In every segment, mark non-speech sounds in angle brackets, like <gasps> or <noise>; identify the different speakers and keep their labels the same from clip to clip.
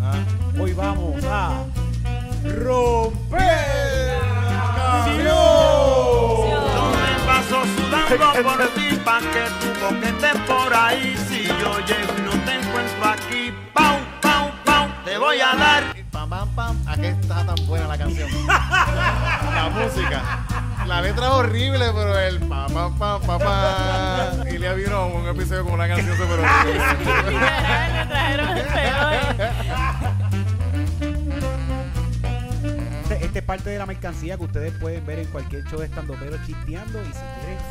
Speaker 1: Ah, Hoy vamos a romper canción.
Speaker 2: Yo me paso sudando por ti, pa' que tú coquetes por ahí. Si yo llego y no te encuentro aquí, pau, pau, pau, te voy a dar.
Speaker 3: Pam, pam, pam. ¿A qué está tan buena la canción? la música. La letra es horrible, pero el pam, pam, pam, pam, pam. Y le vino a un episodio con una canción súper horrible.
Speaker 4: Literal, me trajeron el peor.
Speaker 1: Este- Esta es parte de la mercancía que ustedes pueden ver en cualquier show de estando pero chisteando. Y si quieres,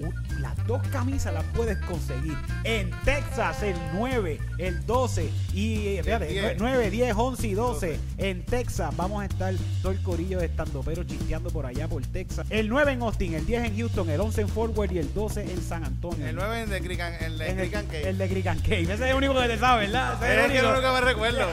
Speaker 1: un- las dos camisas las puedes conseguir en Texas el 9, el 12 y eh, fíjate,
Speaker 3: diez.
Speaker 1: nue- 9, 10, 11 y 12 en Texas. Vamos a estar todo el corillo de estando pero chisteando por allá por Texas. El 9 en Austin, el 10 en Houston, el 11 en Fort Worth y el 12 en San Antonio.
Speaker 3: El 9 es de Crican, el de
Speaker 1: En el,
Speaker 3: Crican Cake.
Speaker 1: el de Greek and Cave. Ese es el único que te sabe, ¿verdad? Ese
Speaker 3: Es que
Speaker 1: el
Speaker 3: no
Speaker 1: único.
Speaker 3: nunca me recuerdo.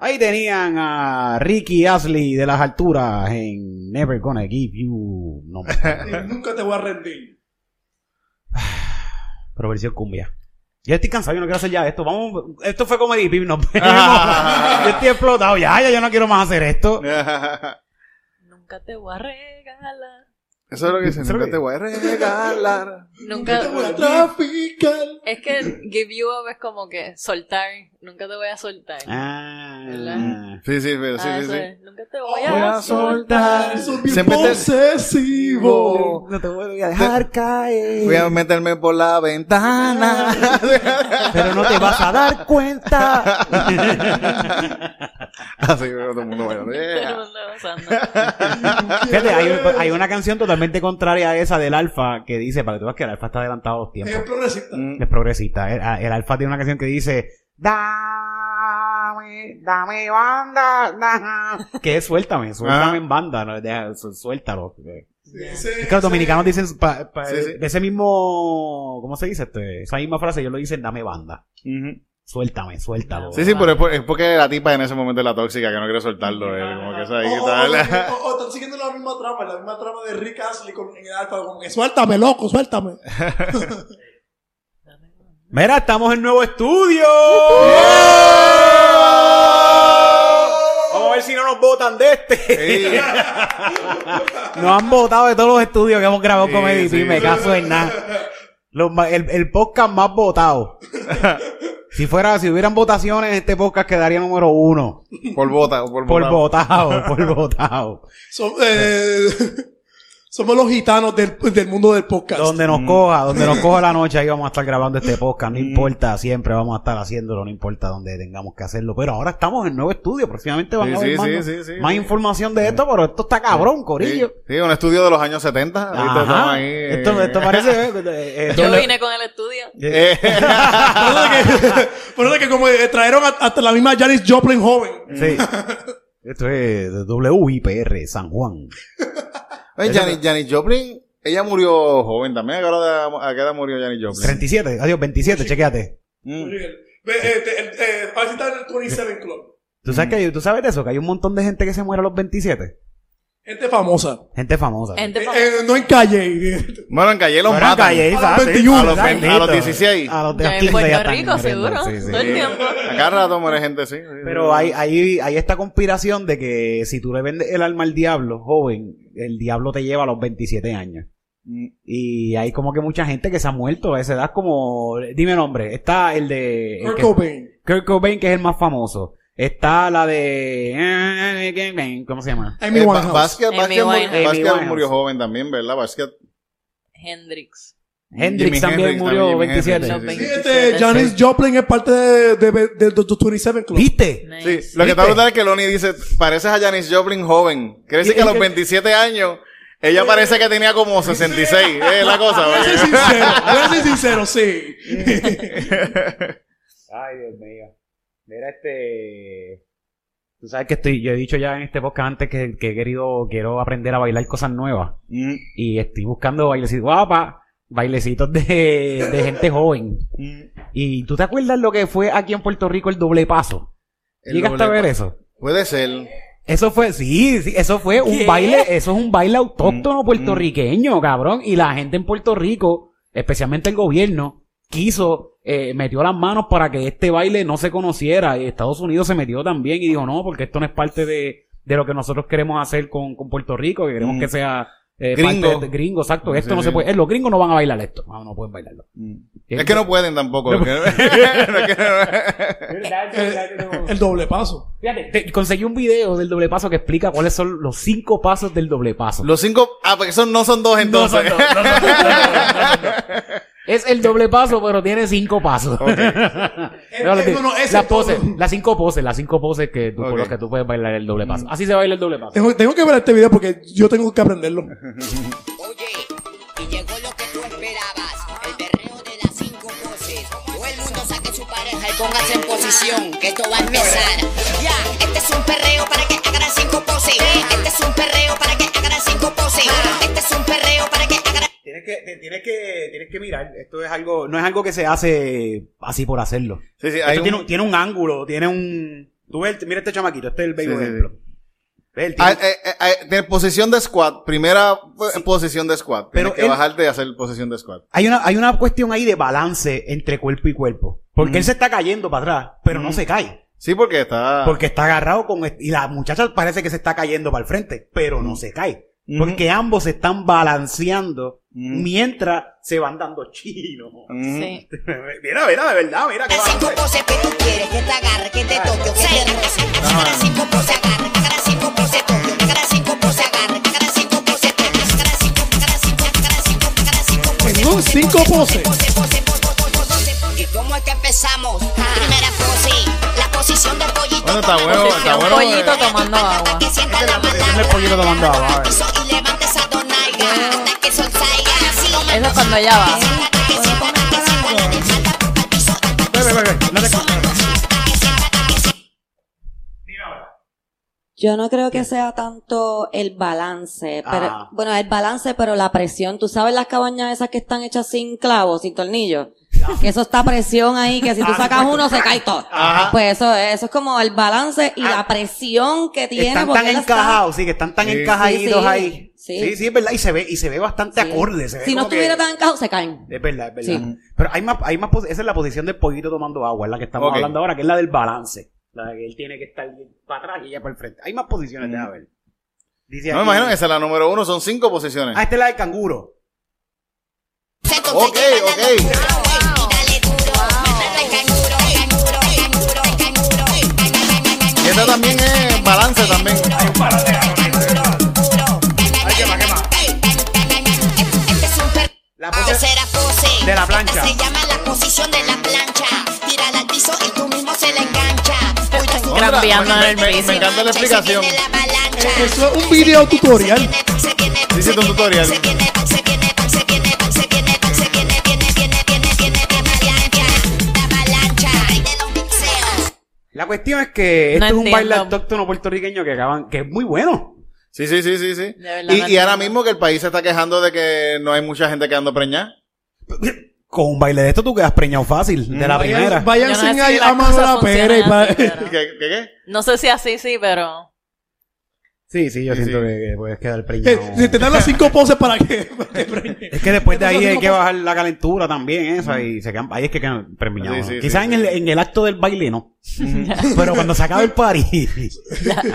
Speaker 1: Ahí tenían a Ricky Asley de las alturas en Never Gonna Give You. No,
Speaker 5: Nunca te voy a rendir.
Speaker 1: <sighs> pero versión cumbia. Yo estoy cansado, yo no quiero hacer ya esto. Vamos, esto fue Comedy Pip, <laughs> nos vemos. yo estoy explotado ya, ya yo no quiero más hacer esto.
Speaker 4: Nunca te voy a regalar.
Speaker 3: <laughs> Eso es lo que dicen.
Speaker 1: Eso es lo
Speaker 3: Nunca
Speaker 1: que-
Speaker 3: te voy a regalar.
Speaker 4: Nunca.
Speaker 5: Te voy a traficar.
Speaker 4: Es que give you up es como que soltar. Nunca te voy a soltar.
Speaker 1: Ah,
Speaker 4: ¿Verdad?
Speaker 3: Sí, sí, pero sí,
Speaker 4: Ah,
Speaker 3: sí,
Speaker 4: eso
Speaker 3: sí.
Speaker 4: es. Nunca te voy
Speaker 3: Voy
Speaker 4: a
Speaker 3: a soltar.
Speaker 5: Soy bien
Speaker 3: Siempre te-
Speaker 5: posesivo.
Speaker 1: no te voy a
Speaker 3: dejar
Speaker 1: caer.
Speaker 3: Voy a meterme por la ventana. <laughs>
Speaker 1: Pero no te vas a dar cuenta.
Speaker 3: Así pero todo el mundo bailando.
Speaker 4: <laughs> Todo el
Speaker 3: Yeah.
Speaker 4: mundo
Speaker 5: <laughs>
Speaker 4: gozando.
Speaker 1: Fíjate, hay, un- hay una canción totalmente contraria a esa del Alfa que dice, para que tú veas que el Alfa está adelantado a los tiempos.
Speaker 5: Es progresista.
Speaker 3: Mm.
Speaker 1: es progresista. El, el Alfa tiene una canción que dice Dame, dame banda, da-". que es suéltame, suéltame
Speaker 3: Ah.
Speaker 1: en banda, no, deja, su- suéltalo.
Speaker 5: Ese-
Speaker 1: Es que los dominicanos dicen pa- pa-
Speaker 3: Sí, sí.
Speaker 1: de ese mismo, ¿cómo se dice? Este? Esa misma frase, ellos lo dicen dame banda,
Speaker 3: Ujú.
Speaker 1: suéltame, suéltalo.
Speaker 3: Sí, sí, pero es, por- es porque la tipa en ese momento es la tóxica, que no quiere soltarlo. eh, Como que esa ahí que
Speaker 5: O,
Speaker 3: tal.
Speaker 5: o- o- o están siguiendo la misma trama, la misma trama de Rick Astley con, en el alfa, como que suéltame, loco, suéltame.
Speaker 1: Mira, estamos en nuevo estudio. Vamos a ver si no nos votan de este.
Speaker 3: Sí.
Speaker 1: <laughs> Nos han votado de todos los estudios que hemos grabado
Speaker 3: Sí,
Speaker 1: con Eddie,
Speaker 3: sí.
Speaker 1: me caso en nada. Los ma- el, el podcast más
Speaker 3: <laughs>
Speaker 1: votado. si fuera, si hubieran votaciones, este podcast quedaría número uno.
Speaker 3: Por bota, por
Speaker 1: Por
Speaker 3: bota.
Speaker 1: votado, por votado.
Speaker 5: Som- eh, <laughs> somos los gitanos del, del mundo del podcast.
Speaker 1: Donde
Speaker 5: <laughs>
Speaker 3: Mm.
Speaker 1: nos coja, donde nos coja la noche, ahí vamos a estar grabando este podcast. No importa, siempre vamos a estar haciéndolo, no importa donde tengamos que hacerlo. Pero ahora estamos en nuevo estudio, próximamente van
Speaker 3: Sí,
Speaker 1: a haber
Speaker 3: sí,
Speaker 1: más,
Speaker 3: sí, sí, sí.
Speaker 1: más información de esto, pero esto está cabrón,
Speaker 3: Sí,
Speaker 1: corillo.
Speaker 3: sí, un estudio de los años 70. ahorita
Speaker 1: Ajá.
Speaker 3: estamos ahí, eh.
Speaker 1: Esto, esto parece... eh, eh, eh,
Speaker 4: Yo vine con el estudio.
Speaker 3: <laughs>
Speaker 1: <laughs>
Speaker 3: Eh,
Speaker 5: Por eso de que, <laughs> por eso de que como eh, trajeron a- hasta la misma Janis Joplin
Speaker 3: Eh.
Speaker 5: joven.
Speaker 1: Sí.
Speaker 3: <laughs>
Speaker 1: Esto es WIPR San Juan.
Speaker 3: Oye, Janis, Janis Joplin, ella murió joven también. ¿A qué hora- a qué edad murió Janis Joplin?
Speaker 1: 37, adiós, 27, chequéate.
Speaker 3: Mm.
Speaker 5: Muy bien. Ve, eh, te- el- eh, ahí está en el 27 Club.
Speaker 1: ¿Tú sabes, que,
Speaker 3: Mm.
Speaker 1: hay- ¿Tú sabes de eso? Que hay un montón de gente que se muere a los 27.
Speaker 5: Gente famosa.
Speaker 1: Gente famosa.
Speaker 4: Gente
Speaker 5: Eh,
Speaker 4: famosa.
Speaker 5: eh, no en calle. eh.
Speaker 3: Bueno, en Calle los
Speaker 1: Pero en
Speaker 3: matan.
Speaker 1: calle,
Speaker 5: los
Speaker 1: ¿sabes?
Speaker 5: 21,
Speaker 1: a los, Ah.
Speaker 3: ¿sabes?
Speaker 1: 20,
Speaker 3: A los 16.
Speaker 1: A los
Speaker 4: Ya
Speaker 1: 15
Speaker 4: en Puerto
Speaker 1: ya están
Speaker 4: Rico,
Speaker 1: muriendo,
Speaker 4: seguro.
Speaker 1: sí, sí.
Speaker 4: Todo el
Speaker 3: Sí.
Speaker 4: tiempo.
Speaker 3: A cada rato muere gente, sí. sí, sí.
Speaker 1: Pero hay, hay, hay esta conspiración de que si tú le vendes el alma al diablo, joven, el diablo te lleva a los 27 años.
Speaker 3: Mm.
Speaker 1: Y hay como que mucha gente que se ha muerto a esa edad como... Dime nombre. Está el de... el
Speaker 5: Kurt
Speaker 1: que-
Speaker 5: Cobain.
Speaker 1: Kurt Cobain, que es el más famoso. Está la de. ¿Cómo se llama?
Speaker 5: Amy
Speaker 3: Eh, Ba-
Speaker 5: Winehouse.
Speaker 3: Basquiat,
Speaker 4: Amy
Speaker 3: Basquiat murió-
Speaker 4: Winehouse.
Speaker 3: Basquiat
Speaker 1: Amy Winehouse.
Speaker 3: murió joven también, ¿verdad? Basquiat.
Speaker 4: Hendrix.
Speaker 1: Hendrix
Speaker 3: Jimi
Speaker 1: también
Speaker 3: Hendrix
Speaker 1: murió
Speaker 3: también, Jimi
Speaker 1: 27.
Speaker 3: Hendrix,
Speaker 5: Sí,
Speaker 3: sí, sí,
Speaker 5: este, Janis Joplin es parte de, de, de, de- de 27 Club.
Speaker 1: ¿Viste?
Speaker 3: sí. Lo
Speaker 4: Nice.
Speaker 3: que está
Speaker 1: ¿Viste?
Speaker 3: brutal es que Lonnie dice, pareces a Janis Joplin joven. Quiere decir
Speaker 1: Y-
Speaker 3: que a
Speaker 1: y
Speaker 3: los
Speaker 1: <laughs> que-
Speaker 3: 27 años, ella parece que tenía como 66. ¿eh? Es la cosa,
Speaker 1: <laughs>
Speaker 5: Voy a ser
Speaker 3: ¿verdad?
Speaker 5: sincero, voy a ser sincero, sí.
Speaker 3: <laughs>
Speaker 1: Ay, Dios mío. Mira este. Tú sabes que estoy, yo he dicho ya en este podcast antes que, que he querido, quiero aprender a bailar cosas nuevas.
Speaker 5: Mm,
Speaker 1: Y estoy buscando bailecitos, guapa, bailecitos de, de gente joven.
Speaker 5: mm.
Speaker 1: ¿Y tú te acuerdas lo que fue aquí en Puerto Rico el doble paso?
Speaker 3: El
Speaker 1: ¿Llegaste
Speaker 3: doble
Speaker 1: a ver
Speaker 3: pa-
Speaker 1: eso?
Speaker 3: Puede ser.
Speaker 1: Eso fue, sí, sí, eso fue un
Speaker 5: ¿Qué?
Speaker 1: baile, eso es un baile autóctono
Speaker 5: Mm,
Speaker 1: puertorriqueño, cabrón. Y la gente en Puerto Rico, especialmente el gobierno, quiso, eh, metió las manos para que este baile no se conociera. Y Estados Unidos se metió también y dijo, no, porque esto no es parte de, de lo que nosotros queremos hacer con, con Puerto Rico, que queremos
Speaker 5: Mm.
Speaker 1: que sea eh,
Speaker 3: Gringo.
Speaker 1: parte de- gringo, exacto. Esto
Speaker 3: Sí,
Speaker 1: no
Speaker 3: sí. Mm.
Speaker 1: se puede, eh, los gringos no van a bailar esto. No, no pueden bailarlo. Eh,
Speaker 3: Es que no pueden tampoco.
Speaker 1: No
Speaker 3: porque- <laughs> no es que no-
Speaker 5: El, el doble paso.
Speaker 1: <laughs> Fíjate, te- conseguí un video del doble paso que explica cuáles son los cinco pasos del doble paso.
Speaker 3: Los cinco. Ah, porque esos no son dos
Speaker 1: No son
Speaker 3: entonces.
Speaker 1: dos, no son dos, no son dos. Es el doble paso, pero tiene cinco pasos. <laughs> No,
Speaker 5: Eh,
Speaker 1: lo
Speaker 5: eh,
Speaker 1: que-
Speaker 5: no, no, ese
Speaker 1: las
Speaker 5: es
Speaker 1: poses,
Speaker 5: todo.
Speaker 1: las cinco poses, las cinco poses que tú,
Speaker 3: Ok.
Speaker 1: por las que tú puedes bailar el doble paso. Así se baila el doble paso.
Speaker 5: Tengo, tengo que ver este video porque yo tengo que aprenderlo.
Speaker 6: Oye, y llegó lo que tú esperabas, el perreo de las cinco poses. Todo el mundo saque su pareja y póngase en posición, que esto va a empezar. Ya, este es un perreo para que hagan cinco poses. Este es un perreo para que hagan cinco poses. Este es un perreo para que hagan
Speaker 1: Tienes que, tienes que, tienes que mirar. Esto es algo, no es algo que se hace así por hacerlo.
Speaker 3: <laughs> Sí, sí, hay
Speaker 1: Esto tiene,
Speaker 3: un-
Speaker 1: un, tiene un ángulo, tiene un. Tú ves, el- mira este chamaquito, este es el baby
Speaker 3: Sí, sí, sí.
Speaker 1: ejemplo. Ve, él tiene-
Speaker 3: Ah, eh, eh, eh, de posición de squat, primera eh, posición de squat. Tienes
Speaker 1: Pero
Speaker 3: que
Speaker 1: él-
Speaker 3: bajarte y hacer posición de squat.
Speaker 1: hay, una, hay una cuestión ahí de balance entre cuerpo y cuerpo. Porque él se está cayendo para atrás, pero no se cae.
Speaker 3: Sí, porque está.
Speaker 1: Porque está agarrado con... est- Y la muchacha parece que se está cayendo para el frente, pero no se cae.
Speaker 5: Ujú.
Speaker 1: Porque ambos se están balanceando
Speaker 5: Ujú.
Speaker 1: mientras se van dando chinos.
Speaker 3: Mm.
Speaker 4: Sí.
Speaker 1: <laughs> mira, mira, de verdad, mira qué
Speaker 6: Hagan cinco
Speaker 1: balance.
Speaker 6: poses que tú quieres, que te agarre, que te toque, que te roce. Hagan cinco poses, agarre, hagan cinco poses, toque, hagan cinco poses, agarre, hagan cinco poses, toque, hagan cinco, hagan cinco, hagan cinco, hagan cinco poses.
Speaker 5: Son cinco poses.
Speaker 6: ¿Y cómo es que empezamos?
Speaker 4: Ah.
Speaker 6: Primera pose, la posición del pollito.
Speaker 3: Bueno, está bueno, está
Speaker 4: Un
Speaker 3: bueno.
Speaker 4: pollito tomando agua.
Speaker 6: Que sienta la
Speaker 1: Ese eh. es el pollito tomando agua, a ver.
Speaker 6: Piso y levanta esa donaira hasta que el sol salga. Así lo
Speaker 4: Eso es cuando ella va.
Speaker 1: Ve, ve, ve, ve, no te-
Speaker 7: Yo no creo que sea tanto el balance, pero,
Speaker 1: Ah.
Speaker 7: bueno, el balance, pero la presión. ¿Tú sabes las cabañas esas que están hechas sin clavos, sin tornillos? Que eso está presión ahí, que si
Speaker 1: Ah,
Speaker 7: tú sacas uno se cae todo.
Speaker 3: Ajá.
Speaker 7: Pues eso, es- eso es como el balance y
Speaker 1: Ah.
Speaker 7: la presión que tiene.
Speaker 1: Están
Speaker 7: porque
Speaker 1: tan
Speaker 7: él está-
Speaker 1: encajados, sí, que están tan
Speaker 3: Sí.
Speaker 1: encajaditos
Speaker 7: Sí, sí.
Speaker 1: ahí. Sí.
Speaker 7: Sí.
Speaker 1: sí, es verdad. Y se ve, y se ve bastante
Speaker 7: Sí.
Speaker 1: acorde. Se ve
Speaker 7: Si no
Speaker 1: como que-
Speaker 7: estuviera tan encajado, se caen.
Speaker 1: Es verdad, es verdad.
Speaker 7: Sí.
Speaker 1: Pero hay más, hay más, pos- esa es la posición del pollito tomando agua, es la que estamos
Speaker 3: Ok.
Speaker 1: hablando ahora, que es la del balance. La de que él tiene que estar bien para atrás y ella para el frente. Hay más posiciones,
Speaker 3: Mm.
Speaker 1: déjame ver. Dice
Speaker 3: No me
Speaker 1: aquí-
Speaker 3: imagino, esa es la número uno, son cinco posiciones.
Speaker 1: Ah, esta es la del canguro.
Speaker 3: Ok, ok. Y esta también es balance también.
Speaker 1: La
Speaker 6: La
Speaker 1: pose-
Speaker 6: tercera pose
Speaker 1: De la plancha.
Speaker 6: Esta se llama la posición de la plancha. Tírala al piso y tú mismo se la engancha. Cuida su
Speaker 3: Otra,
Speaker 4: Grampeando
Speaker 3: me-
Speaker 4: en el
Speaker 3: me-
Speaker 4: piso.
Speaker 3: Me encanta la
Speaker 6: Se
Speaker 3: explicación.
Speaker 6: viene la avalancha.
Speaker 5: Eso es un video tutorial.
Speaker 6: Se viene,
Speaker 3: Sí, sí,
Speaker 6: se
Speaker 3: es un
Speaker 6: viene,
Speaker 3: tutorial.
Speaker 6: se viene, se viene, se viene, se viene, se viene, viene, viene, viene, viene, la avalancha. La avalancha. Rey de los mixeos.
Speaker 1: La cuestión es que este
Speaker 4: No
Speaker 1: es un
Speaker 4: entiendo.
Speaker 1: baile autóctono puertorriqueño que acaban, que es muy bueno.
Speaker 3: Sí, sí, sí, sí, sí.
Speaker 4: De verdad,
Speaker 3: Y,
Speaker 4: no
Speaker 3: y ahora
Speaker 4: entiendo.
Speaker 3: mismo que el país se está quejando de que no hay mucha gente quedando preñada.
Speaker 1: Con un baile de esto tú quedas preñado fácil, de la primera.
Speaker 5: Vayan, vayan
Speaker 4: Yo no sé
Speaker 5: sin
Speaker 4: si
Speaker 5: ahí
Speaker 4: las
Speaker 5: a Manuela
Speaker 4: cosas
Speaker 5: Pérez. Eh,
Speaker 4: funcionan
Speaker 5: <laughs>
Speaker 4: así,
Speaker 5: pa-
Speaker 4: pero-
Speaker 3: ¿Qué, qué, qué?
Speaker 4: No sé si así sí, pero.
Speaker 1: Sí, sí, yo
Speaker 3: Sí,
Speaker 1: siento
Speaker 3: sí.
Speaker 1: Que, que puedes quedar
Speaker 5: Eh,
Speaker 3: <laughs>
Speaker 1: preñado.
Speaker 5: si te dan las cinco poses para que. para que preñe.
Speaker 1: Es que después de ahí hay que
Speaker 5: Entonces,
Speaker 1: bajar la calentura también, esa, y se quedan, ahí es que quedan premiados.
Speaker 3: Sí, sí,
Speaker 1: ¿no?
Speaker 3: sí,
Speaker 1: Quizás
Speaker 3: sí,
Speaker 1: en, el,
Speaker 3: sí.
Speaker 1: en el acto del baile no. <laughs> Pero cuando se acaba el
Speaker 3: <laughs>
Speaker 1: party,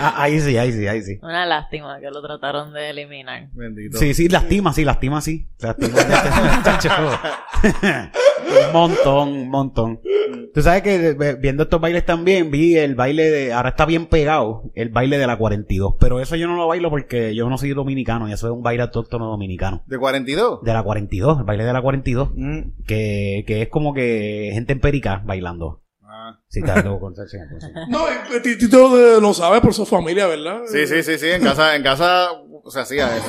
Speaker 1: ah, ahí sí, ahí sí, ahí sí.
Speaker 4: Una lástima que lo trataron de eliminar.
Speaker 3: Bendito.
Speaker 1: Sí, sí, lastima, sí, lastima, sí.
Speaker 3: <laughs>
Speaker 1: Lastima, chacho. <laughs> un montón, un montón. Tú sabes que eh, viendo estos bailes también, vi el baile de, ahora está bien pegado, el baile de la 42. Pero eso yo no lo bailo porque yo no soy dominicano y eso es un baile autóctono dominicano.
Speaker 3: ¿De 42?
Speaker 1: De la 42, el baile de la 42.
Speaker 3: Mm.
Speaker 1: que, que es como que gente en perica bailando.
Speaker 3: Ah.
Speaker 1: Si te hago con salsa, con
Speaker 3: <laughs>
Speaker 8: pues
Speaker 1: salsa.
Speaker 5: No, eh, Ti- Tito eh, lo sabe por su familia, ¿verdad?
Speaker 3: Sí, sí, sí, sí, en casa, en casa se hacía eso.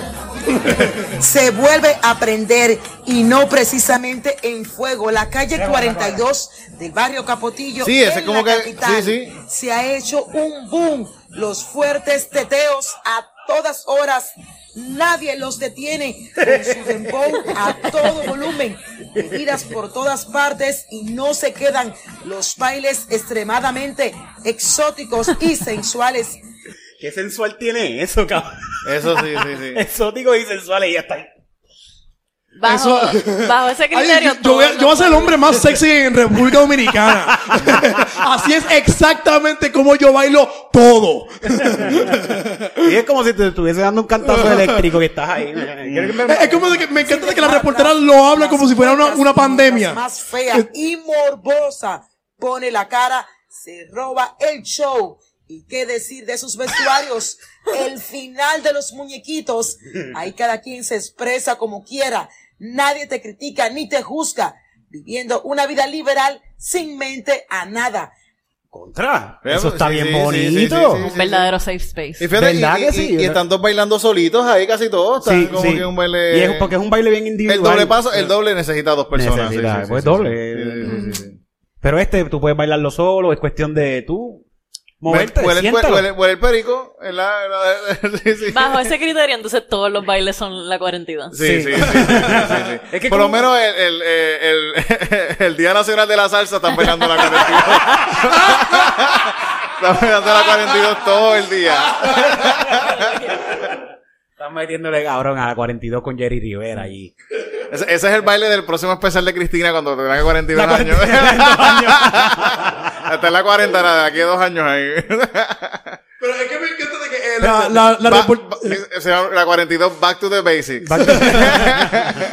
Speaker 9: se vuelve a prender y no precisamente en fuego. La calle 42 del barrio Capotillo
Speaker 3: Sí, ese
Speaker 9: en
Speaker 3: como
Speaker 9: la
Speaker 3: que-
Speaker 9: capital
Speaker 3: sí, sí.
Speaker 9: se ha hecho un boom. Los fuertes teteos a todas horas. Nadie los detiene con su dembow a todo volumen, bebidas por todas partes y no se quedan los bailes extremadamente exóticos y sensuales
Speaker 8: ¿Qué sensual tiene eso, cabrón?
Speaker 3: Eso sí, sí, sí.
Speaker 1: <laughs>
Speaker 8: <laughs> Exótico y sensual, y ya está.
Speaker 4: Bajo,
Speaker 5: Eso-
Speaker 4: bajo
Speaker 5: <laughs>
Speaker 4: ese
Speaker 5: Ay,
Speaker 4: criterio.
Speaker 5: yo, yo voy a,
Speaker 4: todo
Speaker 5: yo voy a ser el
Speaker 4: no-
Speaker 5: hombre más sexy en República Dominicana. Así es exactamente como yo bailo todo.
Speaker 8: <laughs> Y es como si te estuviese dando un <laughs> cantazo eléctrico que estás ahí. <laughs> Quiero que me-
Speaker 5: Es es como de que me encanta de que la
Speaker 9: Las-
Speaker 5: reportera lo habla
Speaker 9: las
Speaker 5: como si fuera una,
Speaker 9: puertas
Speaker 5: una
Speaker 9: más-
Speaker 5: pandemia.
Speaker 9: Más fea y morbosa. Pone la cara, se roba el show. ¿Y qué decir de
Speaker 5: <laughs>
Speaker 9: sus vestuarios? El final de los muñequitos. Ahí cada quien se expresa como quiera. Nadie te critica ni te juzga. Viviendo una vida liberal sin mente a nada.
Speaker 8: Contra.
Speaker 3: Pero,
Speaker 8: Eso está
Speaker 3: sí,
Speaker 8: bien
Speaker 3: sí,
Speaker 8: bonito.
Speaker 3: sí, sí, sí,
Speaker 4: Un
Speaker 3: sí.
Speaker 4: verdadero safe space.
Speaker 3: Y fíjate, y,
Speaker 8: ¿Verdad que
Speaker 3: y-
Speaker 8: sí?
Speaker 3: y- y están dos bailando solitos ahí casi todos. Están
Speaker 8: Sí,
Speaker 3: como
Speaker 8: sí.
Speaker 3: que un baile.
Speaker 8: Y es porque es un baile bien individual.
Speaker 3: El doble paso, el doble necesita dos personas.
Speaker 8: Necesita,
Speaker 3: sí, sí, sí,
Speaker 8: pues
Speaker 3: sí,
Speaker 8: doble.
Speaker 3: sí, sí, sí, sí.
Speaker 8: Pero este, tú puedes bailarlo solo, es cuestión de tú
Speaker 3: Pues,
Speaker 8: moverte,
Speaker 3: Huele- huele-
Speaker 8: siéntalo.
Speaker 3: huele- huele el perico. es la- la- <laughs> sí, sí.
Speaker 4: Bajo ese criterio, entonces todos los bailes son la 42.
Speaker 3: Sí, sí, sí, sí, sí, sí, sí.
Speaker 8: <laughs> Es que
Speaker 3: Por lo
Speaker 8: como-
Speaker 3: menos el, el, el, el- <laughs> el Día Nacional de la Salsa están bailando la 42. <laughs> están bailando la 42 todo el día.
Speaker 8: Están metiéndole cabrón a la 42 con Jerry Rivera allí.
Speaker 3: Ese, ese es el baile del próximo especial de Cristina cuando tenga 41
Speaker 8: La
Speaker 3: años.
Speaker 8: 42
Speaker 3: <laughs> Hasta la 40, nada, de aquí a dos años ahí.
Speaker 5: Pero es que me encanta de que eh, la, la, la,
Speaker 3: Ba-
Speaker 5: repor-
Speaker 3: ba- eh, se llama la 42 Back to the Basics.
Speaker 5: eh,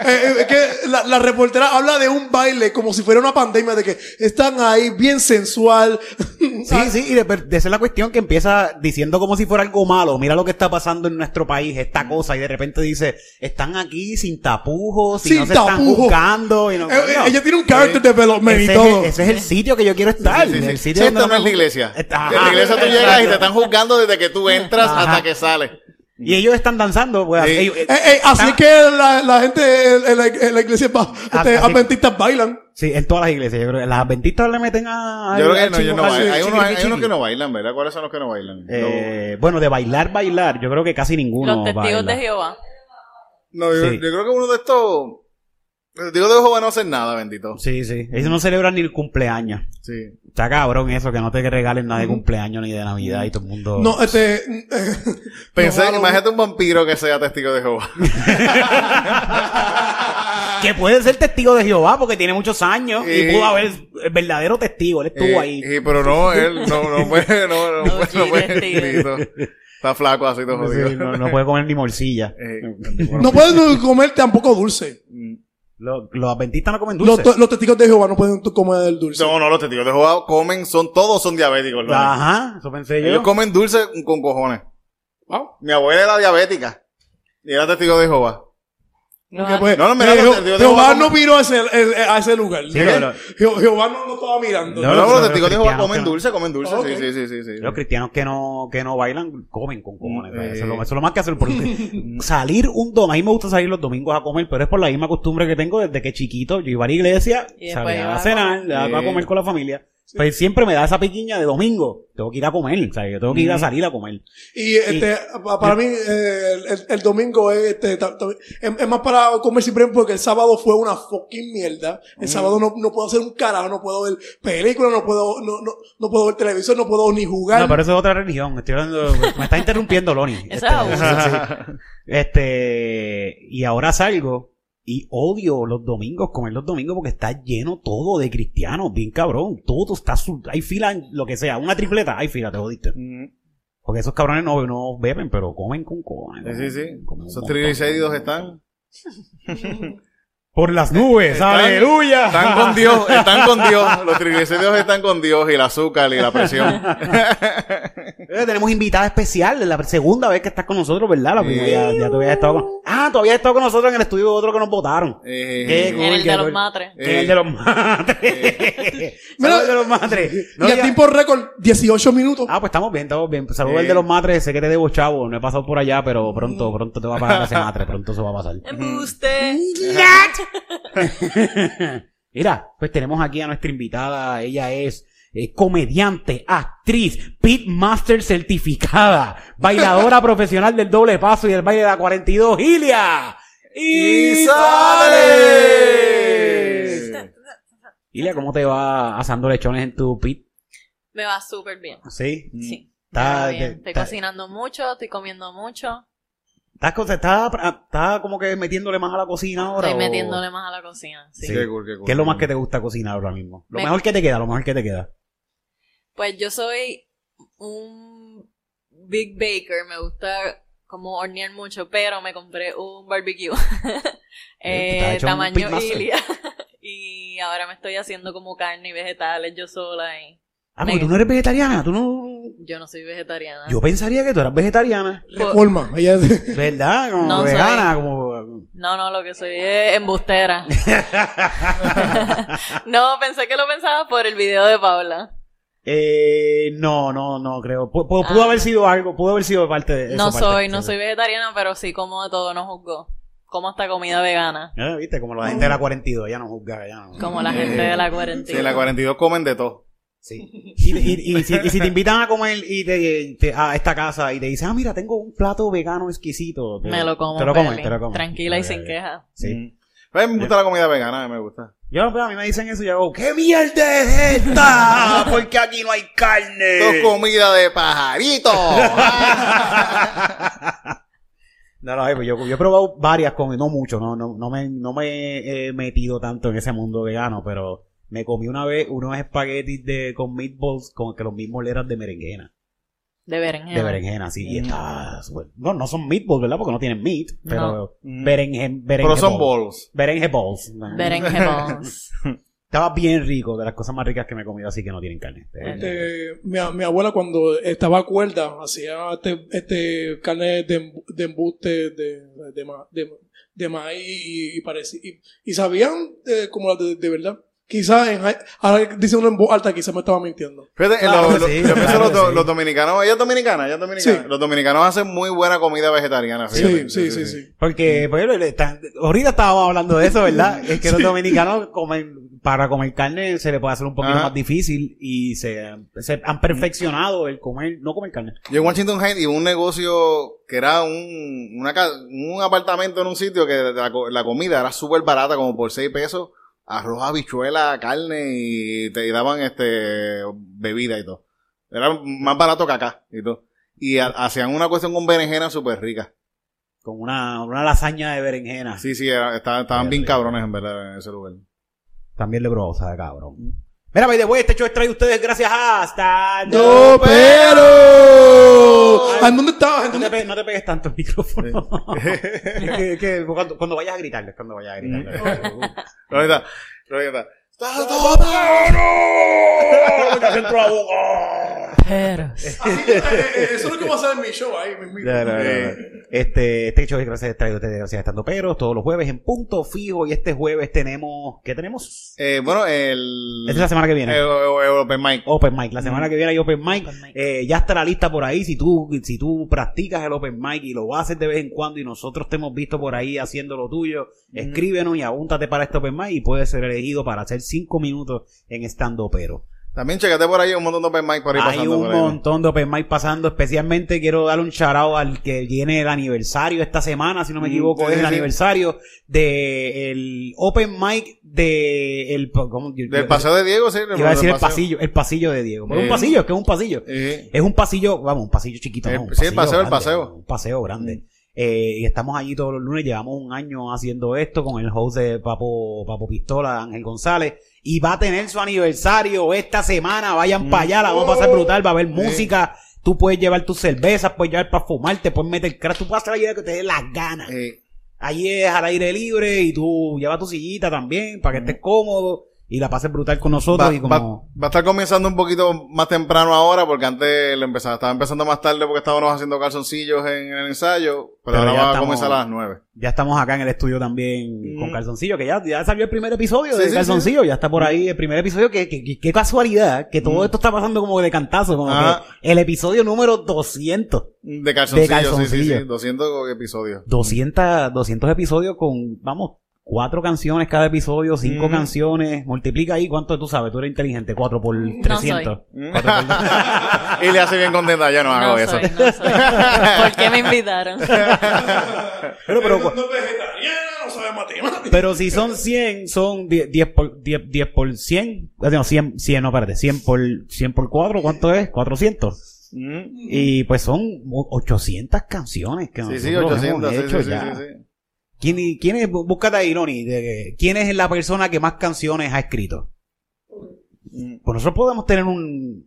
Speaker 5: eh, que la- la reportera habla de un baile como si fuera una pandemia, de que están ahí bien sensual.
Speaker 8: Sí, sí, y de, de esa es la cuestión que empieza diciendo como si fuera algo malo. Mira lo que está pasando en nuestro país,
Speaker 5: Mm.
Speaker 8: esta cosa, y de repente dice, están aquí sin tapujos, y
Speaker 5: Sin
Speaker 8: no se están
Speaker 5: tapujos.
Speaker 8: buscando. Y no,
Speaker 5: Eh, eh,
Speaker 8: coño.
Speaker 5: ella tiene un character development y
Speaker 8: ese,
Speaker 5: todo.
Speaker 8: Es, ese es el sitio que yo quiero estar.
Speaker 3: <laughs> Sí, sí, sí.
Speaker 8: El
Speaker 3: Sí,
Speaker 8: sitio donde
Speaker 3: esto no
Speaker 8: me
Speaker 3: es la
Speaker 8: ju-
Speaker 3: iglesia.
Speaker 8: Ajá.
Speaker 3: En la iglesia tú llegas y te están juzgando desde que tú entras hasta que sales.
Speaker 8: Y ellos están danzando. Pues,
Speaker 3: Sí.
Speaker 8: ellos-
Speaker 5: Eh, eh, así
Speaker 8: están-
Speaker 5: que la, la gente en la, en la iglesia va- este,
Speaker 8: así-
Speaker 5: adventistas bailan.
Speaker 8: Sí, en todas las iglesias. Yo creo que las adventistas le meten a...
Speaker 3: Yo creo
Speaker 8: al
Speaker 3: que no, ellos
Speaker 8: chingo-
Speaker 3: no
Speaker 8: al
Speaker 3: bailan. Hay unos, hay
Speaker 8: chiquiriquichiqui.
Speaker 3: unos que no bailan, ¿verdad? ¿Cuáles son los que no bailan?
Speaker 8: Eh, bueno, de bailar, bailar, yo creo que casi ninguno
Speaker 4: los testigos
Speaker 8: baila.
Speaker 4: de Jehová.
Speaker 3: no, yo,
Speaker 8: sí.
Speaker 3: yo creo que uno de estos. Digo, de Jehová no hacer nada, bendito.
Speaker 8: Sí, sí. Ellos no celebran ni el cumpleaños.
Speaker 3: Sí.
Speaker 8: Está cabrón eso, que no te regalen nada de cumpleaños ni de Navidad y todo el mundo...
Speaker 5: No, este.
Speaker 3: Pensé,
Speaker 5: no, no,
Speaker 3: imagínate un vampiro que sea testigo de Jehová.
Speaker 8: Que puede ser testigo de Jehová porque tiene muchos años y,
Speaker 3: ah, Eh.
Speaker 8: pudo haber el verdadero testigo, él estuvo
Speaker 3: Eh,
Speaker 8: ahí.
Speaker 3: eh, pero no, él no,
Speaker 8: <laughs>
Speaker 3: no puede, no, no,
Speaker 4: No,
Speaker 3: puede, no
Speaker 4: sí,
Speaker 3: puede,
Speaker 4: testigo.
Speaker 3: bendito. Está flaco así todo jodido.
Speaker 8: Sí, no, no puede comer ni morcilla.
Speaker 3: Eh,
Speaker 5: No pueden comer tampoco dulce.
Speaker 8: Los, los adventistas no comen
Speaker 5: Los,
Speaker 8: dulce.
Speaker 5: to- los testigos de Jehová no pueden tu- comer el dulce.
Speaker 3: No, no, los testigos de Jehová comen, son, todos son diabéticos. ¿no?
Speaker 8: Ajá, eso pensé
Speaker 3: Ellos
Speaker 8: yo.
Speaker 3: comen dulce con cojones.
Speaker 5: Wow.
Speaker 3: Mi abuela era diabética. Y era testigo de Jehová.
Speaker 8: Ah,
Speaker 5: Que pues,
Speaker 3: No, no, mira,
Speaker 5: eh,
Speaker 3: los testigos de
Speaker 5: Je-
Speaker 3: Jehová
Speaker 5: Jehová
Speaker 3: no-
Speaker 5: no miró a ese, el- a ese lugar.
Speaker 8: Sí,
Speaker 5: ¿Eh?
Speaker 8: pero lo-
Speaker 5: Je- Jehová no, no estaba mirando.
Speaker 3: No,
Speaker 8: No, no,
Speaker 3: no, los
Speaker 8: no,
Speaker 3: testigos de
Speaker 8: cristianos
Speaker 3: Jehová comen
Speaker 8: que no.
Speaker 3: dulce, comen dulce.
Speaker 5: Ah, ok.
Speaker 3: Sí, sí, sí, sí, sí.
Speaker 8: Los cristianos que no, que no bailan, comen con cojones.
Speaker 3: Mm,
Speaker 8: ¿sabes? Eso,
Speaker 3: eh.
Speaker 8: es lo, eso es lo más que hacen. Porque salir un domingo, a mí me gusta salir los domingos a comer, pero es por la misma costumbre que tengo desde que chiquito. Yo iba a la iglesia,
Speaker 4: Y después
Speaker 8: salía
Speaker 4: iba
Speaker 8: a
Speaker 4: a
Speaker 8: cenar, le daba
Speaker 3: Eh.
Speaker 8: a comer con la familia. Pues siempre me da esa piquiña de domingo. Tengo que ir a comer, ¿sabes? Yo tengo que ir a salir a comer.
Speaker 5: Y este, pa- para mí, eh, el, el- el domingo es, este, ta- ta- es, es más para comer siempre porque el sábado fue una fucking mierda. El
Speaker 8: Mm.
Speaker 5: sábado no, no puedo hacer un carajo, no puedo ver películas, no puedo, no, no, no puedo ver televisor, no puedo ni jugar.
Speaker 8: No, pero eso es otra religión. Estoy hablando, me está interrumpiendo Loni.
Speaker 4: <laughs> Eso es abuso.
Speaker 8: sí. Este, y ahora salgo y odio los domingos, comer los domingos porque está lleno todo de cristianos, bien cabrón. Todo está, su- hay fila, en lo que sea, una tripleta, hay fila, te jodiste.
Speaker 3: Mm.
Speaker 8: Porque esos cabrones no, no beben, pero comen con cojones.
Speaker 3: Sí, sí, sí.
Speaker 8: Comen un
Speaker 3: Esos
Speaker 8: montón.
Speaker 3: triglicéridos están.
Speaker 8: <laughs> Por las nubes,
Speaker 3: Están-
Speaker 8: aleluya.
Speaker 3: Están con Dios, están con Dios. Los triglicéridos están con Dios y el azúcar y la presión.
Speaker 8: Eh, tenemos invitada especial, la segunda vez que estás con nosotros, ¿verdad? La primera, ya, ya te habías estado con... Ah, Ah, todavía estado con nosotros en el estudio de otro que nos votaron.
Speaker 3: Eh,
Speaker 8: <laughs> Qué
Speaker 4: En el
Speaker 8: qué
Speaker 4: de los
Speaker 8: cool.
Speaker 4: matres.
Speaker 8: En el de los <laughs> madres.
Speaker 3: Eh.
Speaker 5: Mira.
Speaker 8: Saludos de los madres. No,
Speaker 5: y el
Speaker 8: ya-
Speaker 5: tiempo récord, 18 minutos.
Speaker 8: Ah, pues estamos bien, estamos bien. Pues Saludos al
Speaker 3: Sí.
Speaker 8: de los matres, sé que te debo Pues, chavo, no he pasado por allá,
Speaker 1: Mm.
Speaker 8: pero
Speaker 3: Mm.
Speaker 8: pronto, pronto te va a pagar
Speaker 1: <laughs>
Speaker 8: ese
Speaker 3: <laughs>
Speaker 8: matre, pronto eso va a pasar.
Speaker 4: Embuste.
Speaker 8: Mira, pues tenemos aquí a nuestra invitada. Ella es eh, comediante, actriz, pitmaster certificada,
Speaker 3: <laughs>
Speaker 8: bailadora profesional del doble paso y del baile de la 42, Ilia.
Speaker 3: ¡Y sale!
Speaker 8: Ilia, ¿cómo te va asando lechones en tu pit?
Speaker 4: Me va súper bien.
Speaker 8: Sí.
Speaker 4: Sí.
Speaker 8: Mm. Está-
Speaker 4: me va bien.
Speaker 8: que-
Speaker 4: Estoy
Speaker 8: está-
Speaker 4: cocinando mucho, estoy comiendo mucho.
Speaker 8: ¿Estás, con- estás, estás como que metiéndole más a la cocina ahora?
Speaker 4: Estoy
Speaker 8: o-
Speaker 4: metiéndole más a la cocina. sí.
Speaker 8: Sí.
Speaker 3: Qué cool, qué cool.
Speaker 8: ¿Qué es lo más que te gusta cocinar ahora mismo? Lo
Speaker 4: Me-
Speaker 8: mejor que te queda, lo mejor que te queda.
Speaker 4: Pues yo soy un big baker, me gusta como hornear mucho, pero me compré un barbecue <laughs>
Speaker 8: Eh, te has
Speaker 4: eh,
Speaker 8: hecho un
Speaker 4: tamaño
Speaker 8: pitmaster.
Speaker 4: Ilia <laughs> y ahora me estoy haciendo como carne y vegetales yo sola y
Speaker 8: Ah,
Speaker 4: Me-
Speaker 8: porque tú no eres vegetariana, tú no...
Speaker 4: yo no soy vegetariana.
Speaker 8: Yo pensaría que tú
Speaker 4: <laughs>
Speaker 8: eras vegetariana.
Speaker 4: Po-
Speaker 5: Forma. Ella es-
Speaker 8: ¿Verdad? Como
Speaker 4: No
Speaker 8: vegana, como... <laughs>
Speaker 4: No, no, lo que soy es embustera. no, pensé que lo pensaba por el video de Paula.
Speaker 8: Eh, no, no, no creo. Pu- pu- Pudo,
Speaker 4: Ah.
Speaker 8: haber sido algo, pudo haber sido parte de eso.
Speaker 4: no
Speaker 8: parte-
Speaker 4: soy, no
Speaker 8: sí.
Speaker 4: soy vegetariana, pero sí como de todo, no juzgo. Como hasta comida vegana,
Speaker 8: Ah, Viste, como la gente de la 42, ya no juzga, ya no...
Speaker 4: como la gente de la cuarentena.
Speaker 3: Eh, Sí, en la 42 comen de todo.
Speaker 4: <laughs>
Speaker 8: Sí. Y, y- y si, y si te invitan a comer y te, te- a esta casa y te dicen, ah, mira, tengo un plato vegano exquisito. te-
Speaker 4: Me lo como,
Speaker 8: Te lo comes,
Speaker 4: Pelín.
Speaker 8: te lo comes.
Speaker 4: Tranquila y
Speaker 8: Ok,
Speaker 4: sin
Speaker 8: ok.
Speaker 4: queja.
Speaker 8: Sí.
Speaker 3: Mm. Pero a mí me gusta la comida vegana, a mí me gusta.
Speaker 8: Yo pero a mí me dicen eso y yo hago, ¿qué mierda es
Speaker 9: <laughs>
Speaker 8: esta? Porque aquí no hay
Speaker 3: Esto es
Speaker 8: carne.
Speaker 3: comida de pajarito.
Speaker 8: <laughs> No, no, yo, yo he probado varias con, no mucho, no, no, no me, no me he metido tanto en ese mundo vegano, pero me comí una vez unos espaguetis de, con meatballs con que los mismos eran de berenjena.
Speaker 4: De berenjena.
Speaker 8: De berenjena, sí.
Speaker 4: Mm.
Speaker 8: Y está súper- No, no son meatballs, ¿verdad? Porque no tienen meat, pero berenjen, berenje
Speaker 3: Mm. Pero son
Speaker 8: balls.
Speaker 3: bolos.
Speaker 8: Berenje balls. <laughs>
Speaker 4: Berenjeballs.
Speaker 8: Estaba bien rico, de las cosas más ricas que me he comido, así que no tienen carne.
Speaker 5: Este, mi, a- mi abuela cuando estaba cuerda hacía este, este carne de, embu- de embuste de, de, ma- de- de maíz y, y parecía- y, y sabían eh, como las de, de verdad. Quizás en high- ahora dice uno en voz alta, quizás me estaba mintiendo.
Speaker 3: Fíjate,
Speaker 8: Claro
Speaker 3: los,
Speaker 8: que
Speaker 3: los-
Speaker 8: Ah, sí,
Speaker 3: yo pienso
Speaker 8: claro
Speaker 3: los,
Speaker 8: que
Speaker 3: do-
Speaker 8: sí.
Speaker 3: los dominicanos, ella es dominicana, ella es dominicana.
Speaker 5: Sí.
Speaker 3: Los dominicanos hacen muy buena comida
Speaker 8: Ah,
Speaker 3: vegetariana.
Speaker 5: Sí,
Speaker 3: fíjate.
Speaker 5: sí, sí, sí.
Speaker 8: Porque, pues, le- están- ahorita estábamos hablando de eso, ¿verdad? Es que los dominicanos comen, para comer carne se le puede hacer un poquito
Speaker 3: Ajá.
Speaker 8: más difícil y se, se han perfeccionado el comer, no comer carne.
Speaker 3: Yo en Washington Heights y un negocio que era un, una ca- un apartamento en un sitio que la, co- la comida era súper barata, como por 6 pesos, arroz, habichuela, carne y te daban este bebida y todo. Era más barato que acá y todo. Y ha- hacían una cuestión con berenjena súper rica.
Speaker 8: Con una, una lasaña de berenjena.
Speaker 3: Sí, sí, era- estaban, estaban
Speaker 8: Ah. Qué
Speaker 3: bien
Speaker 8: rico.
Speaker 3: cabrones en verdad en ese lugar.
Speaker 8: También le probó, sabe, cabrón. Mira, by the way, este show es traído a ustedes gracias a Stand
Speaker 5: ¡No,
Speaker 8: Up.
Speaker 5: pero! ¿En dónde estabas? ¿En
Speaker 8: No te,
Speaker 5: dónde-
Speaker 8: pe- no te pegues tanto el micrófono. <laughs> Es que- es que cuando, cuando vayas a gritarles, cuando vayas a gritarles.
Speaker 3: Lorita, Lorita.
Speaker 4: Pero.
Speaker 5: Eh, Eso es lo que va a hacer en mi show ahí, mi- mi-
Speaker 8: Ya, no,
Speaker 5: <laughs>
Speaker 8: no, no.
Speaker 3: Eh.
Speaker 8: Este, este show es gracias traído a ustedes gracias a Estando Peros todos los jueves en punto fijo y este jueves tenemos ¿qué tenemos?
Speaker 3: Eh, bueno, el...
Speaker 8: Esta es la semana que viene.
Speaker 3: el- el- el open mic.
Speaker 8: Open mic, la semana que viene hay open mic.
Speaker 4: Open mic.
Speaker 8: Eh, ya está la lista por ahí. Si tú, si tú practicas el open mic y lo haces de vez en cuando y nosotros te hemos visto por ahí haciendo lo tuyo, escríbenos y apúntate para este open mic y puedes ser elegido para hacer cinco minutos en estando pero.
Speaker 3: También checate por ahí un montón de open mic por ahí
Speaker 8: Hay
Speaker 3: pasando
Speaker 8: un
Speaker 3: por ahí.
Speaker 8: montón de open mic pasando. Especialmente quiero dar un charao al que viene el aniversario esta semana, si no me
Speaker 3: Mm,
Speaker 8: equivoco,
Speaker 3: sí,
Speaker 8: es el
Speaker 3: sí.
Speaker 8: aniversario de el open mic de el ¿cómo?
Speaker 3: Del
Speaker 8: Yo- yo-
Speaker 3: paseo de Diego, sí.
Speaker 8: Iba a decir el pasillo, el pasillo de Diego. Pero
Speaker 3: Eh.
Speaker 8: un pasillo, es que es un pasillo.
Speaker 3: Sí.
Speaker 8: Es un pasillo, vamos, un pasillo chiquito.
Speaker 3: Eh,
Speaker 8: no, un
Speaker 3: sí, el paseo, el paseo.
Speaker 8: Un paseo grande. Eh, y estamos allí todos los lunes, llevamos un año haciendo esto con el host de Papo, Papo Pistola, Ángel González, y va a tener su aniversario esta semana, vayan para allá, la vamos a pasar brutal, va a haber música, tú puedes llevar tus cervezas, puedes llevar para fumarte, puedes meter crack, tú puedes hacer la idea que te dé las ganas.
Speaker 3: Eh,
Speaker 8: Allí es al aire libre y tú llevas tu sillita también para que estés cómodo. y la pases brutal con nosotros
Speaker 3: Va,
Speaker 8: y
Speaker 3: va-
Speaker 8: como...
Speaker 3: va a estar comenzando un poquito más temprano ahora, porque antes lo empezaba, estaba empezando más tarde porque estábamos haciendo calzoncillos en el ensayo, pero,
Speaker 8: Pero
Speaker 3: ahora
Speaker 8: ya
Speaker 3: va a
Speaker 8: estamos-
Speaker 3: comenzar a las nueve.
Speaker 8: Ya estamos acá en el estudio también
Speaker 3: Mm.
Speaker 8: con Calzoncillo, que ya, ya salió el primer episodio
Speaker 3: Sí,
Speaker 8: de
Speaker 3: sí,
Speaker 8: Calzoncillo, ya está por ahí el primer episodio, que, que- que- qué casualidad, que todo esto está pasando como de cantazo, como
Speaker 3: Ah.
Speaker 8: que el episodio número 200,
Speaker 3: De calzoncillos, sí, sí, sí,
Speaker 8: calzoncillos.
Speaker 3: 200 episodios.
Speaker 8: 200, 200 episodios con, vamos, cuatro canciones cada episodio, cinco
Speaker 3: Mm.
Speaker 8: canciones, multiplica ahí cuánto tú sabes, tú eres inteligente, cuatro por
Speaker 4: No
Speaker 8: 300. Cuatro
Speaker 3: <laughs>
Speaker 8: por-
Speaker 3: y le hace bien contenta, yo no, hago
Speaker 4: No
Speaker 3: eso.
Speaker 4: soy,
Speaker 3: <laughs>
Speaker 4: no soy. ¿Por qué me invitaron?
Speaker 8: Pero, pero,
Speaker 5: no, no es vegetariana, no sabe matemáticas.
Speaker 8: Pero si son 100, son 10, 10 por, 10, 10 por 100. Ah, No, 100, 100, no, espérate. 100 por, 100 por 4, ¿cuánto es? 400.
Speaker 3: Mm.
Speaker 8: Y pues son o- 800 canciones que
Speaker 3: Sí, sí,
Speaker 8: nosotros hemos
Speaker 3: 800, sí,
Speaker 8: hecho
Speaker 3: sí, sí,
Speaker 8: ya.
Speaker 3: sí, sí.
Speaker 8: ¿Quién, y- quién es, bú- búscate ahí, Noni, de- de- quién es la persona que más canciones ha escrito?
Speaker 3: Mm.
Speaker 8: Pues nosotros podemos tener un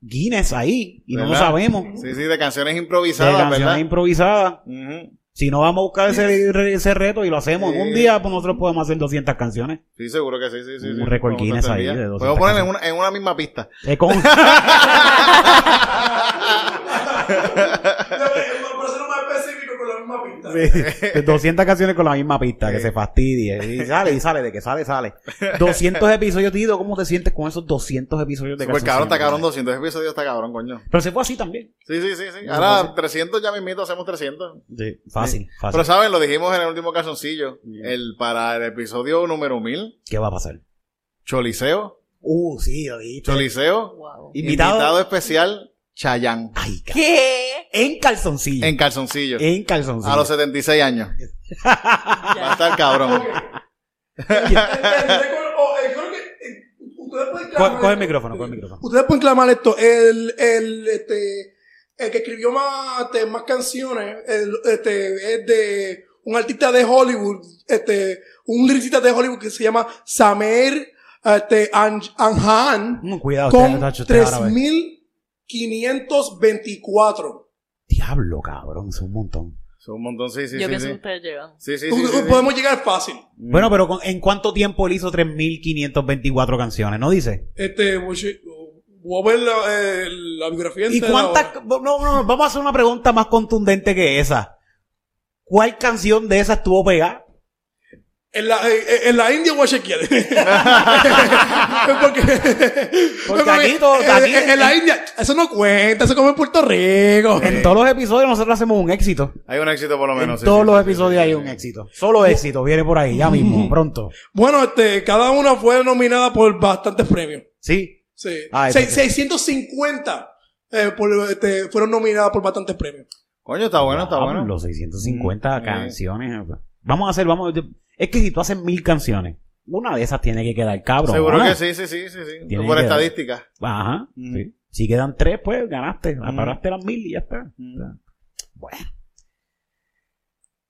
Speaker 8: Guinness ahí y no lo
Speaker 3: ¿Verdad?
Speaker 8: sabemos.
Speaker 3: Sí, sí, de canciones
Speaker 8: De
Speaker 3: improvisadas,
Speaker 8: canciones
Speaker 3: ¿verdad?
Speaker 8: improvisadas.
Speaker 3: Ujú.
Speaker 8: Si no vamos a buscar ese, re- ese reto y lo hacemos en un
Speaker 3: Sí.
Speaker 8: día, pues nosotros podemos hacer 200 canciones.
Speaker 3: Sí, seguro que sí, sí, sí.
Speaker 8: Un
Speaker 3: sí.
Speaker 8: récord
Speaker 3: Vamos a
Speaker 8: Guinness
Speaker 3: tener
Speaker 8: ahí
Speaker 3: ya.
Speaker 8: de
Speaker 3: Podemos
Speaker 8: 200
Speaker 3: poner en una, en una misma pista.
Speaker 8: Eh,
Speaker 3: <laughs>
Speaker 8: con-
Speaker 5: Por eso no más específico con la misma pinta.
Speaker 8: Sí, 200 canciones con la misma pista, que se fastidie. Y sale, y sale, de que sale, sale. 200 episodios, Tito, ¿cómo te sientes con esos 200 <laughs> episodios de
Speaker 3: Pues cabrón,
Speaker 8: Calzoncillo?
Speaker 3: está cabrón, 200 episodios está cabrón, coño.
Speaker 8: Pero se fue así también.
Speaker 3: Sí, sí, sí, sí.
Speaker 8: No,
Speaker 3: Ahora
Speaker 8: no
Speaker 3: 300 ya mismito hacemos 300.
Speaker 8: Fácil, fácil.
Speaker 3: Pero saben, lo dijimos en el último calzoncillo. El para el episodio número 1000,
Speaker 8: ¿Qué va a pasar?
Speaker 3: Choliseo,
Speaker 8: Uh, sí, lo dije.
Speaker 3: Choliseo,
Speaker 4: Wow.
Speaker 8: Invitado.
Speaker 3: invitado, especial, Chayán,
Speaker 8: Ay, ca-
Speaker 4: ¿Qué?
Speaker 8: En calzoncillo.
Speaker 3: en calzoncillo,
Speaker 8: En calzoncillo.
Speaker 3: a los 76
Speaker 8: <laughs>
Speaker 3: años. Va a
Speaker 4: Ya.
Speaker 3: estar cabrón.
Speaker 5: oh, eh,
Speaker 8: Co- coge el micrófono, coge el micrófono.
Speaker 5: Ustedes pueden clamar esto. El, el, este, el que escribió más, este, más canciones el, este, es de un artista de Hollywood, este, un lyricista de Hollywood que se llama Samer este, An- Anjan
Speaker 8: Mm, Cuidado, usted,
Speaker 5: con
Speaker 8: muchacho, usted ahora ve.
Speaker 5: 3.524.
Speaker 8: Diablo, cabrón, es un montón.
Speaker 3: Son un montón, sí, sí,
Speaker 4: Yo
Speaker 3: sí.
Speaker 4: pienso que
Speaker 3: Sí,
Speaker 4: ustedes llegan.
Speaker 3: sí, sí. sí, sí, sí.
Speaker 5: Podemos llegar fácil.
Speaker 3: Mm.
Speaker 8: Bueno, pero con- ¿en cuánto tiempo él hizo 3.524 canciones? ¿No dice?
Speaker 5: Este, voy voy a ver la, eh, la biografía
Speaker 8: ¿Y
Speaker 5: entera
Speaker 8: cuántas?
Speaker 5: ahora.
Speaker 8: No, no, no, vamos a hacer una pregunta más contundente que esa. ¿Cuál canción de esa estuvo pegada?
Speaker 5: En la, eh, eh, en la India voy a
Speaker 8: <laughs>
Speaker 5: chequear. <laughs> porque, porque
Speaker 8: aquí todo-
Speaker 5: en,
Speaker 8: aquí-
Speaker 5: en- en la India, eso no cuenta, eso como en Puerto Rico.
Speaker 8: En todos los episodios nosotros hacemos un éxito.
Speaker 3: Hay un éxito por lo menos.
Speaker 8: en
Speaker 3: sí,
Speaker 8: todos
Speaker 3: sí,
Speaker 8: los
Speaker 3: sí,
Speaker 8: episodios
Speaker 3: sí, sí,
Speaker 8: hay
Speaker 3: sí.
Speaker 8: un éxito. Solo éxito viene por ahí, ya mismo, pronto.
Speaker 5: Bueno, este, cada una fue nominada por bastantes premios.
Speaker 8: Sí.
Speaker 5: Sí.
Speaker 8: Ah,
Speaker 5: Se-
Speaker 8: entonces-
Speaker 5: 650 eh, por, este, fueron nominadas por bastantes premios.
Speaker 3: Coño, está bueno, está
Speaker 8: Diablo,
Speaker 3: bueno.
Speaker 8: 650
Speaker 3: Mm,
Speaker 8: canciones. eh. Vamos a hacer, vamos. Es que si tú haces mil canciones, una de esas tiene que quedar cabrón.
Speaker 3: Seguro
Speaker 8: ¿ah?
Speaker 3: que sí, sí, sí, sí, sí.
Speaker 8: Tiene
Speaker 3: Por
Speaker 8: que-
Speaker 3: estadística.
Speaker 8: Ajá.
Speaker 3: Mm.
Speaker 8: sí. Si quedan tres, pues ganaste.
Speaker 3: Mm.
Speaker 8: Apagaste las mil y ya está. Bueno.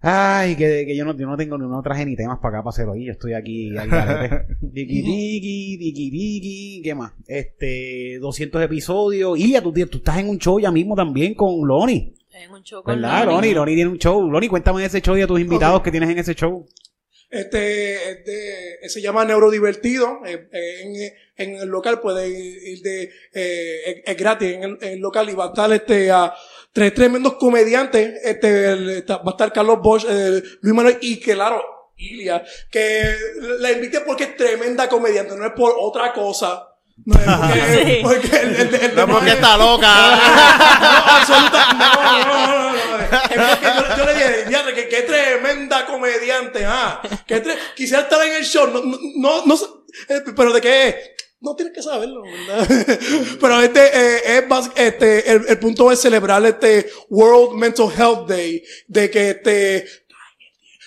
Speaker 8: Ay, que, que yo, no, yo no tengo, no traje ni temas para acá para hacerlo ahí. Yo estoy aquí al
Speaker 3: <laughs>
Speaker 8: garete. Diqui, diqui, diqui, diqui. ¿Qué más? Este, 200 episodios. Ilia, tú, tú estás en un show ya mismo también con Loni.
Speaker 4: Es un choco.
Speaker 8: ¿Verdad, Loni? Loni tiene un show. Loni, cuéntame de ese show y de tus invitados que tienes en ese
Speaker 3: <laughs>
Speaker 8: show.
Speaker 5: Este, este, se llama Neurodivertido. eh, eh, en, en el local puede ir de, eh, es, es gratis en el, en el local y va a estar este, a tres tremendos comediantes. Este, el- está- va a estar Carlos Bosch, eh, Luis Manuel y claro, Ilia, que la invité porque es tremenda comediante, no es por otra cosa. No es
Speaker 3: <laughs>
Speaker 5: porque,
Speaker 4: Sí.
Speaker 5: porque el, el- el-
Speaker 3: No es porque está
Speaker 8: <laughs>
Speaker 3: loca.
Speaker 5: no, absoluta- no, no, no, no, no. Es porque yo, yo le dije, diadre, que qué tremenda comediante, ah. Que tre- Quisiera estar en el show, no, no, no, no sé, eh, pero de qué es. No tienes que saberlo, ¿verdad? <laughs> Pero este, eh, es bas- este, el, el punto es celebrar este World Mental Health Day, de que este,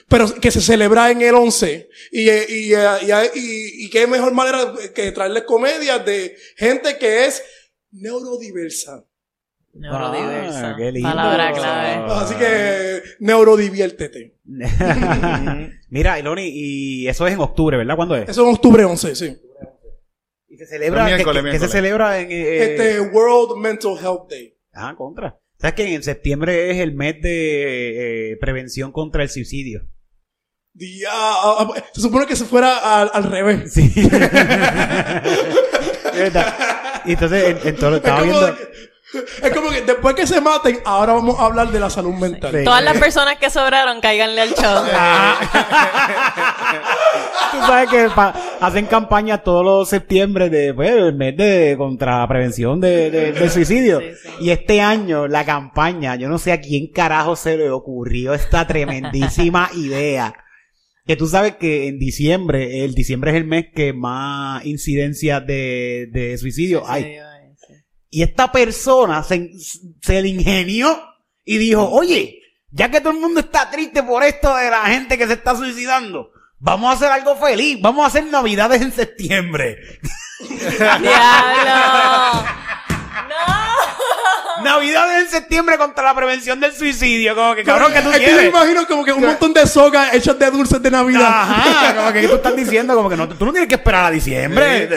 Speaker 5: pero que se celebra en el 11. Y, eh, y, eh, y, eh, y, y qué mejor manera que traerles comedias de gente que es neurodiversa.
Speaker 4: Neurodiversa.
Speaker 8: Ah, qué lindo. Ah.
Speaker 4: Palabra clave.
Speaker 5: Así que neurodiviértete.
Speaker 8: Mira, Loni, y eso es en octubre, ¿verdad? ¿Cuándo es?
Speaker 5: Eso es octubre 11, sí.
Speaker 8: Y se celebra, que,
Speaker 3: Miércoles,
Speaker 8: que- que
Speaker 3: miércoles.
Speaker 8: se celebra en... eh,
Speaker 5: Este World Mental Health Day.
Speaker 8: Ah, contra. ¿Sabes que en septiembre es el mes de eh, prevención contra el suicidio?
Speaker 5: Dia- a- a- ah, pues, se supone que se fuera al, al revés.
Speaker 8: Sí. <laughs> Es verdad. Y entonces, en- en todo-
Speaker 5: Es
Speaker 8: estaba
Speaker 5: como,
Speaker 8: viendo.
Speaker 5: que, es como que después que se maten, ahora vamos a hablar de la salud mental.
Speaker 8: Sí.
Speaker 4: Todas las personas que sobraron, cáiganle al show.
Speaker 8: Tú sabes que pa- hacen campaña todos los septiembre de, pues, el mes de contra prevención de, de- del suicidio.
Speaker 4: Sí, sí.
Speaker 8: Y este año, la campaña, yo no sé a quién carajo se le ocurrió
Speaker 4: <laughs>
Speaker 8: esta tremendísima idea. Que tú sabes que en diciembre, el diciembre es el mes que más incidencias de, de suicidio hay. <laughs> Y esta persona se, se le ingenió y dijo, oye, ya que todo el mundo está triste por esto de la gente que se está suicidando, vamos a hacer algo feliz, vamos a hacer navidades en septiembre.
Speaker 3: <laughs>
Speaker 4: ¡Diablo! ¡No!
Speaker 8: Navidades en septiembre contra la prevención del suicidio, como que cabrón que tú
Speaker 5: es que yo me
Speaker 8: quieres.
Speaker 5: imagino como que un montón de sogas hechas de dulces de Navidad.
Speaker 8: Ajá, como que ¿qué tú estás diciendo, como que no, tú no tienes que esperar a diciembre.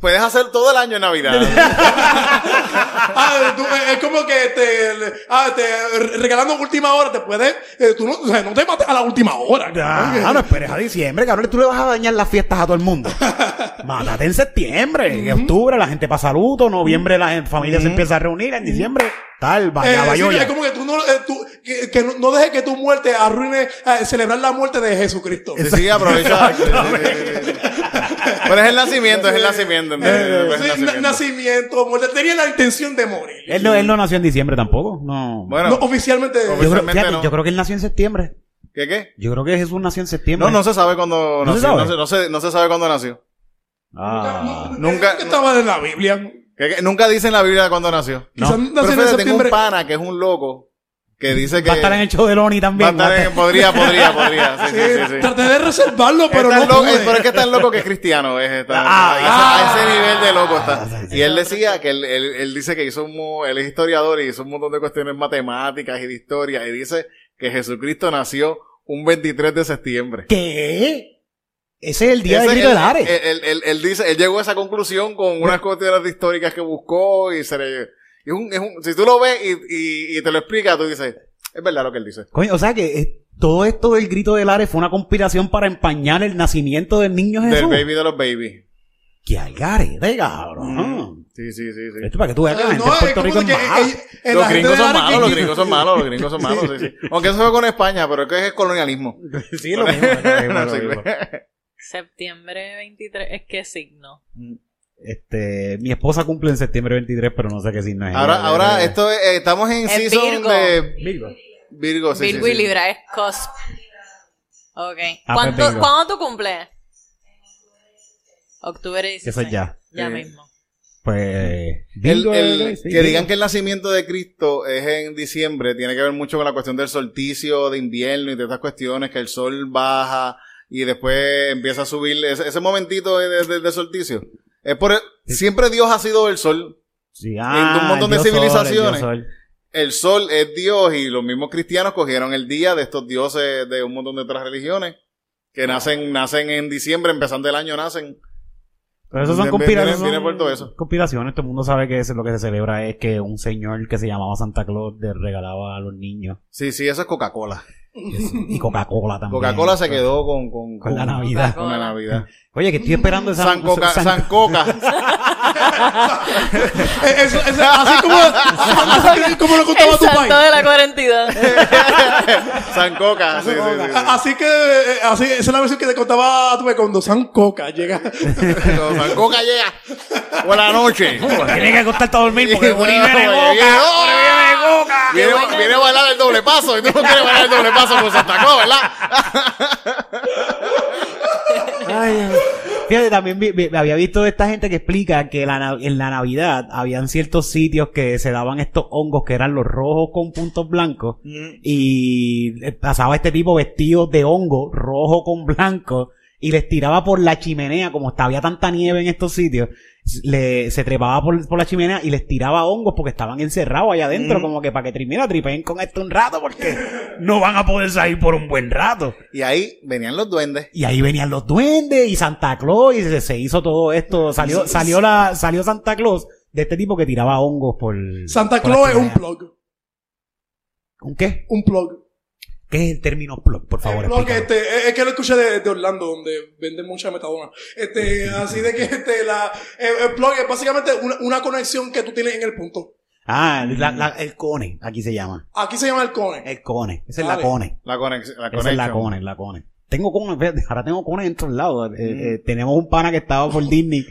Speaker 3: Puedes hacer todo el año en
Speaker 8: <laughs>
Speaker 3: Navidad.
Speaker 5: <laughs> Ah, tú- es como que te, le- ah, te- re- regalando última hora te puedes, eh, tú no, o sea, no te mates a la última hora.
Speaker 8: Ah, no esperes a diciembre, cabrón. Tú le vas a dañar las fiestas a todo el
Speaker 3: <laughs>
Speaker 8: mundo. Mátate en septiembre. En octubre la gente pasa luto. Noviembre la gen- familia se empieza a reunir. En diciembre, tal,
Speaker 5: Eh,
Speaker 8: vaya,
Speaker 5: sí,
Speaker 8: vaya.
Speaker 5: es como que tú no, eh, tú- que, que no, no dejes que tu muerte arruine eh, celebrar la muerte de Jesucristo.
Speaker 3: Sí, sí, aprovecha. Sí, sí, sí, sí. Pero es el nacimiento, es el nacimiento.
Speaker 5: Eh,
Speaker 3: ¿entiendes?
Speaker 5: sí,
Speaker 3: Es el
Speaker 5: na- nacimiento, muerte. Tenía la intención de morir.
Speaker 8: Él, no, él no nació en diciembre tampoco. No.
Speaker 3: Bueno,
Speaker 5: No, oficialmente.
Speaker 8: yo, creo,
Speaker 3: oficialmente
Speaker 8: fíjate,
Speaker 3: no.
Speaker 8: yo creo que él nació en septiembre.
Speaker 3: ¿qué qué?
Speaker 8: Yo creo que Jesús nació en septiembre.
Speaker 3: No, no se sabe cuándo
Speaker 8: ¿No se
Speaker 3: nació.
Speaker 8: sabe?
Speaker 3: No, se, no, se, no se sabe cuándo nació.
Speaker 8: Ah.
Speaker 3: Nunca,
Speaker 5: que estaba en la Biblia.
Speaker 3: ¿qué, qué? nunca dice en la Biblia cuándo nació.
Speaker 8: No.
Speaker 5: Quizás
Speaker 3: Pero
Speaker 5: nació en
Speaker 3: fíjate, tengo un
Speaker 5: septiembre.
Speaker 3: pana que es un loco que dice que.
Speaker 8: Va a estar en el show de Loni
Speaker 3: va a
Speaker 8: también.
Speaker 3: estar en- Podría, podría, podría. Sí,
Speaker 5: Sí,
Speaker 3: sí, sí. sí.
Speaker 5: Traté de reservarlo, pero
Speaker 3: Es tan
Speaker 5: no
Speaker 3: loco-
Speaker 5: pude.
Speaker 3: es- pero es que es tan loco que es cristiano. Es, está,
Speaker 8: Ah,
Speaker 3: a, ese- a ese nivel de loco está. Y él decía que él, él- él dice que hizo un, mo- él es historiador y hizo un montón de cuestiones matemáticas y de historia. Y dice que Jesucristo nació un 23 de septiembre.
Speaker 8: ¿Qué? Ese es el día
Speaker 3: Ese- eh,
Speaker 8: del grito
Speaker 3: él,
Speaker 8: del Ares.
Speaker 3: él- él- él- él dice, él llegó a esa conclusión con unas cuestiones históricas que buscó y se le, y es un- es un- si tú lo ves y, y- y te lo explica, tú dices, es verdad lo que él dice.
Speaker 8: Coño, o sea que eh, todo esto del grito del Ares fue una conspiración para empañar el nacimiento del niño Jesús.
Speaker 3: Del baby de los baby.
Speaker 8: Que al garete, cabrón.
Speaker 3: Sí, sí, sí, sí.
Speaker 8: Esto para que tú veas que la gente
Speaker 5: No,
Speaker 8: en
Speaker 5: es
Speaker 8: Puerto
Speaker 5: como
Speaker 8: Rico es
Speaker 5: que,
Speaker 8: mala.
Speaker 5: eh, <laughs> eh, la
Speaker 3: los
Speaker 5: gente
Speaker 3: gringos
Speaker 5: de
Speaker 3: son
Speaker 5: Arequipa-
Speaker 3: malos, los gringos son malos, los gringos son malos, sí,
Speaker 8: <laughs>
Speaker 3: sí. Aunque eso fue con España, pero es que es colonialismo.
Speaker 8: Sí, lo mismo, lo mismo,
Speaker 3: <laughs> No
Speaker 8: lo mismo.
Speaker 3: sirve.
Speaker 4: Septiembre 23, ¿es qué signo?
Speaker 8: Este, mi esposa cumple en septiembre 23, pero no sé qué signo es.
Speaker 3: Ahora,
Speaker 8: Ella,
Speaker 3: ahora,
Speaker 8: ella,
Speaker 3: esto es- eh, estamos en
Speaker 4: Es
Speaker 3: season
Speaker 4: Virgo.
Speaker 3: de
Speaker 8: Virgo.
Speaker 3: Virgo, sí, sí,
Speaker 4: Virgo
Speaker 3: sí.
Speaker 4: y Libra es cosp. Ok.
Speaker 8: Ah,
Speaker 4: ¿Cuánto-
Speaker 8: pues, Virgo.
Speaker 4: ¿Cuándo tú cumples? Octubre 16.
Speaker 8: Eso es ya.
Speaker 4: Ya
Speaker 3: Eh, <laughs>
Speaker 4: mismo.
Speaker 8: Pues,
Speaker 3: El-
Speaker 8: Virgo
Speaker 3: el-
Speaker 8: es- sí,
Speaker 3: que
Speaker 8: Virgo.
Speaker 3: digan que el nacimiento de Cristo es en diciembre, tiene que ver mucho con la cuestión del solsticio de invierno y de estas cuestiones, que el sol baja y después empieza a subir. Ese, ese momentito de, de- de solsticio. Es por, siempre Dios ha sido el sol.
Speaker 8: Sí, ah,
Speaker 3: un montón de
Speaker 8: el dios sol, el dios
Speaker 3: civilizaciones.
Speaker 8: sol.
Speaker 3: el sol es Dios y los mismos cristianos cogieron el día de estos dioses de un montón de otras religiones que nacen nacen en diciembre, empezando el año nacen.
Speaker 8: Pero eso son
Speaker 3: Viene-
Speaker 8: conspiraciones.
Speaker 3: viene- viene
Speaker 8: son
Speaker 3: por todo eso.
Speaker 8: Conspiraciones. Todo el mundo sabe que eso es lo que se celebra es que un señor que se llamaba Santa Claus le regalaba a los niños.
Speaker 3: Sí, sí, eso es Coca-Cola.
Speaker 8: Y Coca-Cola también.
Speaker 3: Coca-Cola se quedó con, con,
Speaker 8: Con la Navidad.
Speaker 3: con la Navidad.
Speaker 8: Oye, que estoy esperando esa.
Speaker 3: San Coca,
Speaker 8: San-
Speaker 3: San Coca.
Speaker 5: Eh, eso- eso- así como,
Speaker 3: Ah,
Speaker 5: así como lo contaba
Speaker 4: El
Speaker 5: tu
Speaker 4: santo
Speaker 5: país.
Speaker 4: de la 42.
Speaker 3: <laughs> San Coca. Sí, sí, sí, sí.
Speaker 5: A- Así que, eh, así, esa es la versión que te contaba tu país cuando San Coca llega.
Speaker 3: No, San Coca llega. Buenas noches.
Speaker 8: Tiene que acostarte
Speaker 3: <laughs>
Speaker 8: a dormir porque
Speaker 3: Bueno,
Speaker 8: viene de
Speaker 3: oye,
Speaker 8: Boca.
Speaker 3: viene- ¡Oh! Viene, viene a bailar el doble paso y tú no quieres bailar el doble paso con Santa Claus, ¿verdad?
Speaker 8: Ay, ay. Fíjate, también vi- vi- había visto de esta gente que explica que la na- en la Navidad habían ciertos sitios que se daban estos hongos que eran los rojos con puntos blancos y eh, pasaba este tipo vestido de hongo rojo con blanco y les tiraba por la chimenea como hasta había tanta nieve en estos sitios s- le, se trepaba por, por la chimenea y les tiraba hongos porque estaban encerrados allá adentro como que para que tri- mira, tripeen con esto un rato porque no van a poder salir por un buen rato
Speaker 3: Y ahí venían los duendes.
Speaker 8: y ahí venían los duendes y Santa Claus y se, se hizo todo esto. Salió, salió la, salió Santa Claus de este tipo que tiraba hongos por.
Speaker 5: Santa
Speaker 8: por la
Speaker 5: Claus es un
Speaker 8: chimenea.
Speaker 5: plug.
Speaker 8: ¿Un qué?
Speaker 5: Un plug.
Speaker 8: ¿Qué es el término plug? Por favor,
Speaker 5: Eh, no, que
Speaker 8: explícalo.
Speaker 5: este, es- es que lo escuché de, de Orlando, donde venden mucha metadona. Este, así de que este, la, el, el plug es básicamente una, una conexión que tú tienes en el punto.
Speaker 8: Ah, la- la- el cone, aquí se llama.
Speaker 5: Aquí se llama el
Speaker 1: <laughs>
Speaker 5: cone.
Speaker 8: El cone, esa es
Speaker 5: Vale.
Speaker 8: la cone.
Speaker 3: La conexión. La
Speaker 8: Esa es la
Speaker 3: conexión.
Speaker 8: cone, la cone. Tengo cone, fíjate, ahora tengo cone en todos lados. Eh, eh, tenemos un pana que estaba por Disney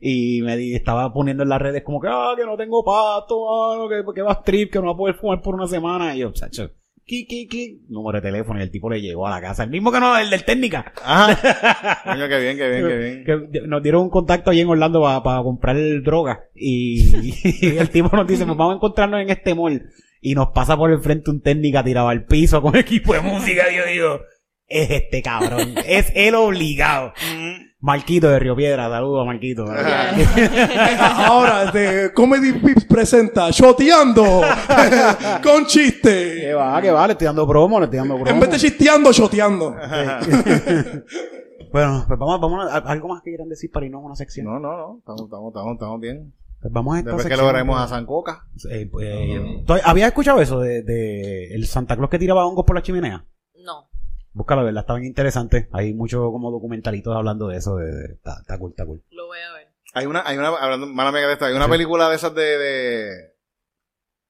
Speaker 8: y me di- estaba poniendo en las redes como que, ah, que no tengo pato, ah, no, que, que va a strip, que no va a poder fumar por una semana. Y yo, chacho, ki, ki, ki, número de teléfono y el tipo le llegó a la casa. El mismo que no, el del técnica.
Speaker 3: Ajá. Coño, qué bien, qué bien, qué bien.
Speaker 8: Que nos dieron un contacto ahí en Orlando para comprar droga. Y, <laughs> y el tipo nos dice, "Pues vamos a encontrarnos en este mall. Y nos pasa por el frente un técnica tirado al piso con equipo de música. Y yo digo, es este cabrón. Es el obligado. Marquito de Río Piedra. Saludos, Marquito.
Speaker 5: Ahora, este, Comedy Pips presenta Shoteando <laughs> con
Speaker 8: que
Speaker 5: chiste.
Speaker 8: va, que va. Le estoy dando promo, le estoy dando promo.
Speaker 5: En vez de chisteando, shoteando.
Speaker 8: <laughs> Bueno, pues vamos, vamos a algo más que quieran decir para irnos a una sección.
Speaker 3: No, no, no. Estamos, estamos, estamos, estamos bien.
Speaker 8: Pues vamos a esta
Speaker 3: Después que
Speaker 8: sección.
Speaker 3: lograremos a Sancoca.
Speaker 8: Eh, pues, ¿todavía- ¿Había escuchado eso de, de el Santa Claus que tiraba hongos por la chimenea?
Speaker 4: No.
Speaker 8: Búscalo, de verdad, está bien interesante. Hay muchos como documentalitos hablando de eso. De, de- está, está cool, está cool.
Speaker 4: Lo voy a ver.
Speaker 3: Hay una, hay una, hablando mala mía que de esta, hay una película de esas de, de,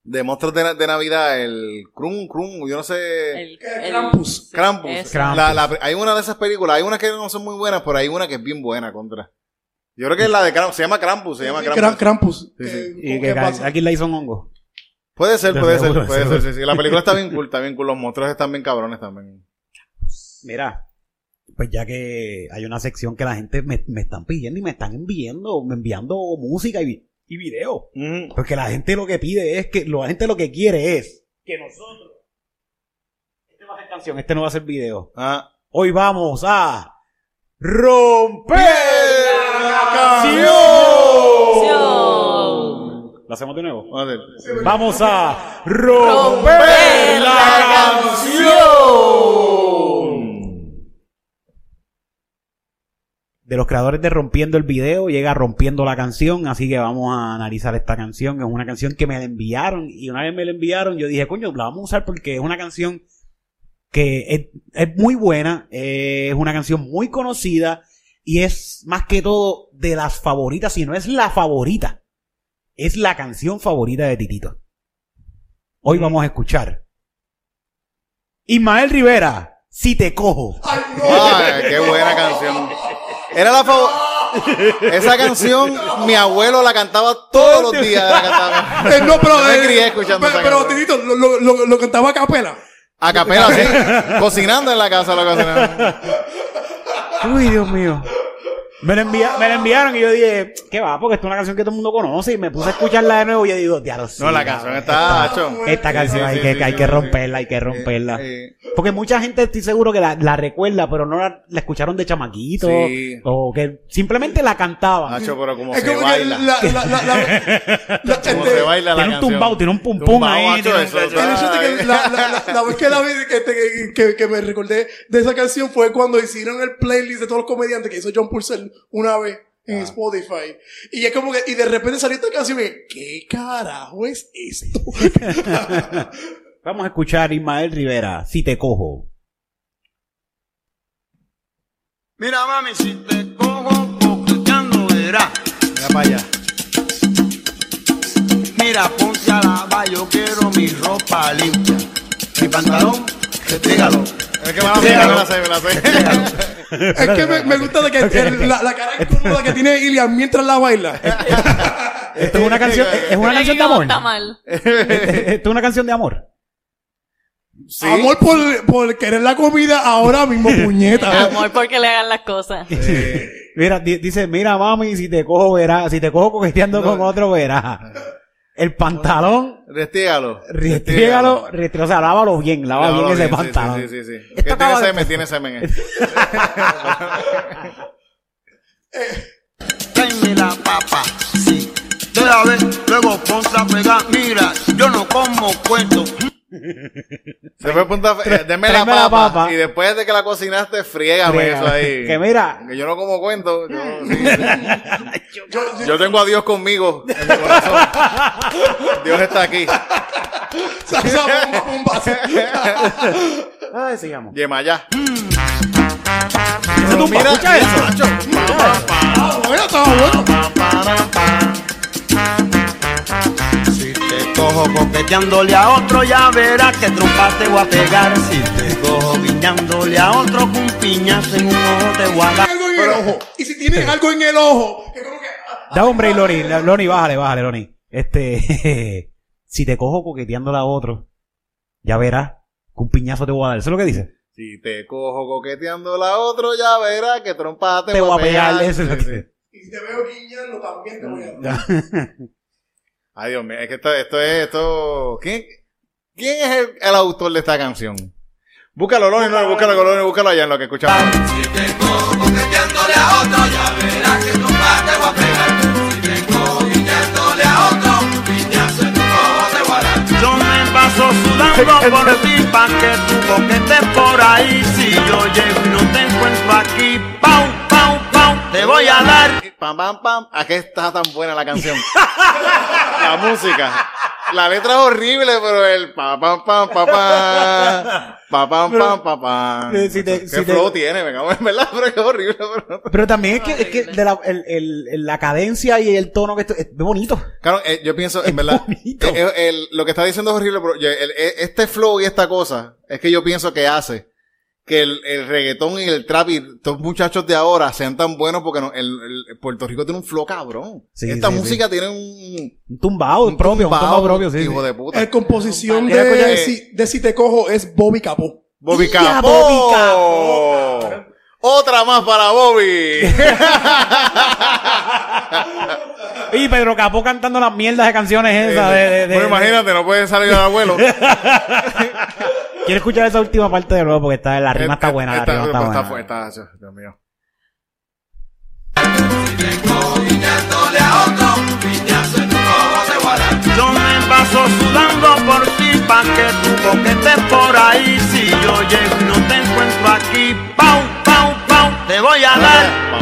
Speaker 3: de monstruos de, na- de Navidad, el Krum Krum, yo no sé.
Speaker 4: El,
Speaker 5: Eh,
Speaker 4: el-
Speaker 5: Krampus.
Speaker 4: sí,
Speaker 3: Krampus.
Speaker 4: ese.
Speaker 8: Krampus.
Speaker 3: La- la- hay una de esas películas, hay unas que no son muy buenas, pero hay una que es bien buena contra. Yo creo que es la de Krampus, se llama Krampus, se llama Krampus.
Speaker 5: Kra- Krampus.
Speaker 3: Sí, sí.
Speaker 5: Eh,
Speaker 8: Y
Speaker 5: ¿qué
Speaker 8: que
Speaker 5: pasa?
Speaker 8: aquí le hizo un hongo.
Speaker 3: Puede ser,
Speaker 8: De
Speaker 3: puede ser,
Speaker 8: seguro, de
Speaker 3: puede ser,
Speaker 8: seguro.
Speaker 3: sí, sí. La película está bien cool, está bien cool, los monstruos están bien cabrones también.
Speaker 8: Mira, pues ya que hay una sección que la gente me, me están pidiendo y me están enviando, me enviando música y, vi- y video. Porque la gente lo que pide es que, lo- la gente lo que quiere es que nosotros. Este va a ser canción, este no va a ser video.
Speaker 3: Ah.
Speaker 8: Hoy vamos a romper la
Speaker 4: Yo.
Speaker 8: ¿La hacemos de nuevo?
Speaker 3: vamos a ver.
Speaker 8: Vamos
Speaker 5: <laughs>
Speaker 8: a romper
Speaker 4: Romper
Speaker 8: la
Speaker 4: la
Speaker 8: canción. De los creadores de Rompiendo el Video llega Rompiendo la canción, así que vamos a analizar esta canción. Es una canción que me la enviaron y una vez me la enviaron yo dije, coño, la vamos a usar porque es una canción que es, es muy buena, eh, es una canción muy conocida y es más que todo de las favoritas, si no es la favorita. Es la canción favorita de Titito. Hoy vamos a escuchar. Ismael Rivera, si te cojo.
Speaker 3: Ay, qué buena canción. Era la favor. Esa canción, mi abuelo la cantaba todos los días. la cantaba.
Speaker 5: Eh, no, pero,
Speaker 3: Yo me
Speaker 5: eh,
Speaker 3: crié escuchando
Speaker 5: pero,
Speaker 3: esa
Speaker 5: pero
Speaker 3: canción.
Speaker 5: Titito, lo, lo, lo, lo cantaba a capela.
Speaker 3: A capela, sí. Cocinando en la casa, lo cocinaba.
Speaker 8: Uy, Dios mío. Me la, envia- me la enviaron y yo dije, ¿qué va? Porque esta es una canción que todo el mundo conoce y me puse a escucharla de nuevo y yo digo, diablo, sí,
Speaker 3: No, la
Speaker 8: cabrón,
Speaker 3: canción está, hacho.
Speaker 8: Esta, esta canción
Speaker 3: Sí,
Speaker 8: hay,
Speaker 3: sí,
Speaker 8: que,
Speaker 3: sí,
Speaker 8: hay
Speaker 3: sí,
Speaker 8: que
Speaker 3: sí.
Speaker 8: romperla, hay que romperla.
Speaker 3: Eh, eh,
Speaker 8: Porque mucha gente estoy seguro que la, la recuerda, pero no la, la escucharon de chamaquito.
Speaker 3: Sí. Ah,
Speaker 8: O que simplemente la cantaban.
Speaker 3: hacho, pero como
Speaker 5: Es
Speaker 3: se
Speaker 5: como que
Speaker 3: baila.
Speaker 5: la, la, la, la- la-
Speaker 3: Como
Speaker 5: este,
Speaker 3: se baila la
Speaker 8: Tiene un
Speaker 3: canción.
Speaker 8: tumbao, tiene un pum pum
Speaker 3: Tumbao,
Speaker 8: ahí.
Speaker 3: hacho,
Speaker 8: tiene un-
Speaker 3: eso está-
Speaker 5: Pero fíjate que la, la, la, la vez que la vi, que, que, que, que me recordé de esa canción fue cuando hicieron el playlist de todos los comediantes que hizo John Purcell una vez
Speaker 3: Ah.
Speaker 5: en Spotify. Y es como que, y de repente salió esta canción y dije, ¿qué carajo es esto?
Speaker 8: <laughs> Vamos a escuchar Ismael Rivera, si te cojo.
Speaker 2: Mira mami, si te cojo coqueteando verás.
Speaker 3: Mira para allá.
Speaker 2: Mira, ponte a lavar, yo quiero mi ropa limpia. Mi pantalón, retrégalo.
Speaker 3: Es que me la sé, me la sé, me la sé.
Speaker 5: es que me, me gusta de que el- la, la cara incómoda que tiene Ilian mientras la baila.
Speaker 8: Esto es una canción, es es una
Speaker 4: El
Speaker 8: canción
Speaker 4: guión
Speaker 8: de amor. Este,
Speaker 4: Está mal.
Speaker 3: Eh.
Speaker 8: Esto es una canción de amor.
Speaker 5: Amor por, por querer la comida ahora mismo,
Speaker 3: <laughs>
Speaker 5: puñeta. <laughs>
Speaker 4: Amor porque le hagan las cosas.
Speaker 8: <laughs> Mira, di- dice, mira mami, si te cojo verás, si te cojo coqueteando con otro verás. El pantalón,
Speaker 3: Restígalo.
Speaker 8: restriégalo, restri- o sea, lávalo bien, lava bien ese
Speaker 3: sí,
Speaker 8: pantalón.
Speaker 3: Sí, sí, sí. sí.
Speaker 8: Esto
Speaker 3: Que tiene
Speaker 8: acaba de-
Speaker 3: semen, tiene semen. eh.
Speaker 2: Tráeme la papa, sí. De la vez, luego ponte a pegar. Mira, yo no como cuento.
Speaker 3: Después punta, eh, deme la
Speaker 8: tráeme
Speaker 3: papa,
Speaker 8: la papa.
Speaker 3: y después de que la cocinaste, friégame eso ahí.
Speaker 8: Que mira,
Speaker 3: Que yo no como cuento. Yo, sí,
Speaker 8: <laughs>
Speaker 3: sí. Yo- yo tengo a Dios conmigo en mi corazón. Dios está aquí.
Speaker 5: Salsa, un vaso.
Speaker 3: <laughs>
Speaker 8: ay, sigamos.
Speaker 3: Yemayá.
Speaker 8: Ese tumba, escucha eso.
Speaker 5: Ah, bueno, estaba bueno.
Speaker 2: Si te cojo coqueteándole a otro ya verás que trompa te voy a pegar. Si te cojo guiñándole a otro con piñazo en un ojo te voy a dar.
Speaker 5: Algo en el ojo. Y si tienes algo en el ojo, es como que. ah,
Speaker 8: Da hombre, Loni, la- Loni, bájale, bájale, Loni. Este, <laughs> si te cojo coqueteándola a otro, ya verás que un piñazo te voy a dar. ¿Eso es lo que dice?
Speaker 3: Si te cojo coqueteando la otro, ya verás que trompa te,
Speaker 8: Te voy a pegar.
Speaker 3: pegar.
Speaker 8: Eso es lo
Speaker 3: Sí,
Speaker 8: que
Speaker 3: sí.
Speaker 8: dice.
Speaker 5: Y si te veo guiñando, también te voy a dar.
Speaker 3: Ay, Dios mío, es que esto, esto es, esto... ¿Quién, quién es el, el autor de esta canción? Búscalo, Loni, no, búscalo, Loni, búscalo allá en lo que escuchamos.
Speaker 2: Yo me paso
Speaker 3: <laughs>
Speaker 2: sudando por ti pa' que tú coquetes por ahí. Si yo llego y no te encuentro aquí, pau, pau, pau, te voy a dar.
Speaker 3: Pam, pam, pam, ¿a qué está tan buena la
Speaker 8: <laughs>
Speaker 3: canción? la música. La letra es horrible, pero el pa, pam, pam, pa, pam. Pa, pam, pam, pa, pam.
Speaker 8: eh, si te-
Speaker 3: ¿Qué
Speaker 8: si te-
Speaker 3: flow tiene? Me cago en verdad, pero es horrible. Pero...
Speaker 8: Pero también es que, es que de la, el- el- la cadencia y el tono que esto, es bonito.
Speaker 3: Claro, eh, yo pienso, en verdad,
Speaker 8: bonito.
Speaker 3: eh, eh, el- lo que está diciendo es horrible, pero yo- el- eh, este flow y esta cosa es que yo pienso que hace que el, el reggaetón y el trap y estos muchachos de ahora sean tan buenos porque no- el, el- Puerto Rico tiene un flow cabrón.
Speaker 8: Sí,
Speaker 3: Esta
Speaker 8: sí, sí.
Speaker 3: música tiene un,
Speaker 8: Ah, Un tumbado
Speaker 3: un
Speaker 8: propio, un tumbado
Speaker 3: tumbao,
Speaker 8: propio, sí.
Speaker 3: hijo
Speaker 8: sí.
Speaker 3: de puta.
Speaker 5: La composición
Speaker 3: Mira, escucha,
Speaker 5: de,
Speaker 3: eh.
Speaker 5: si, de Si te cojo es Bobby Capó.
Speaker 3: Bobby
Speaker 8: ¡Ya,
Speaker 3: Capó.
Speaker 8: Bobby Capó,
Speaker 3: Otra más para
Speaker 8: <laughs>
Speaker 3: Bobby.
Speaker 8: Y Pedro Capó cantando las mierdas de canciones esas. De, de- de-
Speaker 3: Pues imagínate, no puede salir al
Speaker 8: <laughs>
Speaker 3: abuelo.
Speaker 8: Quiero escuchar esa última parte de nuevo porque está, la rima está buena. La
Speaker 3: Esta-
Speaker 8: rima está
Speaker 3: esta-
Speaker 8: buena.
Speaker 3: esta- esta- ah, Dios mío.
Speaker 2: Yo me paso sudando por ti pa' que tú coquetes por ahí. Si yo llego y no te encuentro aquí, pau, pau, pau, te voy a dar.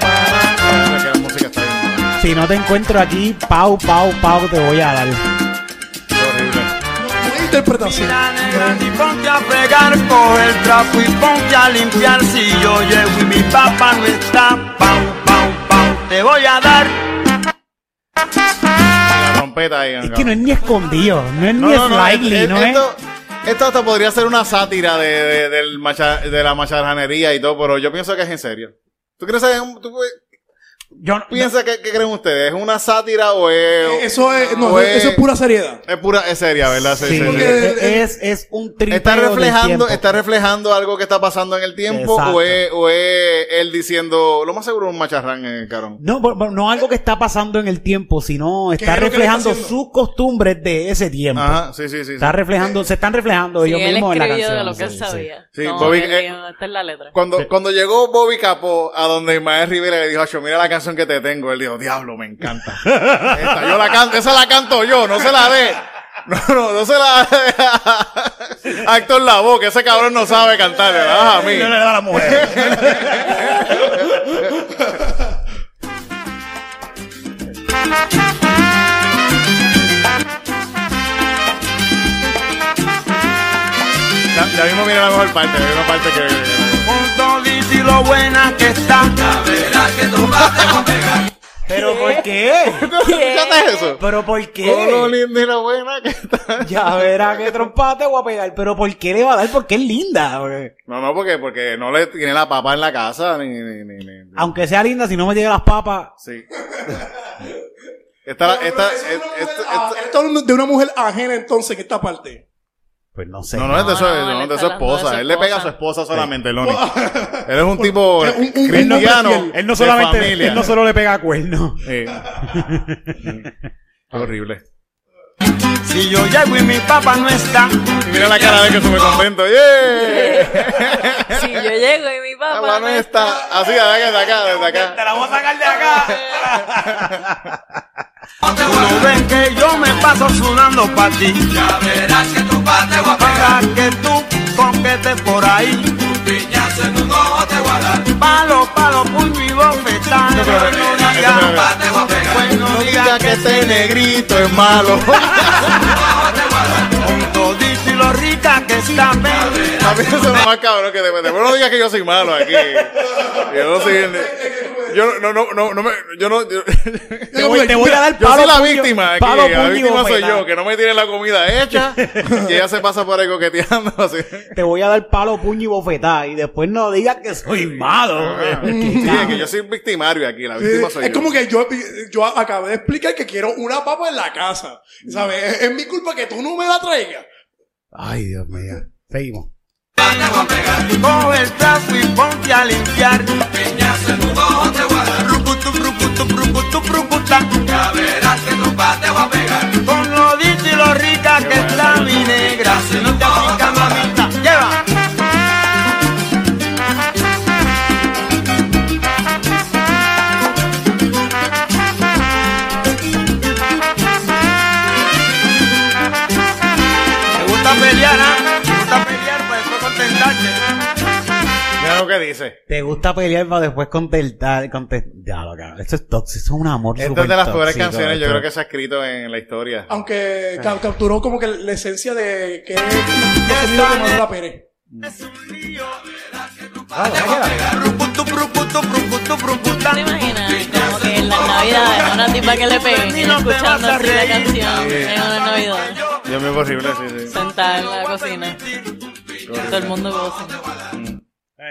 Speaker 3: Parece que la música está bien mala.
Speaker 8: Si no te encuentro aquí, pau, pau, pau, te voy a dar.
Speaker 3: Qué horrible.
Speaker 5: Buena interpretación.
Speaker 2: Mira negra y ponte a fregar, coge el trapo y ponte a limpiar. Si yo llego y mi papá no está, pau, pau, pau, te voy a dar.
Speaker 3: La trompeta ahí.
Speaker 8: Es
Speaker 3: cabrón.
Speaker 8: que no es ni escondido, no es ni slightly,
Speaker 3: es-
Speaker 8: no
Speaker 3: es-
Speaker 8: es.
Speaker 3: esto, esto hasta podría ser una sátira de, de- del macha- de la macharranería y todo, pero yo pienso que es en serio. ¿Tú crees que es un- tú
Speaker 8: Yo no-
Speaker 3: piensas que, qué creen ustedes? ¿Es una sátira o es,
Speaker 5: Eh, Eso es, no,
Speaker 3: o
Speaker 5: eso es pura seriedad.
Speaker 3: es pura, es seria, ¿verdad? Ah, Sí,
Speaker 8: Sí,
Speaker 3: sí, sí.
Speaker 5: porque-
Speaker 8: es, es un tripeo
Speaker 3: Está
Speaker 8: del
Speaker 3: reflejando,
Speaker 8: tiempo.
Speaker 3: está reflejando algo que está pasando en el tiempo
Speaker 8: Exacto.
Speaker 3: o es, o es él diciendo, lo más seguro es un macharrán en el carón.
Speaker 8: No, por- por- no algo que está pasando en el tiempo, sino
Speaker 5: es
Speaker 8: está
Speaker 5: lo que le está
Speaker 8: reflejando
Speaker 5: haciendo?
Speaker 8: sus costumbres de ese tiempo.
Speaker 3: Ajá, sí, sí, sí. sí.
Speaker 8: Está reflejando, se están reflejando
Speaker 4: Sí,
Speaker 8: ellos
Speaker 4: él
Speaker 8: mismos en la
Speaker 4: escribió
Speaker 8: canción.
Speaker 4: de lo que él
Speaker 8: sí, sí.
Speaker 3: <laughs>
Speaker 4: sabía.
Speaker 3: Sí,
Speaker 4: No,
Speaker 3: Bobby-
Speaker 4: él
Speaker 3: eh,
Speaker 4: dijo, esta es la letra.
Speaker 3: Cuando, cuando llegó Bobby Capó a donde Ismael Rivera le dijo, Acho, mira la canción que te tengo. Él dijo, diablo, me
Speaker 8: <laughs>
Speaker 3: encanta. Esta, yo la canto, esa la canto yo, no se la dé. No, no, no se la dé a Actor La Boca, ese cabrón no sabe cantar, ¿verdad? A mí.
Speaker 8: No le da a
Speaker 3: <laughs>
Speaker 8: la mujer.
Speaker 3: Ya, ya mismo viene la mejor parte, hay una parte que...
Speaker 2: Con todo y lo buena que está.
Speaker 8: ¿Pero por qué?
Speaker 3: ¿Escuchaste eso?
Speaker 8: ¿Pero por
Speaker 3: Con lo
Speaker 8: qué?
Speaker 3: linda y lo buena que está.
Speaker 8: Ya verá qué trompa te voy a pegar. ¿Pero por qué le va a dar? Porque es linda. porque-
Speaker 3: No, no, porque, porque no le tiene la papa en la casa, ni, ni, ni, ni- ni-
Speaker 8: Aunque sea linda, si no me llega las papas,
Speaker 3: Sí. Esta, esta,
Speaker 5: Eso es una
Speaker 3: esta-
Speaker 5: mujer
Speaker 3: esta-
Speaker 5: ajena. Está hablando de una mujer ajena entonces que esta parte.
Speaker 8: pues no sé.
Speaker 3: no, no, es de su,
Speaker 4: No, no,
Speaker 3: no,
Speaker 4: él
Speaker 3: es de
Speaker 4: está
Speaker 3: su
Speaker 4: hablando de
Speaker 3: esposa.
Speaker 4: su
Speaker 3: Él le pega a su esposa solamente, Loni. Él es un tipo
Speaker 5: Es un- un- un
Speaker 3: cristiano.
Speaker 5: hombre fiel.
Speaker 8: Él no
Speaker 3: de
Speaker 8: solamente,
Speaker 3: familia.
Speaker 8: él no solo le pega cuernos.
Speaker 3: <laughs> Sí. Horrible.
Speaker 2: Si yo llego y mi papá no está,
Speaker 3: Y Mira la cara de que sube contento. ¡Yeah!
Speaker 4: Si yo llego y mi papá no está.
Speaker 8: Este
Speaker 3: está. Así, desde acá, desde acá.
Speaker 8: la voy a sacar de acá.
Speaker 2: Uno ven que yo me paso sudando pa' ti. Ya verás que tu pa' te voy a pegar. que tú coquetes por ahí. Un piñazo en un ojo te voy a dar. Palo, palo, puño y bofetada.
Speaker 3: Eso me lo veo,
Speaker 2: No
Speaker 3: eso
Speaker 2: digas-
Speaker 3: me lo veo.
Speaker 2: Bueno,
Speaker 3: No diga
Speaker 2: digas
Speaker 3: que ese negrito es
Speaker 8: <laughs>
Speaker 3: malo.
Speaker 2: Con todito y lo rica que está, ven.
Speaker 3: A mí eso es lo más cabrón que te metes. Pero no digas que yo soy malo aquí. Yo no soy. el- Yo no, no, no, no me. Yo no. yo-
Speaker 8: Te voy, te voy a
Speaker 3: <laughs>
Speaker 8: dar
Speaker 3: Yo
Speaker 8: palo.
Speaker 3: soy la
Speaker 8: puño-
Speaker 3: víctima aquí.
Speaker 8: palo,
Speaker 3: La
Speaker 8: puño y
Speaker 3: víctima soy
Speaker 8: bofetada.
Speaker 3: yo, que no me tiene la comida
Speaker 8: <laughs>
Speaker 3: hecha. Y ella se pasa por ahí coqueteando así.
Speaker 8: Te voy a dar palo, puño y bofetada. Y después no digas que
Speaker 2: Ah,
Speaker 8: soy malo. <laughs>
Speaker 3: Sí, es que yo soy victimario aquí. La víctima soy
Speaker 5: Eh, es
Speaker 3: yo.
Speaker 5: como que yo, yo acabé de explicar que quiero una papa en la casa. ¿Sabes? Es, es mi culpa que tú no me la traigas.
Speaker 8: Ay, Dios mío. Seguimos.
Speaker 2: Coge el trapo y ponte a limpiar. Piñazo en un ojo te voy a dar. Rucutum, rucutum, rucutum, rucutum. Ya verás que tu pa te voy a pegar. Con lo dicho y lo rica que está mi negra. Si no te pica, mamita, lleva. Te gusta pelear, ah? Te gusta pelear para después contentarte.
Speaker 3: Mira lo que dice.
Speaker 8: Te gusta pelear para después contestar. contestar. Ya, lo cabrón. Esto es tóxico. Esto es un amor
Speaker 3: Esta es de las peores canciones, yo creo que se ha escrito en la historia.
Speaker 5: Ah.
Speaker 3: Eh.
Speaker 5: Aunque ca- capturó como que la esencia de que es contenido de Manuela Pérez.
Speaker 2: Rucutum, rucutum, rucutum, rucutum.
Speaker 4: ¿Te imaginas? Como que en las navidades, una tipa que le peguen y escuchando así la canción en una navidad.
Speaker 3: Yo me horrible, sí, sí.
Speaker 4: Sentada en la cocina. Todo el mundo goza.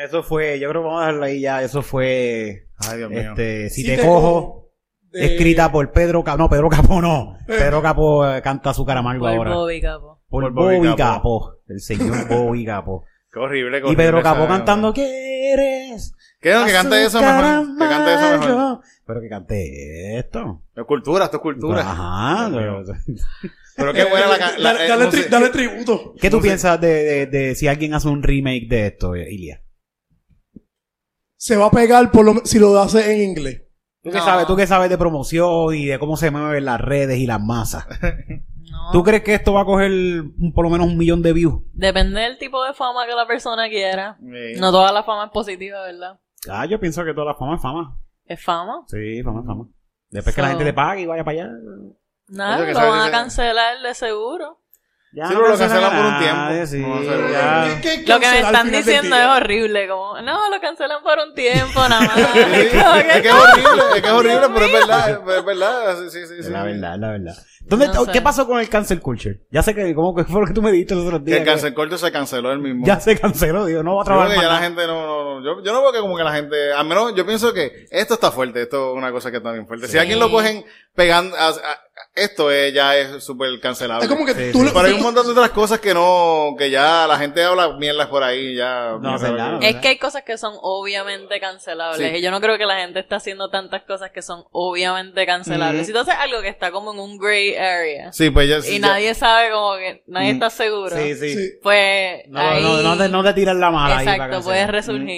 Speaker 8: Eso fue, yo creo que vamos a dejarlo ahí ya. Eso fue.
Speaker 3: Ay, Dios mío.
Speaker 8: Este, si,
Speaker 5: Si
Speaker 8: te,
Speaker 5: te
Speaker 8: cojo.
Speaker 5: cojo, de-
Speaker 4: Eh,
Speaker 8: Escrita por Pedro Capo. No, Pedro Capo no. Pedro Capo eh, canta su caramargo
Speaker 4: Por
Speaker 8: ahora.
Speaker 4: Bobby, capo.
Speaker 8: Por
Speaker 3: Por Bobby
Speaker 8: Bobby
Speaker 3: Capó.
Speaker 8: Capo. El señor Bobby Capo.
Speaker 3: Qué horrible, <laughs> qué
Speaker 8: y
Speaker 3: horrible
Speaker 8: Pedro
Speaker 3: esa-
Speaker 8: Capó cantando, ¿qué eres?
Speaker 3: Que no, que cante eso mejor. Que cante eso mejor.
Speaker 8: Camargo. Pero que cante esto.
Speaker 3: Es cultura, esto es cultura.
Speaker 1: Ah.
Speaker 8: Ajá.
Speaker 3: Dios
Speaker 8: pero-
Speaker 3: Pero qué
Speaker 5: <laughs>
Speaker 3: buena la eh, canción.
Speaker 5: dale, dale tri- dale tributo.
Speaker 8: ¿Qué tú piensas de, de- de si alguien hace un remake de esto, Ilia?
Speaker 5: Se va a pegar por lo- si lo hace en inglés.
Speaker 8: ¿Tú qué,
Speaker 4: No.
Speaker 8: sabes, tú qué sabes de promoción y de cómo se mueven las redes y las masas.
Speaker 4: No.
Speaker 8: ¿Tú crees que esto va a coger un- por lo menos un millón de views?
Speaker 4: Depende del tipo de fama que la persona quiera. No toda la fama es positiva, ¿verdad?
Speaker 8: Ah, yo pienso que toda la fama es fama.
Speaker 4: ¿Es fama?
Speaker 8: Sí, fama es fama. Después que la
Speaker 4: Mm. So-
Speaker 8: gente te pague y vaya para allá.
Speaker 4: Nada,
Speaker 3: Eso que
Speaker 4: lo
Speaker 3: sabe
Speaker 4: van a
Speaker 3: que-
Speaker 4: cancelar de seguro.
Speaker 8: Ya
Speaker 3: Sí, pero lo cancelan por un
Speaker 8: nadie,
Speaker 3: tiempo.
Speaker 8: sí,
Speaker 3: No, seguro.
Speaker 5: ¿Qué-
Speaker 8: ya.
Speaker 5: qué
Speaker 4: Lo que
Speaker 5: cancelar
Speaker 4: me
Speaker 5: al
Speaker 4: están
Speaker 5: final del
Speaker 4: diciendo es
Speaker 5: día?
Speaker 4: horrible, como, no, lo cancelan por un tiempo, nada más.
Speaker 3: Sí, es que es horrible, es que es horrible, pero es verdad, pero es verdad. Sí, sí, sí,
Speaker 8: Es
Speaker 3: sí.
Speaker 8: la verdad, es la verdad. ¿Dónde
Speaker 4: No
Speaker 8: está-
Speaker 4: sé.
Speaker 8: ¿Qué pasó con el cancel culture? Ya sé que, ¿cómo que fue lo que tú me dijiste los otros
Speaker 3: Que
Speaker 8: días?
Speaker 3: el cancel corto se canceló el mismo.
Speaker 8: Ya se canceló, digo, no va
Speaker 3: Yo
Speaker 8: a
Speaker 3: creo
Speaker 8: trabajar
Speaker 3: que
Speaker 8: más
Speaker 3: ya la
Speaker 8: nada.
Speaker 3: gente no, no, no. Yo, yo no veo que como que la gente, al menos yo pienso que esto está fuerte, esto es una cosa que está bien fuerte. Si alguien lo cogen pegando, a- a- esto es, ya es súper cancelable.
Speaker 5: Es como que tú lo-
Speaker 3: Pero hay un montón de otras cosas que no, que ya la gente habla mierdas por ahí, ya.
Speaker 8: No hacen nada.
Speaker 4: Es que hay cosas que son obviamente cancelables.
Speaker 3: Sí.
Speaker 4: Y yo no creo que la gente está haciendo tantas cosas que son obviamente cancelables. Si tú haces algo que está como en un gray area
Speaker 3: Sí, pues ya.
Speaker 4: y
Speaker 3: ya-
Speaker 4: nadie sabe como que nadie está seguro,
Speaker 8: Mm. Sí, sí.
Speaker 5: Sí.
Speaker 4: pues
Speaker 8: No,
Speaker 4: ahí...
Speaker 8: no, no, te, no te tiras la mala. ahí para
Speaker 4: Exacto, pues,
Speaker 8: cancelar. Mm,
Speaker 4: puedes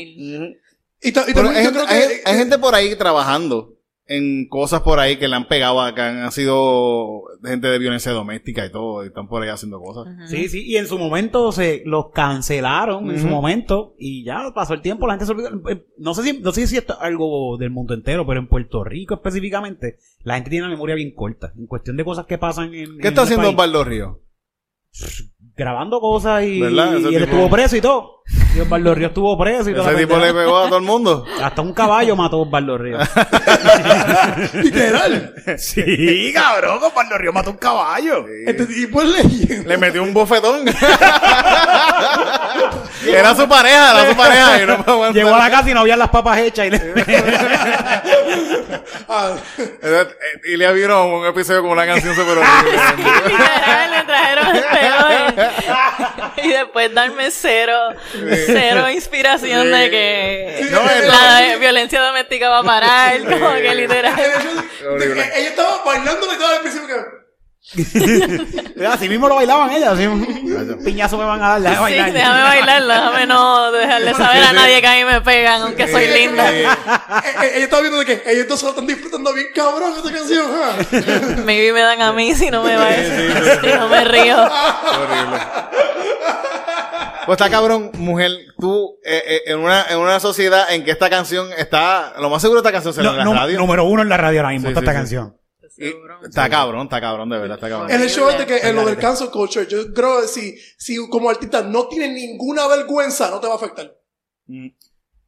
Speaker 4: resurgir.
Speaker 5: Y, ta-
Speaker 3: Pero
Speaker 5: y también
Speaker 3: hay,
Speaker 5: yo
Speaker 3: gente,
Speaker 5: creo que.
Speaker 3: hay- hay gente por ahí trabajando en cosas por ahí que le han pegado acá, han sido gente de violencia doméstica y todo, y están por ahí haciendo cosas.
Speaker 4: Ujú.
Speaker 8: Sí, sí, y en su momento se los cancelaron, en su
Speaker 3: Ujú.
Speaker 8: momento, y ya pasó el tiempo, la gente se olvidó. Eh, No sé si, no sé si esto es algo del mundo entero, pero en Puerto Rico específicamente, la gente tiene la memoria bien corta, en cuestión de cosas que pasan en...
Speaker 3: ¿Qué está
Speaker 8: en el
Speaker 3: haciendo
Speaker 8: país.
Speaker 3: Osvaldo Río?
Speaker 8: Grabando cosas y,
Speaker 3: ¿Verdad? Ese
Speaker 8: y él
Speaker 3: tipo-
Speaker 8: estuvo preso y todo. Y Osvaldo Ríos estuvo preso y toda
Speaker 3: Ese
Speaker 8: la
Speaker 3: tipo le
Speaker 8: pendeja.
Speaker 3: pegó a todo el mundo.
Speaker 8: Hasta un caballo mató a Osvaldo Ríos.
Speaker 5: Literal.
Speaker 8: <laughs> sí, cabrón, Osvaldo Ríos mató un caballo.
Speaker 5: Este tipo es leyenda.
Speaker 3: Le metió un bofetón. era su pareja, era su pareja. Y no puedo aguantar.
Speaker 8: Llegó a la casa y no había las papas hechas y le...
Speaker 5: Ah,
Speaker 3: Entonces, eh, Y le vino un episodio con una canción súper horrible.
Speaker 4: Literal, <laughs> le trajeron este hoy. <laughs> Y después darme cero, cero inspiración de que
Speaker 3: No, es-
Speaker 4: la violencia doméstica va a parar. Como que
Speaker 5: <laughs>
Speaker 4: literal.
Speaker 8: <laughs>
Speaker 5: eh, el hecho de- de que ella estaba bailando y todo al principio que.
Speaker 8: Así mismo lo bailaban ellas. Así un piñazo me van a dar. déjame
Speaker 4: Sí,
Speaker 8: bailar.
Speaker 4: déjame bailarlo, déjame no dejarle saber a nadie que a mí me pegan, aunque soy
Speaker 3: Eh,
Speaker 4: linda.
Speaker 3: eh,
Speaker 5: Eh, eh, Ellos están viendo de que ellos dos se lo están disfrutando bien cabrón esta canción. ah.
Speaker 4: Maybe me dan a mí si no me va Si no me río.
Speaker 3: Horrible. Pues está cabrón, mujer, tú eh, eh, en, una, en una sociedad en que esta canción está, lo más seguro esta canción será
Speaker 8: No,
Speaker 3: en la
Speaker 8: no,
Speaker 3: radio.
Speaker 8: Número uno en la radio ahora mismo,
Speaker 3: Sí,
Speaker 8: está
Speaker 3: sí,
Speaker 8: esta
Speaker 3: sí.
Speaker 8: canción.
Speaker 3: Y- está cabrón, está cabrón, de verdad, está cabrón.
Speaker 5: El hecho es de que en lo del cancel culture, yo creo que si, si como artista no tienes ninguna vergüenza, no te va a afectar.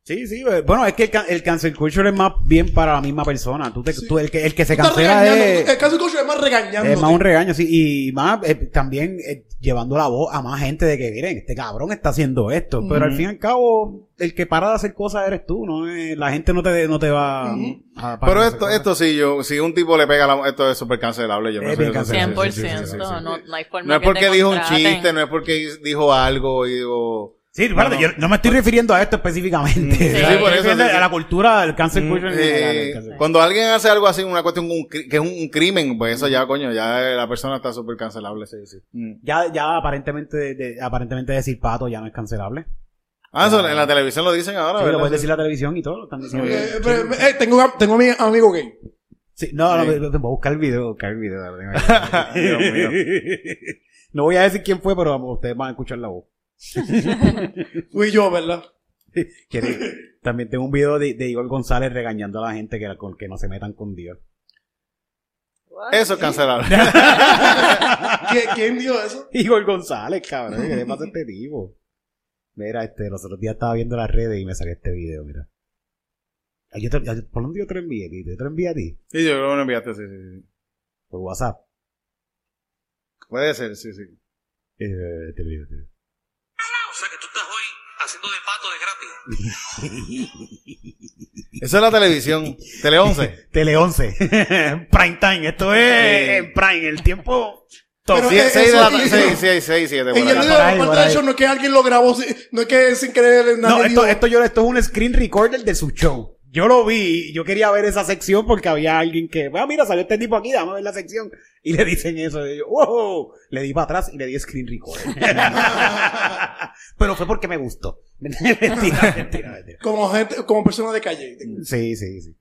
Speaker 8: Sí, sí, eh, bueno, es que el, can- el cancel culture es más bien para la misma persona. Tú te- tú- el, que, el que se
Speaker 5: Estás
Speaker 8: cancela
Speaker 5: regañando.
Speaker 8: es,
Speaker 5: El cancel culture es más regañando.
Speaker 8: es Eh, más un regaño, sí, y más eh, también eh, llevando la voz a más gente de que, miren, este cabrón está haciendo esto. Pero al fin y al cabo, el que para de hacer cosas eres tú, ¿no? Eh, la gente no te, no te va a parar
Speaker 3: Pero
Speaker 8: de
Speaker 3: esto,
Speaker 8: hacer
Speaker 3: esto sí, yo, si un tipo le pega la, esto es súper cancelable, yo
Speaker 8: Es
Speaker 3: pienso
Speaker 8: bien
Speaker 3: que eso sí,
Speaker 8: cancelable.
Speaker 3: sí, sí, sí, sí, sí, sí.
Speaker 4: 100%, no, no hay forma
Speaker 3: No es
Speaker 4: que te
Speaker 3: porque dijo un
Speaker 4: contraten.
Speaker 3: chiste, no es porque dijo algo y digo...
Speaker 8: Sí, espérate,
Speaker 3: No,
Speaker 8: yo no me estoy refiriendo a esto <laughs> específicamente.
Speaker 4: Sí,
Speaker 8: Estoy
Speaker 3: por eso,
Speaker 8: refiriendo
Speaker 3: sí, sí.
Speaker 8: a la cultura del cancel culture. en general,
Speaker 3: Eh,
Speaker 8: el cancel-
Speaker 3: cuando alguien hace algo así, una cuestión un cri- que es un, un crimen, pues eso ya, coño, ya eh, la persona está súper cancelable. Sí, Mm. sí.
Speaker 8: Ya, ya aparentemente, de- de- aparentemente decir pato ya no es cancelable.
Speaker 3: Ah, eso en la televisión lo dicen ahora,
Speaker 8: Sí, lo
Speaker 3: ¿verdad?
Speaker 8: puedes decir en la televisión y todo, lo están diciendo.
Speaker 5: Eh, pero, eh, tengo, un am- tengo a mi amigo gay.
Speaker 8: Sí, no, no,
Speaker 3: Sí.
Speaker 8: voy a buscar el video, buscar el video. lo tengo
Speaker 3: <laughs>
Speaker 8: aquí.
Speaker 3: <laughs> Dios mío.
Speaker 8: <laughs> no voy a decir quién fue, pero ustedes van a escuchar la voz.
Speaker 5: Fui yo, ¿verdad?
Speaker 3: <laughs>
Speaker 8: Quiere- También tengo un video de, de Igor González regañando a la gente que, la- con- que no se metan con Dios. <laughs>
Speaker 3: Eso es cancelable.
Speaker 5: ¿Qui- ¿Quién dijo eso?
Speaker 8: Igor González, cabrón, ¿qué le pasa a este tipo? Mira, este, los otros días estaba viendo las redes y me saqué este video, mira. Ay, yo te- ay, ¿Por dónde yo te lo envié? tío? ¿Yo te lo envié a ti?
Speaker 3: Sí, yo creo que me enviaste, sí, sí, sí.
Speaker 8: Por WhatsApp.
Speaker 3: Puede ser, sí, sí.
Speaker 8: Eh, te lo envié, te lo envié.
Speaker 10: O sea que tú estás hoy haciendo de pato de gratis.
Speaker 8: <laughs>
Speaker 3: Eso es la televisión. Tele 11.
Speaker 8: Tele 11. <laughs> prime time. Esto es
Speaker 3: Eh.
Speaker 8: en prime. El tiempo. top.
Speaker 5: Pero,
Speaker 3: Sí,
Speaker 5: eh,
Speaker 3: seis de la
Speaker 5: eso-
Speaker 3: ta-
Speaker 5: y-
Speaker 3: seis, seis, seis, siete,
Speaker 5: Y
Speaker 3: por
Speaker 5: el
Speaker 3: ahí.
Speaker 5: video
Speaker 8: por ahí,
Speaker 5: de
Speaker 8: por
Speaker 5: Puerta
Speaker 8: ahí.
Speaker 5: de Show no es que alguien lo grabó, si- no es que sin querer nadie
Speaker 8: No, esto,
Speaker 5: dijo,
Speaker 8: esto, yo, esto es un screen recorder de su show. Yo lo vi, yo quería ver esa sección porque había alguien que, ah, mira, salió este tipo aquí, dame a ver la sección. Y le dicen eso, y yo, wow, le di para atrás y le di screen <laughs> recorder. Pero fue porque me gustó. <laughs> mentira, mentira, mentira.
Speaker 5: como gente, como persona de calle.
Speaker 8: Sí, sí, sí.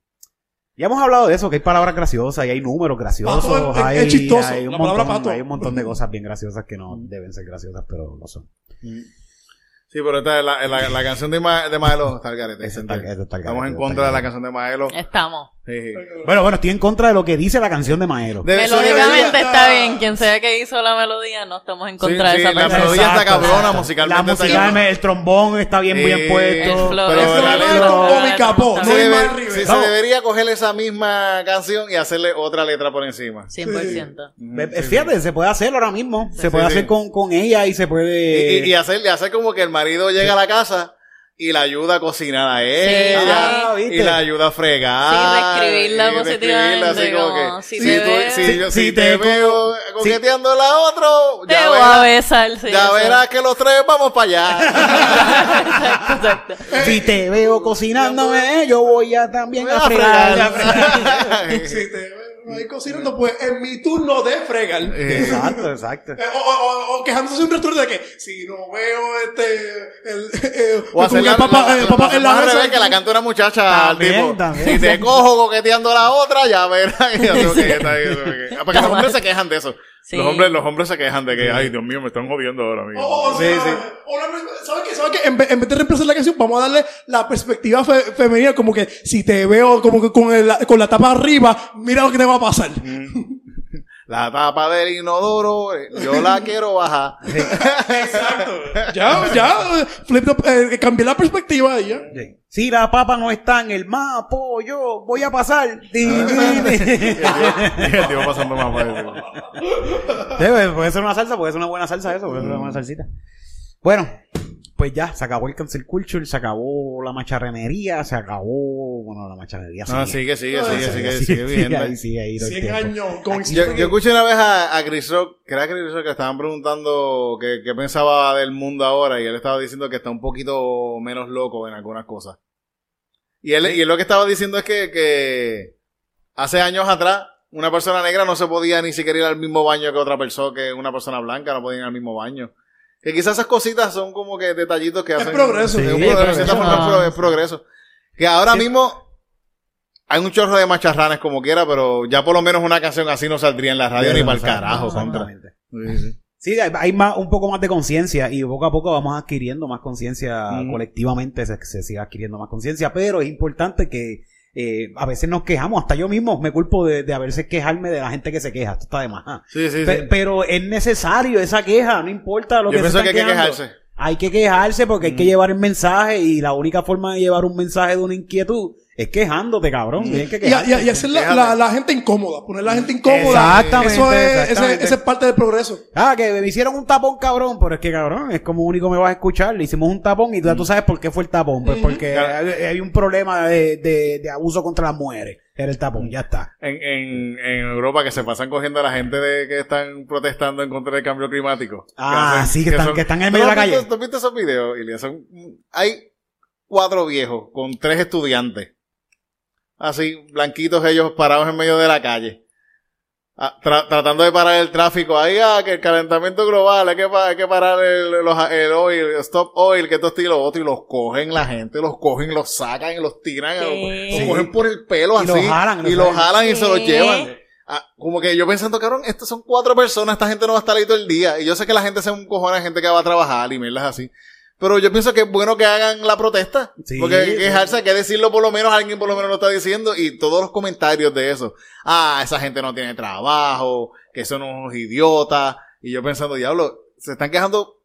Speaker 8: Ya hemos hablado de eso, que hay palabras graciosas y hay números graciosos.
Speaker 5: Pato es- es-
Speaker 8: hay,
Speaker 5: es chistoso,
Speaker 8: Hay un,
Speaker 5: la palabra
Speaker 8: montón,
Speaker 5: pato.
Speaker 8: hay un montón de cosas bien graciosas que
Speaker 3: Mm.
Speaker 8: no deben ser graciosas, pero no son.
Speaker 3: Sí, pero esta es la, la, la canción de, Ma- de Maelo está al garete.
Speaker 8: Eso está- eso está al
Speaker 3: Estamos
Speaker 8: garete,
Speaker 3: en
Speaker 8: está
Speaker 3: contra de
Speaker 8: al
Speaker 3: la
Speaker 8: garete.
Speaker 3: canción de Maelo.
Speaker 4: Estamos.
Speaker 3: Sí, sí.
Speaker 4: Eh,
Speaker 8: Bueno, bueno, estoy en contra de lo que dice la canción de Maero.
Speaker 3: Debe ser-
Speaker 4: Melódicamente
Speaker 5: está-
Speaker 4: está bien. Quien sea que hizo la melodía, no estamos en contra
Speaker 3: Sí,
Speaker 4: de esa
Speaker 3: sí, la
Speaker 4: persona.
Speaker 3: melodía está cabrona, musicalmente
Speaker 8: La
Speaker 3: está
Speaker 8: musicalmente, el trombón está bien bien
Speaker 3: Eh,
Speaker 8: puesto.
Speaker 4: El flow,
Speaker 3: pero
Speaker 4: el
Speaker 3: la
Speaker 4: flow
Speaker 3: letra-
Speaker 4: está
Speaker 5: con Bobby
Speaker 4: cabrona,
Speaker 5: Capó,
Speaker 4: está
Speaker 3: Se,
Speaker 5: no hay
Speaker 4: bien.
Speaker 5: más
Speaker 3: debe-
Speaker 5: River.
Speaker 3: sí, se
Speaker 8: No.
Speaker 3: debería coger esa misma canción y hacerle otra letra por encima.
Speaker 4: 100%.
Speaker 8: Ve- Fíjate, se puede hacer ahora mismo. se puede
Speaker 3: Mm, sí,
Speaker 8: hacer
Speaker 3: sí.
Speaker 8: Con, con ella y se
Speaker 3: Y,
Speaker 8: puede.
Speaker 3: y- eh. y hacer, y hacer como que el marido llega a la casa y la ayuda a cocinar a ella.
Speaker 8: Ah, ¿viste?
Speaker 3: y la ayuda a fregar.
Speaker 4: Sí, reescribirla
Speaker 3: y
Speaker 4: positivamente,
Speaker 3: reescribirla así como
Speaker 4: como,
Speaker 3: que,
Speaker 4: si
Speaker 3: si,
Speaker 4: te
Speaker 3: tú-
Speaker 4: veo-
Speaker 3: si
Speaker 8: Si-
Speaker 3: yo-
Speaker 8: si
Speaker 3: si
Speaker 8: te
Speaker 3: te veo
Speaker 8: co-
Speaker 3: coqueteando a la otra,
Speaker 4: Te
Speaker 3: ya
Speaker 4: voy a
Speaker 3: verás,
Speaker 4: besar. sí,
Speaker 3: ya
Speaker 4: eso.
Speaker 3: verás que los tres vamos para
Speaker 8: <laughs>
Speaker 3: allá.
Speaker 4: <laughs> exacto, exacto.
Speaker 8: Si te veo cocinándome, yo voy a también
Speaker 3: Voy
Speaker 8: a
Speaker 3: a <laughs>
Speaker 8: fregar. <laughs>
Speaker 3: fregar.
Speaker 5: <laughs> Si te ahí cocinando, pues en mi turno de fregar. Eh,
Speaker 8: Exacto, exacto.
Speaker 5: O, o, o- o quejándose de un restaurante de que si no veo este el, eh,
Speaker 3: O hacer
Speaker 5: como que
Speaker 3: la,
Speaker 5: el papá,
Speaker 3: la-
Speaker 5: el
Speaker 3: la-
Speaker 5: papá
Speaker 3: la-
Speaker 5: en la
Speaker 3: más al
Speaker 5: mesa.
Speaker 3: revés, que la canta una muchacha al
Speaker 8: También,
Speaker 3: tipo.
Speaker 8: también.
Speaker 3: Si te cojo coqueteando a la otra, ya verás. <laughs> Y yo digo que está ahí, ok. Ah, Porque los hombres se quejan de eso.
Speaker 4: Sí.
Speaker 3: Los hombres, los hombres se quejan de que, ay Dios mío, me están jodiendo ahora
Speaker 5: O-
Speaker 3: mismo.
Speaker 5: o- o- o la- ¿Sabes qué? ¿Sabes qué? En vez, en vez de reemplazar la canción, vamos a darle la perspectiva fe- femenina, como que si te veo como que con, el- con la tapa arriba, mira lo que te va
Speaker 3: <laughs>
Speaker 5: a pasar.
Speaker 3: La tapa del inodoro, eh, yo la quiero bajar.
Speaker 5: Ya, ya, flip the- eh, cambié la perspectiva y ya.
Speaker 8: Si la papa no está en el mapa, yo Ah, voy a pasar. Di, <laughs> di,
Speaker 3: <laughs>
Speaker 8: di.
Speaker 3: Y el tipo pasando más por ahí.
Speaker 8: Debe, pues, puede ser una salsa, puede ser una buena salsa eso, puede ser una buena salsita. Bueno, pues ya, se acabó el cancel culture, se acabó la macharrenería, se acabó, bueno, la macharrería
Speaker 3: No,
Speaker 8: sigue.
Speaker 3: sigue, sigue, sigue, sigue, sigue,
Speaker 8: ahí,
Speaker 3: vigente.
Speaker 8: sigue ahí todo el
Speaker 5: 100
Speaker 8: tiempo.
Speaker 5: años con
Speaker 3: Yo, yo escuché una vez a, a Chris Rock, que era Chris Rock, que estaban preguntando qué, qué pensaba del mundo ahora y él estaba diciendo que está un poquito menos loco en algunas cosas. Y él, y él lo que estaba diciendo es que, que hace años atrás Una persona negra no se podía ni siquiera ir al mismo baño que otra persona, que una persona blanca no podía ir al mismo baño. Que quizás esas cositas son como que detallitos que hacen.
Speaker 5: progreso.
Speaker 3: Es
Speaker 8: Sí,
Speaker 3: un
Speaker 8: es
Speaker 3: progreso. de cierta
Speaker 8: progreso.
Speaker 3: forma, es pro- es progreso. Que ahora mismo hay un chorro de macharranes como quiera, pero ya por lo menos una canción así no saldría en la radio ni para el carajo, contra.
Speaker 8: Exactamente. Sí, hay, hay más, un poco más de conciencia y poco a poco vamos adquiriendo más conciencia
Speaker 3: Mm.
Speaker 8: colectivamente, se, se sigue adquiriendo más conciencia, pero es importante que eh, a veces nos quejamos, hasta yo mismo me culpo de, de a veces quejarme de la gente que se queja, esto está de más. ah.
Speaker 3: Sí, sí,
Speaker 8: Pe-
Speaker 3: sí.
Speaker 8: Pero es necesario esa queja, no importa lo
Speaker 3: Yo
Speaker 8: que se
Speaker 3: pienso que
Speaker 8: estén
Speaker 3: hay que
Speaker 8: quejando.
Speaker 3: quejarse.
Speaker 8: Hay que quejarse porque hay que llevar el mensaje y la única forma de llevar un mensaje de una inquietud es quejándote, cabrón. tienes que
Speaker 5: Y, a- y a-
Speaker 8: quejarte.
Speaker 5: y hacer la,
Speaker 3: Déjame.
Speaker 5: la- la gente incómoda, poner la gente incómoda.
Speaker 8: Exactamente,
Speaker 5: Eso es, ese,
Speaker 8: exactamente.
Speaker 5: ese es parte del progreso.
Speaker 8: Ah, que me hicieron un tapón, cabrón. Pero es que, cabrón, es como único me vas a escuchar. Le hicimos un tapón y tú ya tú sabes por qué fue el tapón. Pues porque hay, hay un problema de, de, de abuso contra las mujeres. Era el tapón, ya está.
Speaker 3: En, en, en Europa que se pasan cogiendo a la gente de que están protestando en contra del cambio climático.
Speaker 8: Ah,
Speaker 3: hacen-
Speaker 8: sí, que están- que están en medio
Speaker 3: ¿Tú
Speaker 8: de la
Speaker 3: has visto-
Speaker 8: calle?
Speaker 3: ¿Tú has visto esos videos, Ilia? Son, hay cuatro viejos con tres estudiantes. Así, blanquitos ellos parados en medio de la calle. Ah, tra- tratando de parar el tráfico. Ahí, ah, que el calentamiento global, hay que, pa- hay que parar el, los- el oil, el stop oil, que esto y lo otro. Y los cogen la gente, los cogen, los sacan y los tiran.
Speaker 4: ¿Qué?
Speaker 3: Los cogen por el pelo
Speaker 8: Y
Speaker 3: así.
Speaker 8: los jalan,
Speaker 3: y
Speaker 8: los
Speaker 3: los
Speaker 8: jalan.
Speaker 3: jalan y se los
Speaker 4: ¿Qué?
Speaker 3: llevan. Ah, como que yo pensando, cabrón, estas son cuatro personas, esta gente no va a estar ahí todo el día. Y yo sé que la gente se un cojón de gente que va a trabajar y mierdas así. Pero yo pienso que es bueno que hagan la protesta.
Speaker 8: Sí,
Speaker 3: porque hay que
Speaker 8: sí.
Speaker 3: quejarse, hay que decirlo por lo menos, alguien por lo menos lo está diciendo. Y todos los comentarios de eso. Ah, esa gente no tiene trabajo, que son unos idiotas. Y yo pensando, diablo, se están quejando.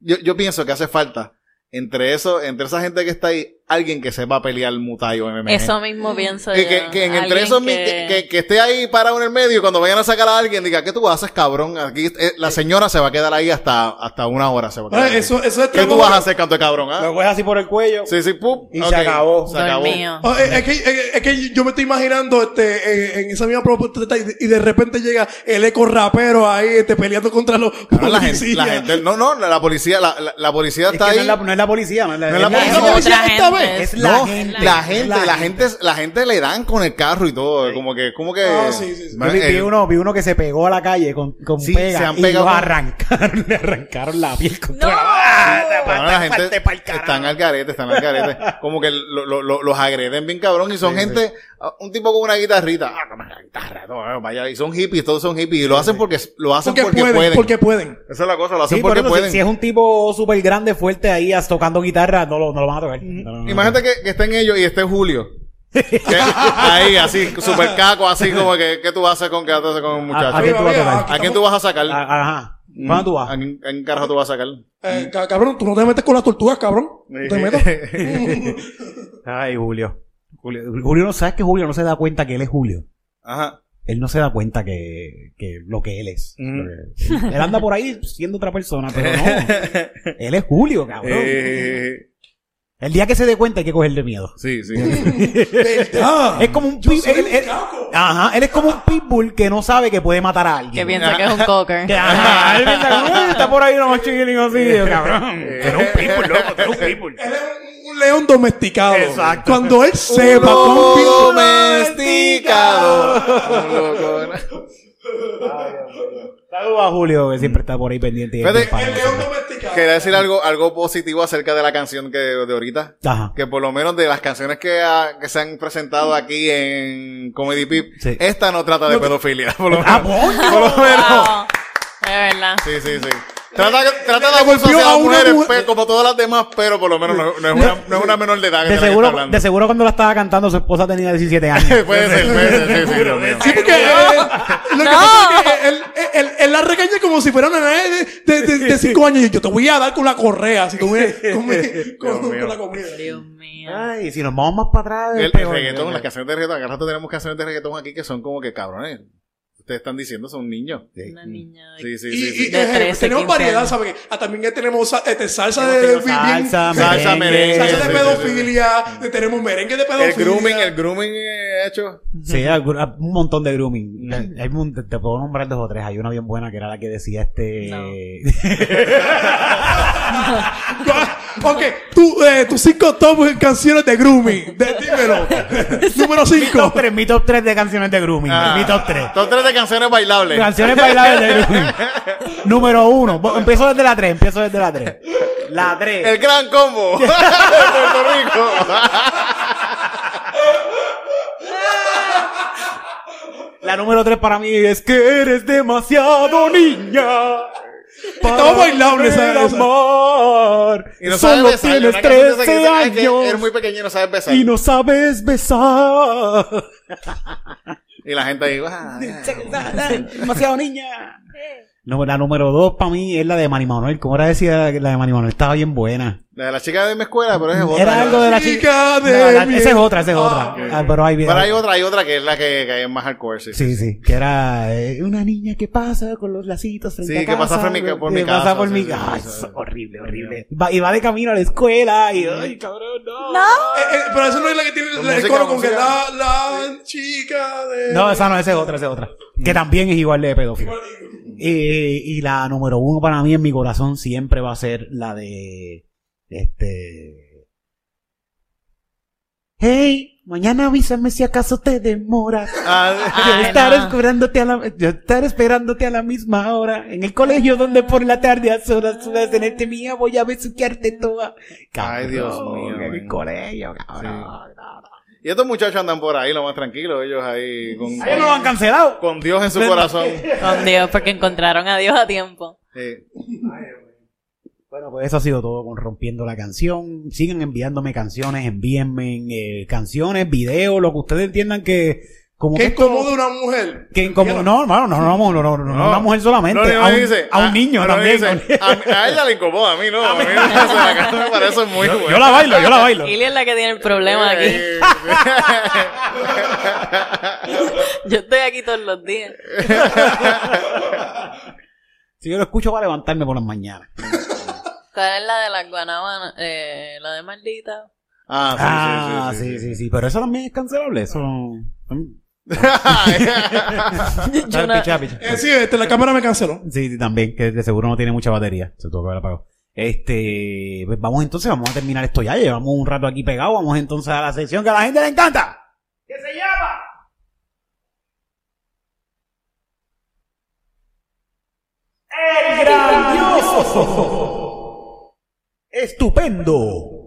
Speaker 3: Yo, yo pienso que hace falta entre eso, entre esa gente que está ahí, alguien que sepa pelear mutayo MMA.
Speaker 4: Eso mismo pienso
Speaker 3: Que,
Speaker 4: yo.
Speaker 3: que- que en entre
Speaker 4: Alguien
Speaker 3: esos, mi- que...
Speaker 4: que-
Speaker 3: que- que esté ahí parado en el medio y cuando vayan a sacar a alguien, diga, ¿qué tú haces, cabrón? Aquí eh, la señora se va a quedar ahí hasta, hasta una hora. Se va a quedar
Speaker 5: Ah,
Speaker 3: ahí.
Speaker 5: Eso, eso es
Speaker 3: ¿Qué tú
Speaker 5: trabajo-
Speaker 3: vas a hacer, canto de cabrón? ah?
Speaker 8: Lo coges así por el cuello.
Speaker 3: Sí, sí, pum.
Speaker 8: Y se
Speaker 3: Ok,
Speaker 8: acabó.
Speaker 3: Se
Speaker 4: Dios
Speaker 3: acabó.
Speaker 4: mío.
Speaker 5: Ah, es, es que, es- es que yo me estoy imaginando este, eh, en esa misma propuesta y de, y de repente llega el eco rapero ahí este, peleando contra los
Speaker 3: Cabrón, la gente, la
Speaker 5: policías.
Speaker 3: gente, no, no, la policía, la, la- la policía
Speaker 8: Es que
Speaker 3: está
Speaker 8: no
Speaker 3: ahí.
Speaker 8: es, la, no es la policía, no es la,
Speaker 3: No es la
Speaker 8: es
Speaker 3: policía.
Speaker 4: Es
Speaker 8: gente.
Speaker 4: otra
Speaker 5: policía esta
Speaker 4: gente.
Speaker 8: Es la
Speaker 3: No,
Speaker 8: gente.
Speaker 3: la gente, la gente,
Speaker 8: gente.
Speaker 3: la gente le dan con el carro y todo, como que, como que.
Speaker 5: Ah, sí, sí, sí.
Speaker 8: Yo vi,
Speaker 3: Eh,
Speaker 8: vi uno, vi uno que se pegó a la calle con, con
Speaker 3: Sí,
Speaker 8: pega
Speaker 3: se han
Speaker 8: y
Speaker 3: pegado
Speaker 8: lo
Speaker 3: con-
Speaker 8: arrancaron, <laughs> le arrancaron la piel con <laughs>
Speaker 4: ¡No!
Speaker 3: Cabrón, la gente están al garete, están al garete. Como que lo- lo- lo- los agreden bien cabrón y son gente, ah, un tipo con una guitarrita, ah, con una guitarra, todo, ah, vaya, y son hippies, todos son hippies y lo hacen porque lo hacen
Speaker 5: porque,
Speaker 3: porque,
Speaker 5: pueden,
Speaker 3: pueden.
Speaker 5: porque pueden.
Speaker 3: Esa es la cosa, lo hacen
Speaker 8: Sí, por
Speaker 3: porque
Speaker 8: eso, si-
Speaker 3: pueden.
Speaker 8: si, es un tipo súper grande, fuerte ahí, as- tocando guitarra, no lo, no lo van a tocar. No, no, no.
Speaker 3: Imagínate que, que estén ellos y esté Julio. Que- ahí, así, super caco, así como que, ¿qué tú haces con, qué haces con un muchacho?
Speaker 8: ¿A quién tú vas a tocar?
Speaker 5: eh,
Speaker 3: ¿A quién tú vas a sacar? Mm,
Speaker 8: A- Ah, Ajá. ¿Cuándo tú
Speaker 3: ¿A
Speaker 8: vas?
Speaker 3: quién, a quién carajo tú vas a sacar?
Speaker 5: Eh, ca- cabrón, tú no te metes con las tortugas, cabrón. No
Speaker 3: <laughs>
Speaker 5: te metas.
Speaker 8: Ay, Julio. Julio, Julio no sabes que Julio no se da cuenta que él es Julio.
Speaker 3: Ajá.
Speaker 8: Él no se da cuenta que, que lo que él es.
Speaker 3: Ujú.
Speaker 8: Lo que- él, él anda por ahí siendo otra persona, pero
Speaker 3: <laughs>
Speaker 8: no. él es Julio, Oh, cabrón.
Speaker 3: Eh,
Speaker 8: El día que se dé cuenta hay que cogerle miedo.
Speaker 3: sí, sí.
Speaker 8: <laughs>
Speaker 5: Ah,
Speaker 8: Es como un
Speaker 5: yo
Speaker 8: pit-
Speaker 5: soy
Speaker 8: él-
Speaker 5: un
Speaker 8: él-
Speaker 5: caco.
Speaker 8: Ajá, él es como un pitbull que no sabe que puede matar a alguien.
Speaker 4: que piensa que es un
Speaker 8: <laughs>
Speaker 4: cocker.
Speaker 8: Que, ajá, él piensa como, "Uy, está por ahí nomás chiquilín así, yo, cabrón. Ah, <laughs> Tú eres un pitbull, loco, tú eres un pitbull.
Speaker 5: Él es un- un león domesticado.
Speaker 8: Exacto.
Speaker 5: Cuando él sepa con
Speaker 3: domesticado. Un loco.
Speaker 8: Saludos a Julio, que siempre está por ahí pendiente.
Speaker 3: Fíjate,
Speaker 8: Para
Speaker 5: El león
Speaker 8: nosotros.
Speaker 5: domesticado.
Speaker 3: Quería decir algo, algo positivo acerca de la canción que, de ahorita.
Speaker 8: Ajá.
Speaker 3: Que por lo menos de las canciones que, ha- que se han presentado aquí en Comedy Pip,
Speaker 8: Sí.
Speaker 3: esta no trata de pedofilia. Por lo
Speaker 8: ¡Ah,
Speaker 3: menos.
Speaker 8: coño!
Speaker 3: Por lo menos.
Speaker 4: Wow. De verdad.
Speaker 3: Sí, sí, sí. Trata, trata de abuso hacia
Speaker 5: golpeó a
Speaker 3: las
Speaker 5: una
Speaker 3: mujeres,
Speaker 5: mujer.
Speaker 3: pe- como todas las demás, pero por lo menos no, no es, una, no es una menor de edad. que la
Speaker 8: De
Speaker 3: que está
Speaker 8: seguro,
Speaker 3: hablando.
Speaker 8: de seguro cuando la estaba cantando su esposa tenía 17 años.
Speaker 3: <laughs> Puede ser, puede ser, sí, sí, Dios mío.
Speaker 5: Sí, porque él- lo que pasa es que él, él- él- él la regaña como si fuera una nena de, de, de- de cinco años. Y yo te voy a dar con la correa, así
Speaker 3: <laughs>
Speaker 5: con, con- con-
Speaker 3: mío.
Speaker 5: con la comida.
Speaker 4: Dios mío.
Speaker 8: Ay, si nos vamos más para atrás.
Speaker 3: El, el
Speaker 8: peor.
Speaker 3: reggaetón, las canciones de reggaetón, acá rato tenemos canciones de reggaetón aquí que son como que cabrones. Ustedes te están diciendo son niños.
Speaker 4: Una niña de...
Speaker 3: Sí, sí,
Speaker 5: Y,
Speaker 3: sí.
Speaker 5: y
Speaker 3: sí.
Speaker 4: De
Speaker 5: eh,
Speaker 4: 13,
Speaker 5: tenemos
Speaker 4: 15
Speaker 5: variedad,
Speaker 4: años.
Speaker 5: ¿sabes? Ah, también eh, tenemos sa- este, salsa de,
Speaker 3: Tengo
Speaker 5: bien-
Speaker 8: Salsa,
Speaker 3: Salsa, merengue.
Speaker 5: <laughs>
Speaker 8: merengue.
Speaker 5: salsa
Speaker 3: Sí, sí,
Speaker 5: de
Speaker 3: sí,
Speaker 5: pedofilia, eh, tenemos merengue de
Speaker 3: El
Speaker 5: pedofilia.
Speaker 3: grooming, el grooming eh, hecho.
Speaker 8: Sí, algún- un montón de grooming. Hay un- te, te puedo nombrar dos o tres. Hay una bien buena que era la que decía este.
Speaker 4: No.
Speaker 8: <laughs>
Speaker 5: Ah, ok, tú, eh, tus cinco top canciones de grooming. De- dímelo. Número
Speaker 8: mi
Speaker 5: cinco.
Speaker 8: top 3, mi top 3 de canciones de grooming.
Speaker 3: Ah,
Speaker 8: mi top 3.
Speaker 3: Top 3 de canciones bailables.
Speaker 8: Canciones bailables
Speaker 3: <laughs>
Speaker 8: de grooming. Número 1. Empiezo desde la 3. Empiezo desde la 3. La 3.
Speaker 3: El gran
Speaker 8: <laughs>
Speaker 3: combo de Puerto Rico.
Speaker 8: La número 3 para mí es que eres demasiado niña.
Speaker 5: Estaba bailable esa-
Speaker 8: querer
Speaker 5: esa.
Speaker 8: amar.
Speaker 3: Y no sabes
Speaker 8: Solo
Speaker 3: besar. Hay
Speaker 8: tienes
Speaker 3: una canción de esa que
Speaker 8: 13
Speaker 3: dice, "Ay, que
Speaker 8: años
Speaker 3: Eres muy pequeño y no sabes besar.
Speaker 8: y no sabes besar.
Speaker 3: Y la gente
Speaker 8: <laughs>
Speaker 3: ahí, "Ah,
Speaker 8: demasiado niña. No, la número 2 para mí es la de Manny Manuel. Como era decía que la de Manny Manuel estaba bien buena.
Speaker 3: la de la chica de mi escuela, pero es otra.
Speaker 8: Era algo de la chica.
Speaker 5: Chica de
Speaker 8: No, la-
Speaker 5: mi-
Speaker 8: esa es otra, esa es otra.
Speaker 5: Ah,
Speaker 8: Ah, pero hay
Speaker 3: Pero hay otra, hay otra que es la que, que es más hardcore, sí.
Speaker 8: Sí, sí, que era eh, una niña que pasa con los lacitos frente
Speaker 3: Sí,
Speaker 8: a
Speaker 3: que
Speaker 8: casa.
Speaker 3: pasa por mi- por
Speaker 8: que
Speaker 3: mi
Speaker 8: pasa
Speaker 3: casa,
Speaker 8: por
Speaker 3: sí,
Speaker 8: mi
Speaker 3: sí,
Speaker 8: casa.
Speaker 3: sí, sí.
Speaker 8: Ay, es horrible, horrible. Va- y va de camino a la escuela y ay, cabrón, no. No,
Speaker 5: Eh, eh, pero esa no es la que tiene el, el
Speaker 3: música,
Speaker 5: coro con que
Speaker 3: música.
Speaker 5: la, la chica de.
Speaker 8: esa no, esa es otra, esa es otra.
Speaker 3: Mm.
Speaker 8: Que también es igual de pedófilo. Eh, y la número uno para mí en mi corazón siempre va a ser la de este. Hey, mañana avísame si acaso te demoras.
Speaker 4: <laughs>
Speaker 3: Ah,
Speaker 8: <laughs> Yo
Speaker 4: Ay, no.
Speaker 8: estar esperándote a la, yo estar esperándote a la misma hora en el colegio donde por la tarde a horas tú vas a tenerte mía voy a besuquearte toda.
Speaker 3: Ay, Dios mío,
Speaker 8: En el
Speaker 3: man.
Speaker 8: colegio, cabrón.
Speaker 3: y estos muchachos andan por ahí lo más tranquilos, ellos ahí con,
Speaker 8: Ellos no lo han cancelado.
Speaker 3: con Dios en su corazón.
Speaker 4: Con Dios, porque encontraron a Dios a tiempo.
Speaker 3: Sí.
Speaker 8: Bueno, pues eso ha sido todo con Rompiendo la Canción. Sigan enviándome canciones, envíenme eh, canciones, videos, lo que ustedes entiendan que como
Speaker 5: Que
Speaker 8: que,
Speaker 5: incomoda una mujer.
Speaker 8: que como no, hermano, no, no, no, no, no, no, una mujer solamente,
Speaker 3: No, ni- no
Speaker 8: a un,
Speaker 3: dice, Ah,
Speaker 8: a un niño
Speaker 3: no, ni
Speaker 8: también.
Speaker 3: dice, a, mí- a ella le incomoda, a mí no. A
Speaker 8: <laughs>
Speaker 3: mí no, o sea, la cara me parece muy bueno.
Speaker 8: yo la bailo, yo la
Speaker 4: <laughs>
Speaker 8: bailo.
Speaker 4: Ili es la que tiene el problema aquí.
Speaker 8: <laughs>
Speaker 4: <laughs> Yo estoy aquí todos los días.
Speaker 8: <laughs> Si yo lo escucho va a levantarme por las mañanas.
Speaker 4: ¿Cuál es la de las guanabanas? Eh, la de maldita.
Speaker 3: <laughs> Ah,
Speaker 8: Ah,
Speaker 3: sí, sí, sí. sí, sí.
Speaker 8: Pero eso también es cancelable. Eso. Mm. <laughs>
Speaker 4: Yo no-
Speaker 8: Picha, picha.
Speaker 5: Eh, sí, este, la cámara me canceló.
Speaker 8: Sí, sí, también, que de seguro no tiene mucha batería. Se tuvo que haber apagado. Este, pues vamos entonces, vamos a terminar esto ya. Llevamos un rato aquí pegado. Vamos entonces a la sección que a la gente le encanta. Que se llama. El grandioso. Estupendo,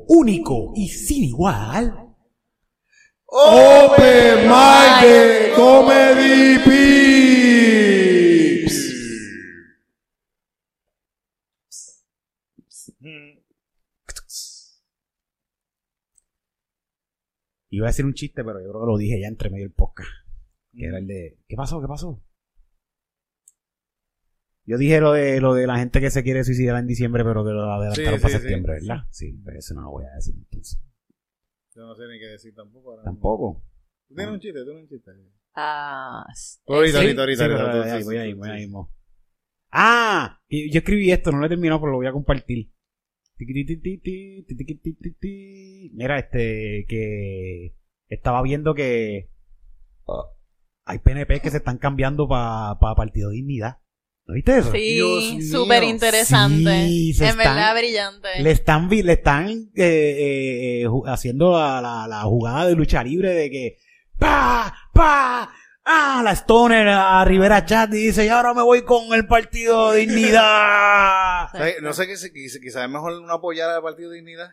Speaker 8: único y sin igual.
Speaker 3: ¡Oh!
Speaker 5: Open Mic de Comedy Pips.
Speaker 8: Iba a decir un chiste, pero yo creo que lo dije ya entre medio del podcast. Que era el de. ¿Qué pasó? ¿Qué pasó? Yo dije lo de lo de la gente que se quiere suicidar en diciembre, pero que lo adelantaron
Speaker 3: Sí,
Speaker 8: para
Speaker 3: sí,
Speaker 8: septiembre, ¿verdad? Sí, pero eso no lo voy a decir entonces.
Speaker 3: <laughs> Yo no sé ni qué decir tampoco. ahora mismo.
Speaker 8: Tampoco.
Speaker 3: Tú tienes un chiste, tú tienes un chiste.
Speaker 4: Ah,
Speaker 3: Ahorita,
Speaker 8: Sí,
Speaker 3: ahorita, ahorita.
Speaker 8: sí, pero
Speaker 3: ahorita,
Speaker 8: ahí
Speaker 3: sí,
Speaker 8: voy,
Speaker 3: sí,
Speaker 8: ahí voy,
Speaker 3: sí.
Speaker 8: ahí mismo. Ah, y yo escribí esto, no lo he terminado, pero lo voy a compartir. Tiquitititi, tiquitititi. Mira, este, que estaba viendo que ah, hay PNP que se están cambiando para Partido Dignidad. ¿No viste eso?
Speaker 4: sí,
Speaker 3: Dios
Speaker 4: súper
Speaker 3: mío.
Speaker 4: interesante.
Speaker 8: Sí, se
Speaker 4: en
Speaker 8: están-
Speaker 4: verdad, brillante.
Speaker 8: Le están, vi- le están eh, eh, eh, ju- haciendo la, la- la jugada de lucha libre de que pa pa ah la Stoner a Rivera Chat y dice y ahora me voy con el partido Dignidad.
Speaker 3: O sea, No sé, qué se- quizá- quizá es mejor no apoyar al Partido Dignidad.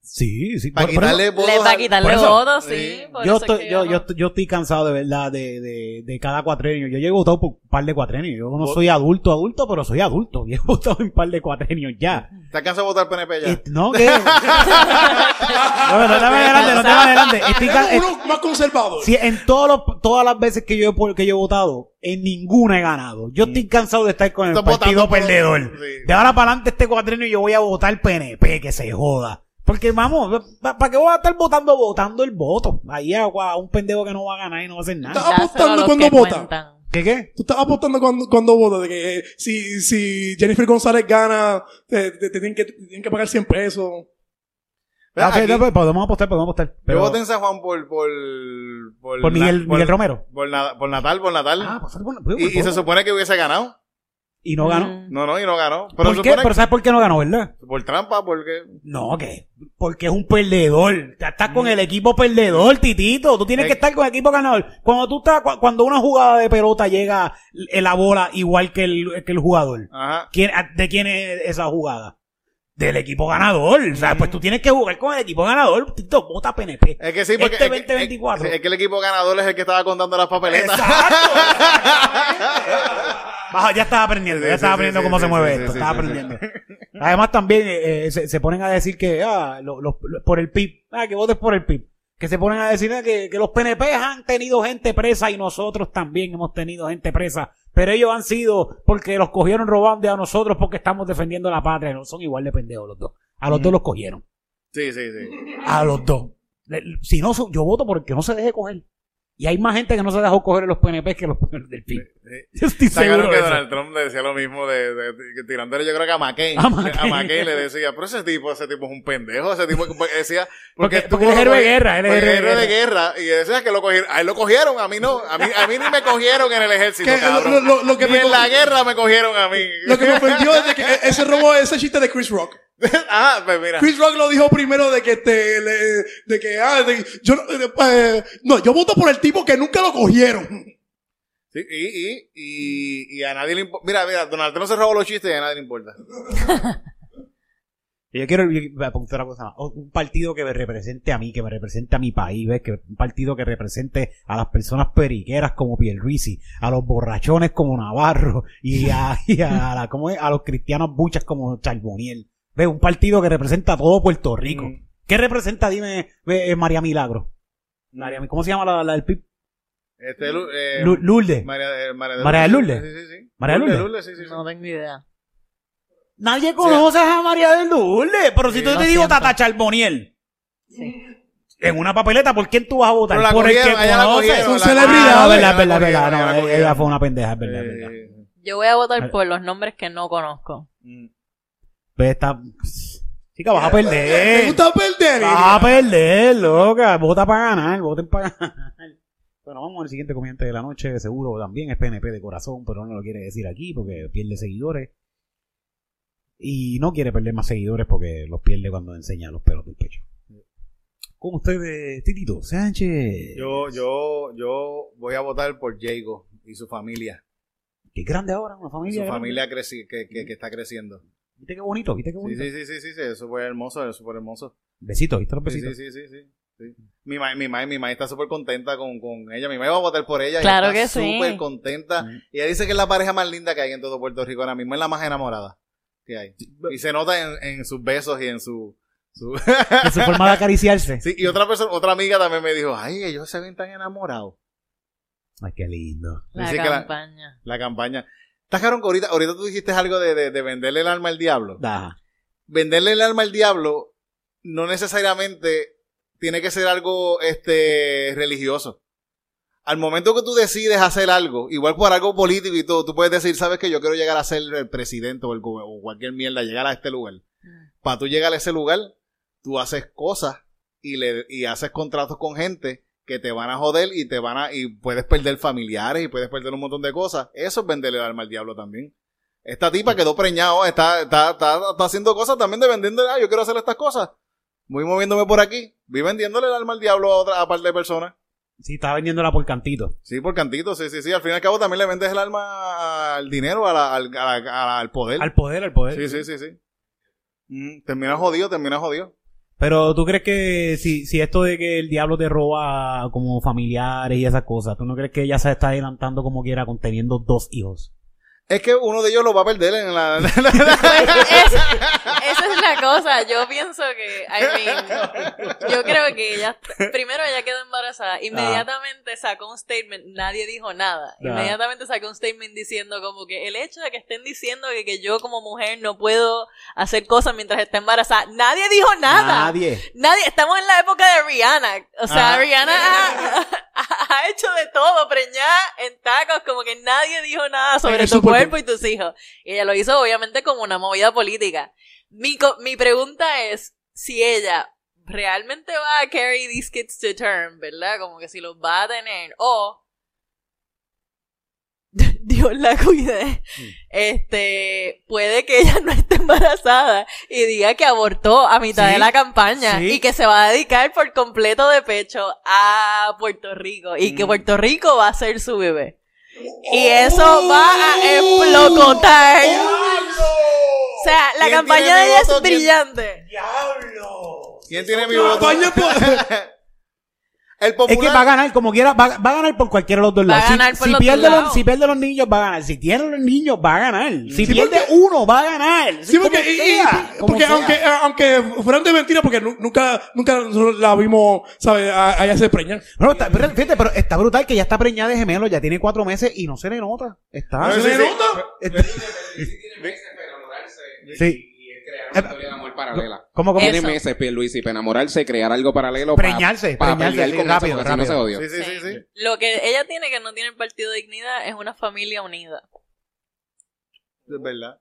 Speaker 8: Sí, sí.
Speaker 3: Para
Speaker 8: por- por eso-
Speaker 3: quitarle votos
Speaker 4: Les va a
Speaker 3: al-
Speaker 8: por
Speaker 4: quitarle
Speaker 8: eso-
Speaker 4: votos,
Speaker 3: Sí.
Speaker 4: sí. por
Speaker 8: yo
Speaker 4: eso es
Speaker 8: estoy,
Speaker 4: que
Speaker 8: yo,
Speaker 4: no-
Speaker 8: yo, estoy- yo estoy cansado de verdad de, de, de cada cuatrenio. Yo llevo votado por un par de cuatrenios. Yo no
Speaker 3: Por-
Speaker 8: soy adulto, adulto, pero soy adulto. Yo he votado en un par de cuatrenios ya.
Speaker 3: ¿Estás cansado de votar PNP ya?
Speaker 8: Eh, No, que. no, pero no te vas adelante, no te vas adelante. Estoy ca-
Speaker 5: Tenemos uno más conservador.
Speaker 8: Si en todos los- todas las veces que yo, he po- que yo he votado, en ninguna he ganado. Yo estoy cansado de estar con el
Speaker 3: Estás
Speaker 8: partido
Speaker 3: Mm. votando por-
Speaker 8: perdedor.
Speaker 3: Sí.
Speaker 8: De ahora para adelante este cuatrino yo voy a votar PNP, que se joda. Porque vamos, ¿para qué voy a estar votando votando el voto? Ahí a, a un pendejo que no va a ganar y no va a hacer nada.
Speaker 5: Está apostando
Speaker 4: Dáselo a los
Speaker 5: cuando
Speaker 4: que
Speaker 5: vota.
Speaker 4: cuentan.
Speaker 8: ¿Qué qué?
Speaker 5: Tú estás apostando cuando, cuando votas de que eh, si, si Jennifer González gana, te, te- te tienen que, te tienen que pagar 100 pesos.
Speaker 8: Ah,
Speaker 3: Aquí,
Speaker 8: sí, no, pues, podemos apostar, podemos apostar.
Speaker 3: Yo
Speaker 8: Pero-
Speaker 3: voté en San Juan por. Por, por,
Speaker 8: por Miguel,
Speaker 3: por-
Speaker 8: Miguel Romero.
Speaker 3: Por, Na- por Natal, por Natal.
Speaker 8: Ah, pues, bueno, pues,
Speaker 3: y, y se
Speaker 8: pues,
Speaker 3: supone que hubiese ganado.
Speaker 8: y no ganó.
Speaker 4: Mm.
Speaker 3: No, no, y no ganó. Pero se
Speaker 8: ¿Por qué?
Speaker 3: supone
Speaker 8: Pero ¿sabes por qué no ganó, verdad?
Speaker 3: que- por trampa, porque.
Speaker 8: No, que porque es un perdedor. Ya Estás con el equipo perdedor, titito. Tú tienes
Speaker 3: Eh.
Speaker 8: que estar con el equipo ganador. Cuando tú estás, cu- cuando una jugada de pelota llega en la bola igual que el, que el jugador.
Speaker 3: Ajá.
Speaker 8: ¿Quién, a- ¿De quién es esa jugada? Del equipo ganador. O sea, pues tú tienes que jugar con el equipo ganador. Tito, vota
Speaker 3: <laughs>
Speaker 8: PNP.
Speaker 3: Es que sí, porque.
Speaker 8: Este
Speaker 3: es que-
Speaker 8: 2024.
Speaker 3: Es, es que el equipo ganador es el que estaba contando las papeletas.
Speaker 8: Baja, ya estaba
Speaker 3: <laughs>
Speaker 8: aprendiendo,
Speaker 3: Sí,
Speaker 8: ya
Speaker 3: sí,
Speaker 8: estaba aprendiendo
Speaker 3: sí,
Speaker 8: cómo
Speaker 3: sí,
Speaker 8: se
Speaker 3: sí,
Speaker 8: mueve
Speaker 3: sí,
Speaker 8: esto,
Speaker 3: sí,
Speaker 8: estaba
Speaker 3: sí,
Speaker 8: aprendiendo. Además también eh, eh, se, se ponen a decir que, ah, lo- los- lo- por el PIB, ah, que votes por el PIB. Que se ponen a decir ah, que, que los PNP han tenido gente presa y nosotros también hemos tenido gente presa. Pero ellos han sido porque los cogieron robando y a nosotros porque estamos defendiendo la patria. No, son igual de pendejos los dos. A los dos los cogieron.
Speaker 3: Sí, sí, sí.
Speaker 8: A los dos. Le- Si no, so- yo voto porque no se deje coger. Y hay más gente que no se dejó coger en los PNP que los <laughs> del PIB. Yo estoy
Speaker 3: Eh, Sacaron que
Speaker 8: seguro de eso.
Speaker 3: Donald Trump le decía lo mismo de, de- de- tirándole, yo creo que a McCain.
Speaker 8: A McCain.
Speaker 3: A McCain le decía, pero ese tipo, ese tipo es un pendejo, ese tipo porque decía,
Speaker 8: <laughs> Porque-
Speaker 3: tú
Speaker 8: porque él es
Speaker 3: lo
Speaker 8: héroe de
Speaker 3: cogí-
Speaker 8: guerra, él es
Speaker 3: porque
Speaker 8: héroe de
Speaker 3: de guerra. Y decía que lo cogieron, a él lo cogieron, a mí no, a mí, a mí ni me cogieron en el ejército,
Speaker 5: Que-
Speaker 3: cabrón.
Speaker 5: lo- lo- lo que
Speaker 3: Ni
Speaker 5: me
Speaker 3: en
Speaker 5: co-
Speaker 3: la guerra me cogieron a mí.
Speaker 5: Lo que me ofendió es de que e- ese robó ese chiste de Chris Rock.
Speaker 3: <laughs> ah, pues mira.
Speaker 5: Chris Rock lo dijo primero de que este, le- de que, ah, de- yo, no- eh, eh, no, yo voto por el tipo que nunca lo cogieron.
Speaker 3: Sí, y, y, y, y a nadie le importa. Mira, mira, Donald Trump se robó los chistes y a nadie le importa.
Speaker 8: Y Yo quiero yo voy a apuntar una cosa más. Un partido que me represente a mí, que me represente a mi país, ¿ves? Que un partido que represente a las personas periqueras como Pierluisi, a los borrachones como Navarro y a, y a, la- ¿cómo es? a los cristianos buchas como Charboniel. ¿Ves? Un partido que representa a todo Puerto Rico.
Speaker 3: Mm.
Speaker 8: ¿Qué representa, dime, ve, eh, María Milagro? María, ¿Cómo se llama la, la del PIB?
Speaker 3: Este, Lu- Mm. eh,
Speaker 8: Lu- Lourdes.
Speaker 3: María, eh, María
Speaker 8: María de Lourdes.
Speaker 3: Sí, sí, sí.
Speaker 8: María de Lourdes.
Speaker 3: sí, sí, sí.
Speaker 4: No tengo idea.
Speaker 8: Nadie conoce a María del Lourdes, pero si
Speaker 3: Sí,
Speaker 8: tú
Speaker 4: lo
Speaker 8: te digo
Speaker 4: siento.
Speaker 8: Tata Charboniel. En una papeleta, ¿por quién tú vas a votar?
Speaker 3: Pero la
Speaker 8: Por el que
Speaker 3: cogieron, allá la
Speaker 8: conoces.
Speaker 3: cogieron,
Speaker 5: Son
Speaker 3: la-
Speaker 5: celebridades.
Speaker 8: Ah,
Speaker 3: Ah,
Speaker 8: no,
Speaker 5: Ella
Speaker 8: verdad,
Speaker 3: la
Speaker 8: verdad,
Speaker 3: cogieron,
Speaker 8: verdad.
Speaker 3: la
Speaker 8: No,
Speaker 3: cogieron.
Speaker 8: ella fue una pendeja, es verdad,
Speaker 3: Eh,
Speaker 8: verdad.
Speaker 4: Yo voy a
Speaker 8: Vale.
Speaker 4: votar por los nombres que no conozco.
Speaker 8: Pues esta. Chica, vas a
Speaker 5: ¿Te
Speaker 8: perder.
Speaker 5: gusta perder?
Speaker 8: Vas a perder, loca. Vota para ganar, voten para ganar. Bueno, vamos al siguiente comediante de la noche, seguro también es PNP de corazón, pero no lo quiere decir aquí porque pierde seguidores. Y no quiere perder más seguidores porque los pierde cuando enseña los pelos del pecho. Con ustedes, Titito Sánchez.
Speaker 3: Yo, yo, yo voy a votar por Jago y su familia.
Speaker 8: Qué grande ahora, una
Speaker 3: Su
Speaker 8: familia. grande.
Speaker 3: familia creci- que, que, que está creciendo.
Speaker 8: Viste qué bonito, viste qué
Speaker 3: Sí,
Speaker 8: bonito.
Speaker 3: sí, sí, sí, sí, sí, es súper hermoso, es súper hermoso.
Speaker 8: Besitos, viste los
Speaker 3: Sí, sí,
Speaker 8: besitos.
Speaker 3: sí, sí, sí, sí. Mi mamá, mi mamá, mi mamá está súper contenta con, con ella. Mi mamá va a votar por ella. y
Speaker 4: Claro
Speaker 3: está
Speaker 4: que sí.
Speaker 3: Súper contenta. Y ella dice que es la pareja más linda que hay en todo Puerto Rico ahora mismo. Es la más enamorada que hay. Y se nota en, en sus besos y en su... su- <laughs>
Speaker 8: Es su forma de acariciarse.
Speaker 3: sí, y otra persona, otra amiga también me dijo, ay, ellos se ven tan enamorados.
Speaker 8: Ay, qué lindo.
Speaker 4: La
Speaker 3: Dice que la-
Speaker 4: campaña.
Speaker 3: La campaña. Estás cabrón que ahorita, ahorita tú dijiste algo de, de- de venderle el alma al diablo.
Speaker 8: Ajá.
Speaker 3: Venderle el alma al diablo no necesariamente tiene que ser algo este religioso. Al momento que tú decides hacer algo, igual por algo político y todo, tú puedes decir, sabes que yo quiero llegar a ser el presidente o, el, gobe- o cualquier mierda, llegar a este lugar. Para tú llegar a ese lugar, tú haces cosas y, le, y haces contratos con gente que te van a joder y te van a y puedes perder familiares y puedes perder un montón de cosas. Eso es venderle el alma al diablo también. Esta tipa quedó preñado, está, está, está, está haciendo cosas también de vendiendo, ah, yo quiero hacer estas cosas. Voy moviéndome por aquí, vi vendiéndole el alma al diablo a otra a par de personas.
Speaker 8: Sí, estaba vendiéndola por cantito.
Speaker 3: Sí, por cantito, sí, sí, sí. Al fin y al cabo también le vendes el alma al dinero, a la- al, a la- al poder.
Speaker 8: Al poder, al poder.
Speaker 3: Sí, sí, sí, sí. Mm, termina jodido, termina jodido.
Speaker 8: Pero tú crees que si, si esto de que el diablo te roba como familiares y esas cosas, ¿tú no crees que ella se está adelantando como quiera con teniendo dos hijos?
Speaker 3: Es que uno de ellos lo va a perder en la... <laughs>
Speaker 4: Pues, Es- esa es la cosa. Yo pienso que, I mean, yo creo que ella, primero ella quedó
Speaker 3: Ah.
Speaker 4: embarazada. Inmediatamente sacó un statement, nadie dijo nada. Inmediatamente sacó un statement diciendo como que el hecho de que estén diciendo que, que yo como mujer no puedo hacer cosas mientras esté embarazada, nadie dijo nada.
Speaker 8: Nadie.
Speaker 4: Nadie, estamos en la época de Rihanna. O sea, Rihanna ha, ha ha hecho de todo, preñada en tacos, como que nadie dijo nada sobre
Speaker 5: el
Speaker 4: tu
Speaker 5: Super
Speaker 4: cuerpo y tus hijos. Y ella lo hizo obviamente como una movida política. Mi, co- mi pregunta es si ella realmente va a carry these kids to term, ¿verdad? Como que si los va a tener o <laughs> Dios la cuide.
Speaker 1: Mm.
Speaker 4: Este, puede que ella no esté embarazada y diga que abortó a mitad
Speaker 1: Sí,
Speaker 4: de la campaña
Speaker 1: sí.
Speaker 4: y que se va a dedicar por completo de pecho a Puerto Rico y
Speaker 1: Mm.
Speaker 4: que Puerto Rico va a ser su bebé. Y eso va a explotar. O sea, la
Speaker 3: ¿Quién
Speaker 4: campaña
Speaker 3: tiene
Speaker 4: de
Speaker 3: mi
Speaker 4: ella es
Speaker 3: voto? ¿Quién-
Speaker 4: brillante.
Speaker 3: ¿Quién tiene mi voto?
Speaker 5: Campaña
Speaker 3: <laughs>
Speaker 5: por-
Speaker 3: El
Speaker 1: Es que va a
Speaker 3: popular.
Speaker 1: ganar como quiera, va, va a ganar por cualquiera de los dos
Speaker 4: Va a
Speaker 1: lados. Si-
Speaker 4: ganar por
Speaker 1: si,
Speaker 4: los dos
Speaker 1: pierde los-
Speaker 4: lados. Mm.
Speaker 1: si pierde los niños, va a ganar. Si tiene los niños, va a ganar. Si pierde uno, va a ganar.
Speaker 5: Sí, porque,
Speaker 1: Como
Speaker 5: y- y-
Speaker 1: sea, como
Speaker 5: porque
Speaker 1: sea.
Speaker 5: aunque, eh, aunque fueran de mentira, porque nu- nunca, nunca nosotros la vimos, ¿sabes? A, a ella se preñar.
Speaker 1: Bueno, está- pero, fíjate, pero está brutal que ya está preñada de gemelo, ya tiene cuatro meses y no se le nota.
Speaker 8: Ah,
Speaker 1: Está. Este-
Speaker 5: ¿Se
Speaker 3: sí,
Speaker 5: le
Speaker 3: sí.
Speaker 5: nota?
Speaker 1: <laughs> Sí.
Speaker 2: Crear una historia de amor paralela.
Speaker 1: ¿Cómo, cómo?
Speaker 2: Tiene
Speaker 4: Eso.
Speaker 2: meses, Luis, y para enamorarse, crear algo paralelo.
Speaker 1: Preñarse,
Speaker 2: para,
Speaker 1: preñarse,
Speaker 2: pelear
Speaker 1: sí,
Speaker 2: con
Speaker 1: rápido,
Speaker 2: eso, porque si no
Speaker 1: rápido.
Speaker 2: se odió.
Speaker 3: Sí, sí, sí, sí.
Speaker 4: Lo que ella tiene que no tiene el partido de dignidad es una familia unida.
Speaker 3: Es verdad.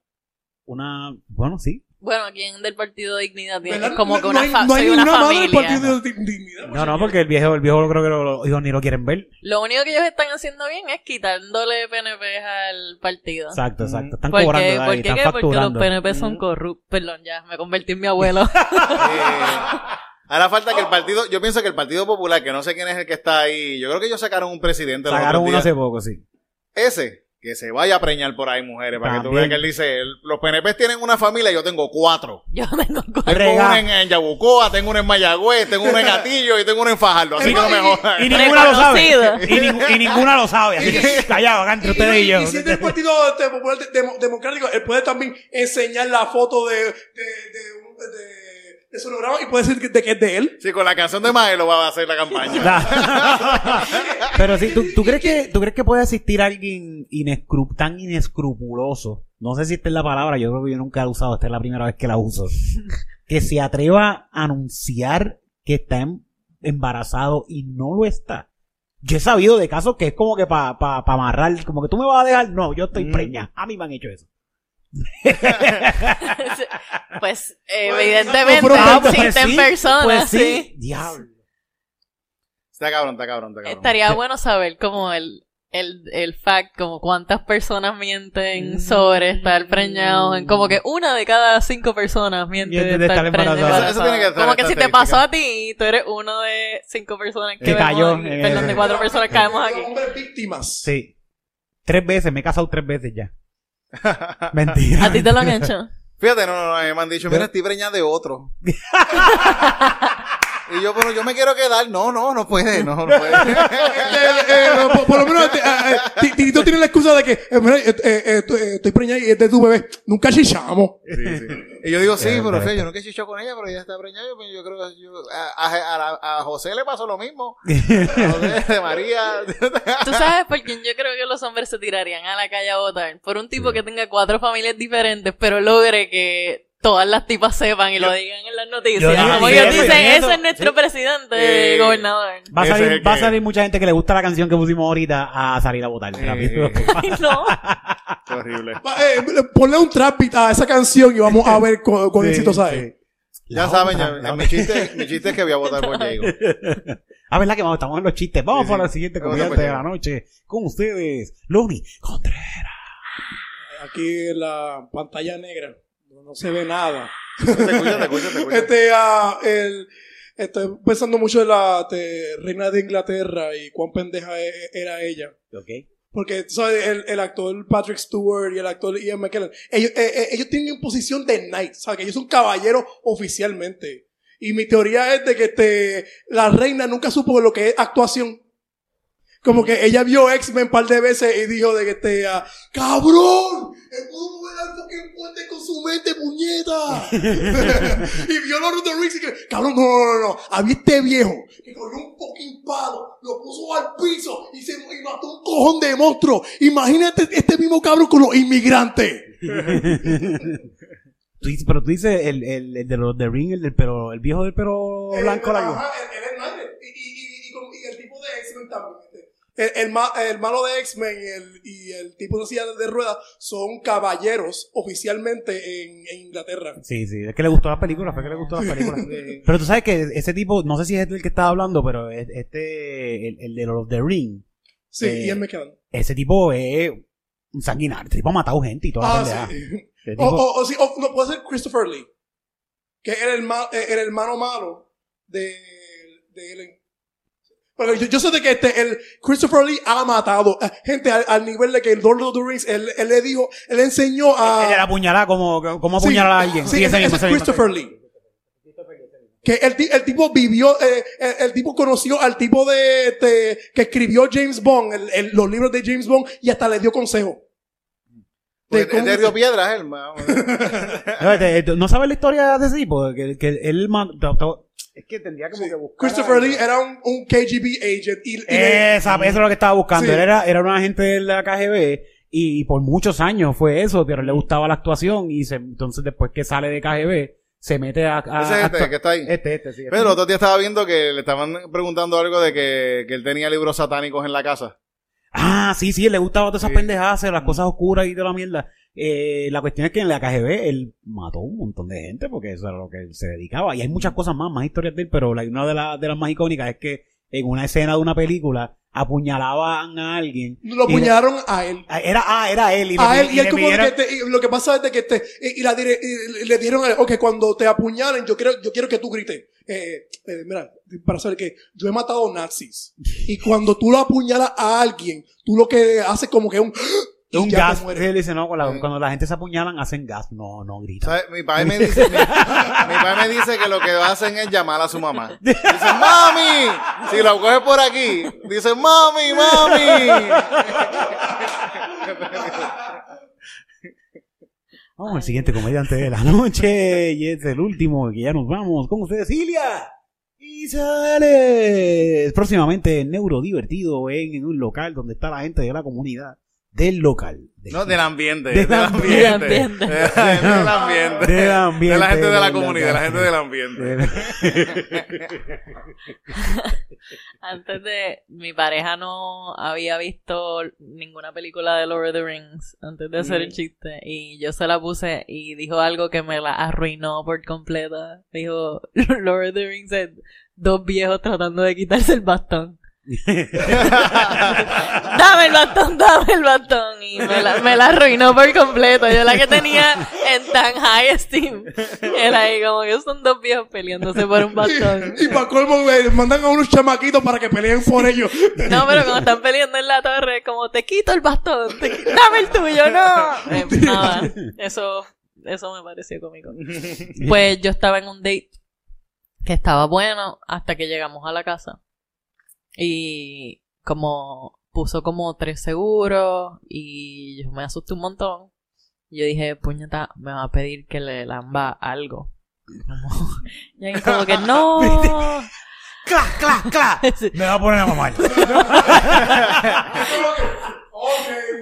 Speaker 8: Una, bueno, sí.
Speaker 4: Bueno, ¿quién del partido de dignidad tiene?
Speaker 5: ¿Verdad?
Speaker 4: Como que
Speaker 5: No
Speaker 4: una,
Speaker 5: hay-
Speaker 4: fa-
Speaker 5: no hay
Speaker 4: soy una
Speaker 5: ninguna madre del
Speaker 4: familia.
Speaker 5: partido de dignidad.
Speaker 8: No, no, porque el viejo, el viejo creo que lo- los hijos ni lo quieren ver.
Speaker 4: Lo único que ellos están haciendo bien es quitándole PNP al partido.
Speaker 8: Exacto, exacto. Están
Speaker 4: Porque,
Speaker 8: cobrando, Dari,
Speaker 4: ¿por qué?
Speaker 8: están
Speaker 4: ¿Qué? Porque los
Speaker 8: facturando.
Speaker 4: PNP
Speaker 5: Mm.
Speaker 4: son corruptos. Perdón, ya, me convertí en mi
Speaker 5: <laughs>
Speaker 4: abuelo. <laughs>
Speaker 3: Eh, ahora falta que el partido, yo pienso que el Partido Popular, que no sé quién es el que está ahí, yo creo que ellos sacaron un presidente. los otros
Speaker 8: Sacaron uno
Speaker 3: días.
Speaker 8: hace poco, sí.
Speaker 3: Ese, que se vaya a preñar por ahí mujeres, para que tú veas
Speaker 8: También.
Speaker 3: que él dice, el- los PNP tienen una familia, yo tengo cuatro.
Speaker 4: Yo tengo corrupto.
Speaker 3: Tengo
Speaker 1: Rega.
Speaker 3: una en, en Yabucoa, tengo una en Mayagüez, tengo una en Gatillo y tengo una en Fajardo, así que no me jodas.
Speaker 1: Y ninguna lo sabe.
Speaker 4: <laughs> Reconocido.
Speaker 1: Y, ningú- y ninguna lo sabe. Así que callado, acá entre ustedes y yo.
Speaker 5: si es del Partido este, Popular de- Demo- Democrático, él puede también enseñar la foto de, de, de, un- de- de su programa y puede decir que, de que es de él.
Speaker 3: Sí, con la canción de Maelo va a hacer la
Speaker 8: <laughs>
Speaker 3: campaña.
Speaker 1: Da. <laughs> Pero sí, ¿tú, tú crees que, ¿tú crees que puede existir alguien inescru- tan inescrupuloso? No sé si esta es la palabra, yo creo que yo nunca la he usado, esta es la primera vez que la <laughs> uso. Que se atreva a anunciar que está em- embarazado y no lo está. Yo he sabido de casos que es como que para pa, pa amarrar, como que tú me vas a dejar, no, yo estoy preña. A mí me han hecho eso.
Speaker 4: Pues, eh,
Speaker 5: <laughs> Pues,
Speaker 4: evidentemente,
Speaker 1: Ah, pues
Speaker 4: existen
Speaker 1: sí,
Speaker 4: personas,
Speaker 1: pues
Speaker 4: sí.
Speaker 1: sí. Diablo.
Speaker 3: Está cabrón, está cabrón, está cabrón.
Speaker 4: Estaría bueno saber como el, el, el fact, como cuántas personas mienten sobre estar preñado. En Como que una de cada cinco personas miente de estar, preñada.
Speaker 3: embarazada. Eso- eso tiene que estar
Speaker 4: como
Speaker 3: en
Speaker 4: que si te
Speaker 3: estadística.
Speaker 4: pasó a ti, tú eres uno de cinco personas que,
Speaker 1: Que
Speaker 4: vemos
Speaker 1: cayó
Speaker 4: aquí.
Speaker 1: en
Speaker 4: perdón,
Speaker 1: ese.
Speaker 4: de cuatro personas que caemos aquí.
Speaker 5: Hombres víctimas. Eh,
Speaker 1: Sí. Tres veces, me he casado tres veces <laughs> ya. Mentira.
Speaker 4: A ti te lo han hecho.
Speaker 3: Fíjate, no, no, no, eh, me han dicho, mira, estoy preñada de otro. y yo, pero yo me quiero quedar. No, no, no puede, no, no puede.
Speaker 5: Eh, eh, eh, por, por lo menos este, eh, eh, Ti- Tirito tiene la excusa de que eh, mira, eh, eh, eh, estoy- eh, estoy preñada y es de tu bebé. Nunca chichamos.
Speaker 3: Sí, sí. <laughs> Y yo digo, sí, pero sí, yo nunca he chichado con ella, pero ella está preñada. Yo, pues, yo creo que yo- a, a- a la- a José le pasó lo mismo. A José de María.
Speaker 4: Tú sabes por quién yo creo que los hombres se tirarían a la calle a votar. Por un tipo que tenga cuatro familias diferentes, pero logre que todas las tipas sepan y lo digan en las noticias.
Speaker 1: yo digo,
Speaker 4: Como
Speaker 1: sí,
Speaker 4: ellos
Speaker 1: eso,
Speaker 4: dicen,
Speaker 1: eso,
Speaker 4: ese es nuestro presidente,
Speaker 3: Eh,
Speaker 1: <laughs>
Speaker 4: gobernador. <laughs>
Speaker 1: Va a,
Speaker 3: Ese
Speaker 1: salir,
Speaker 3: es el
Speaker 1: va a
Speaker 3: que-
Speaker 1: salir mucha gente que le gusta la canción que pusimos ahorita a salir a votar.
Speaker 8: <laughs>
Speaker 1: rápido.
Speaker 4: Ay, no.
Speaker 3: Qué horrible.
Speaker 5: Va, eh, ponle un trapit a esa canción y vamos a ver cu- cuán éxito sale.
Speaker 3: Ya saben, ya-
Speaker 8: <laughs>
Speaker 3: ya mi, chiste, mi chiste es que voy a votar por Diego.
Speaker 1: Ah, ¿verdad que vamos, estamos en los chistes? Vamos
Speaker 3: Sí,
Speaker 1: para
Speaker 3: sí.
Speaker 1: la siguiente
Speaker 3: Vamos a
Speaker 1: comediante de
Speaker 3: empezar.
Speaker 1: la noche. Con ustedes, Loni Contreras.
Speaker 5: Aquí en la pantalla negra no no se ve nada.
Speaker 3: Te escucho, te escucho, te escucho.
Speaker 5: Este, ah, el- estoy pensando mucho en la este, reina de Inglaterra y cuán pendeja e- era ella.
Speaker 3: <laughs>
Speaker 5: Porque, tú ¿sabes? El, el actor Patrick Stewart y el actor Ian McKellen, ellos, eh, eh, ellos tienen posición de knight, ¿sabes? Que ellos son caballeros oficialmente. Y mi teoría es de que este, la reina nunca supo lo que es actuación. Como que ella vio X-Men un par de veces y dijo de que este, ah, ¡Cabrón! ¡El pudo mover al fucking puente con su mente, puñeta! y vio Lord of the Rings y que, ¡Cabrón, no, no, no, no! Había este viejo que cogió un fucking palo, lo puso al piso y se y mató un cojón de monstruo. Imagínate este mismo cabrón con los inmigrantes.
Speaker 8: Tú dices- pero tú dices el, el, el de los de Ring, el del pero, el viejo del pero blanco
Speaker 5: Eh,
Speaker 8: largo.
Speaker 5: ajá, el- el Hernández. Y, y, y, y con- y el tipo de X-Men también. este. El, el ma- el malo de X-Men y el, y el tipo de silla de ruedas son caballeros oficialmente en, en Inglaterra.
Speaker 8: Sí, sí, es que le gustó las películas, fue que le gustó las películas. pero tú sabes que ese tipo, no sé si es el que estaba hablando, pero es- este, el, el de Lord of the Ring,
Speaker 5: Sí,
Speaker 8: Eh,
Speaker 5: y es McCann.
Speaker 8: ese tipo es un sanguinario, ese tipo ha matado gente y toda la
Speaker 5: Ah,
Speaker 8: pendeja.
Speaker 5: <laughs> sí. Oh,
Speaker 8: Ese
Speaker 5: O,
Speaker 8: tipo-
Speaker 5: o- o sí, o- no, puede ser Christopher Lee, que era el, ma- eh, el hermano malo de, de él. Pero yo, yo sé de que este, el Christopher Lee ha matado eh, gente al, al nivel de que el Lord of the Rings, él, él le dijo, él le enseñó a...
Speaker 8: Él era apuñalada como, como
Speaker 5: ah. Sí,
Speaker 8: apuñalar a alguien.
Speaker 5: Sí,
Speaker 8: Sí, ese
Speaker 5: ese
Speaker 8: mismo,
Speaker 5: es
Speaker 8: ese mismo.
Speaker 5: Christopher Lee. Que el, ti- el tipo vivió, eh, el, el tipo conoció al tipo de, este, que escribió James Bond, el- el- los libros de James Bond, y hasta le dio consejo.
Speaker 3: Porque
Speaker 5: cómo-
Speaker 3: es de Río Piedras, el más.
Speaker 8: No, este, este, ¿no sabes la historia de ese tipo? Que, que él mató... Es que tendría como que buscar...
Speaker 5: Christopher Lee era un, un KGB agent y, y le-
Speaker 8: Esa, eso es lo que estaba buscando.
Speaker 5: Sí.
Speaker 8: Él era, era un agente de la KGB y, por muchos años fue eso, pero le gustaba la actuación y se, entonces después que sale de KGB se mete a... a-
Speaker 3: Ese es
Speaker 8: actua-
Speaker 3: este que está ahí.
Speaker 8: Ah, Este, este, sí. este.
Speaker 3: Pero el otro día estaba viendo que le estaban preguntando algo de que, que él tenía libros satánicos en la casa.
Speaker 8: Ah, sí, sí, le gustaba todas esas
Speaker 3: Sí.
Speaker 8: pendejadas, las cosas oscuras y toda la mierda. Eh, la cuestión es que en la KGB él mató un montón de gente porque eso era lo que él se dedicaba. Y hay muchas cosas más, más historias de él, pero la- una de, la- de las más icónicas es que en una escena de una película apuñalaban a alguien.
Speaker 5: lo
Speaker 8: y le-
Speaker 5: apuñaron a él.
Speaker 8: Ah, Era, ah, era él. Y le
Speaker 5: A
Speaker 8: pi-
Speaker 5: él, y él
Speaker 8: le
Speaker 5: como
Speaker 8: pidieron-
Speaker 5: de que te- y lo que pasa es de que este, y, y la dire- y le dieron a él, ok, cuando te apuñalen, yo quiero, yo quiero que tú grites. Eh, eh, mira, para saber que yo he matado nazis. Y cuando tú lo apuñalas a alguien, tú lo que haces como que un, <gasps> y
Speaker 8: un
Speaker 5: ya
Speaker 8: gas.
Speaker 5: te
Speaker 8: Sí,
Speaker 5: mueres.
Speaker 8: <laughs> Él dice, no, cuando,
Speaker 3: Sí.
Speaker 8: cuando la gente se apuñalan, hacen gas. No, no gritan.
Speaker 3: ¿Sabes? Mi padre me dice, mi, mi padre me dice que lo que hacen es llamar a su mamá. Dice, mami, si lo coges por aquí, dice, mami, mami.
Speaker 8: Vamos al siguiente comediante de la <laughs> noche. Y es el último, que ya nos vamos. Con ustedes, Ilia. Y sales. Próximamente, Neurodivertido en, en un local donde está la gente de la comunidad. Del local. Del-
Speaker 3: No, del ambiente.
Speaker 8: Del
Speaker 3: Del ambiente.
Speaker 4: ambiente.
Speaker 3: Del ambiente. <laughs> Del ambiente.
Speaker 8: <laughs> Del ambiente.
Speaker 3: <laughs> De la gente de la
Speaker 8: Del
Speaker 3: comunidad, de la gente del ambiente.
Speaker 8: del-
Speaker 4: Antes de mi pareja no había visto ninguna película de Lord of the Rings antes de
Speaker 1: Mm.
Speaker 4: hacer el chiste y yo se la puse y dijo algo que me la arruinó por completa. Dijo <laughs> Lord of the Rings es dos viejos tratando de quitarse el bastón. dame el bastón, dame el bastón y me la, me la arruinó por completo. Yo la que tenía en tan high esteem era ahí como que son dos viejos peleándose por un bastón.
Speaker 5: <laughs> Y, para colmo, eh, mandan a unos chamaquitos para que peleen por ellos. <laughs>
Speaker 4: No, pero cuando están peleando en la torre, como te quito el bastón, te qui- dame el tuyo, no. Eh, nada, eso, eso me pareció cómico. Pues yo estaba en un date que estaba bueno hasta que llegamos a la casa. Y como puso como tres seguros y yo me asusté un montón. Yo dije, puñeta, me va a pedir que le lamba algo. Como- <laughs> y ahí como que no.
Speaker 8: ¡Clas, clas, clas! Me va a poner
Speaker 3: <laughs>
Speaker 8: a mamar.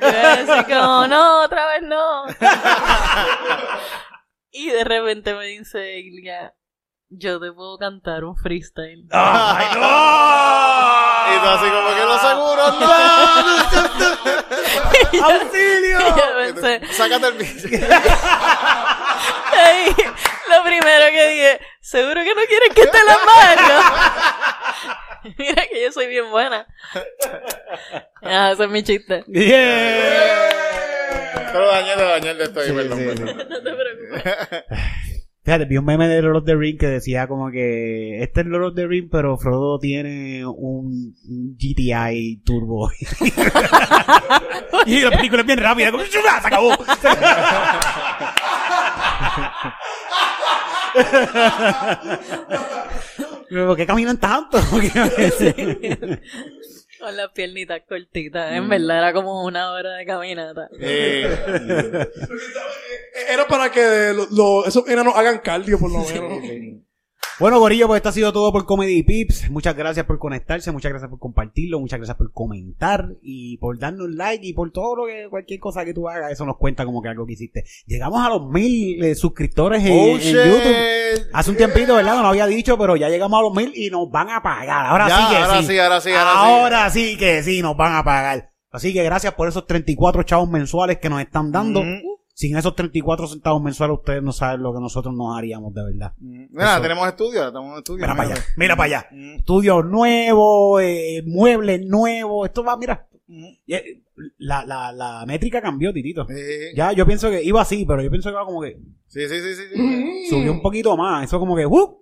Speaker 4: Yo era así como, no, otra vez no. y de repente me dice Ilia, yo te puedo cantar un freestyle.
Speaker 8: ¡Ay, no!
Speaker 3: Y tú
Speaker 8: <laughs>
Speaker 3: así como que lo seguro, no.
Speaker 8: ¡Auxilio!
Speaker 4: <laughs> Y yo pensé,
Speaker 3: Sácate el bicho.
Speaker 8: <laughs>
Speaker 4: "Ey", lo primero que dije, seguro que no quieres que te la mando. <laughs> Mira que yo soy bien buena. Ah, ese es mi chiste.
Speaker 8: Yeah.
Speaker 3: Pero dañé, te dañé el de esto ahí,
Speaker 8: Sí,
Speaker 3: perdón,
Speaker 8: sí,
Speaker 3: perdón.
Speaker 4: No te preocupes.
Speaker 8: Fíjate, vi un meme de Lord of the Ring que decía como que este es Lord of the Ring, pero Frodo tiene un un GTI Turbo. <laughs> y la película es bien rápida, como ¡chula! se acabó. <laughs> Pero, ¿Por qué caminan tanto? <laughs>
Speaker 4: Con las piernitas cortitas. En verdad era como una hora de caminata.
Speaker 3: Eh,
Speaker 5: Era para que lo- lo- esos enanos hagan cardio, por lo menos.
Speaker 8: Bueno, Gorillo, pues esto ha sido todo por Comedy Pips. Muchas gracias por conectarse, muchas gracias por compartirlo, muchas gracias por comentar y por darnos like y por todo lo que, cualquier cosa que tú hagas, eso nos cuenta como que algo que hiciste. Llegamos a los mil eh, suscriptores en,
Speaker 3: Oh,
Speaker 8: en
Speaker 3: shit.
Speaker 8: YouTube. Hace un tiempito, ¿verdad? No lo había dicho, pero ya llegamos a los mil y nos van a pagar. Ahora
Speaker 3: Ya,
Speaker 8: sí que
Speaker 3: ahora
Speaker 8: sí.
Speaker 3: sí, ahora sí, ahora sí.
Speaker 8: Ahora sí que sí, nos van a pagar. Así que gracias por esos 34 chavos mensuales que nos están dando.
Speaker 3: Ujú.
Speaker 8: Sin esos 34 centavos mensuales, ustedes no saben lo que nosotros nos haríamos de verdad.
Speaker 3: Mira,
Speaker 8: Eso.
Speaker 3: tenemos estudio, ahora estamos en estudio.
Speaker 8: Mira para allá, mira para allá.
Speaker 3: Mm.
Speaker 8: Estudio nuevo, eh, muebles nuevos. Esto va, mira. Y, eh, La, la, la métrica cambió, titito.
Speaker 3: Sí,
Speaker 8: Ya, yo pienso que iba así, pero yo pienso que va como que
Speaker 3: sí, sí, sí. sí, sí.
Speaker 8: subió un poquito más. Eso como que, ¡uh!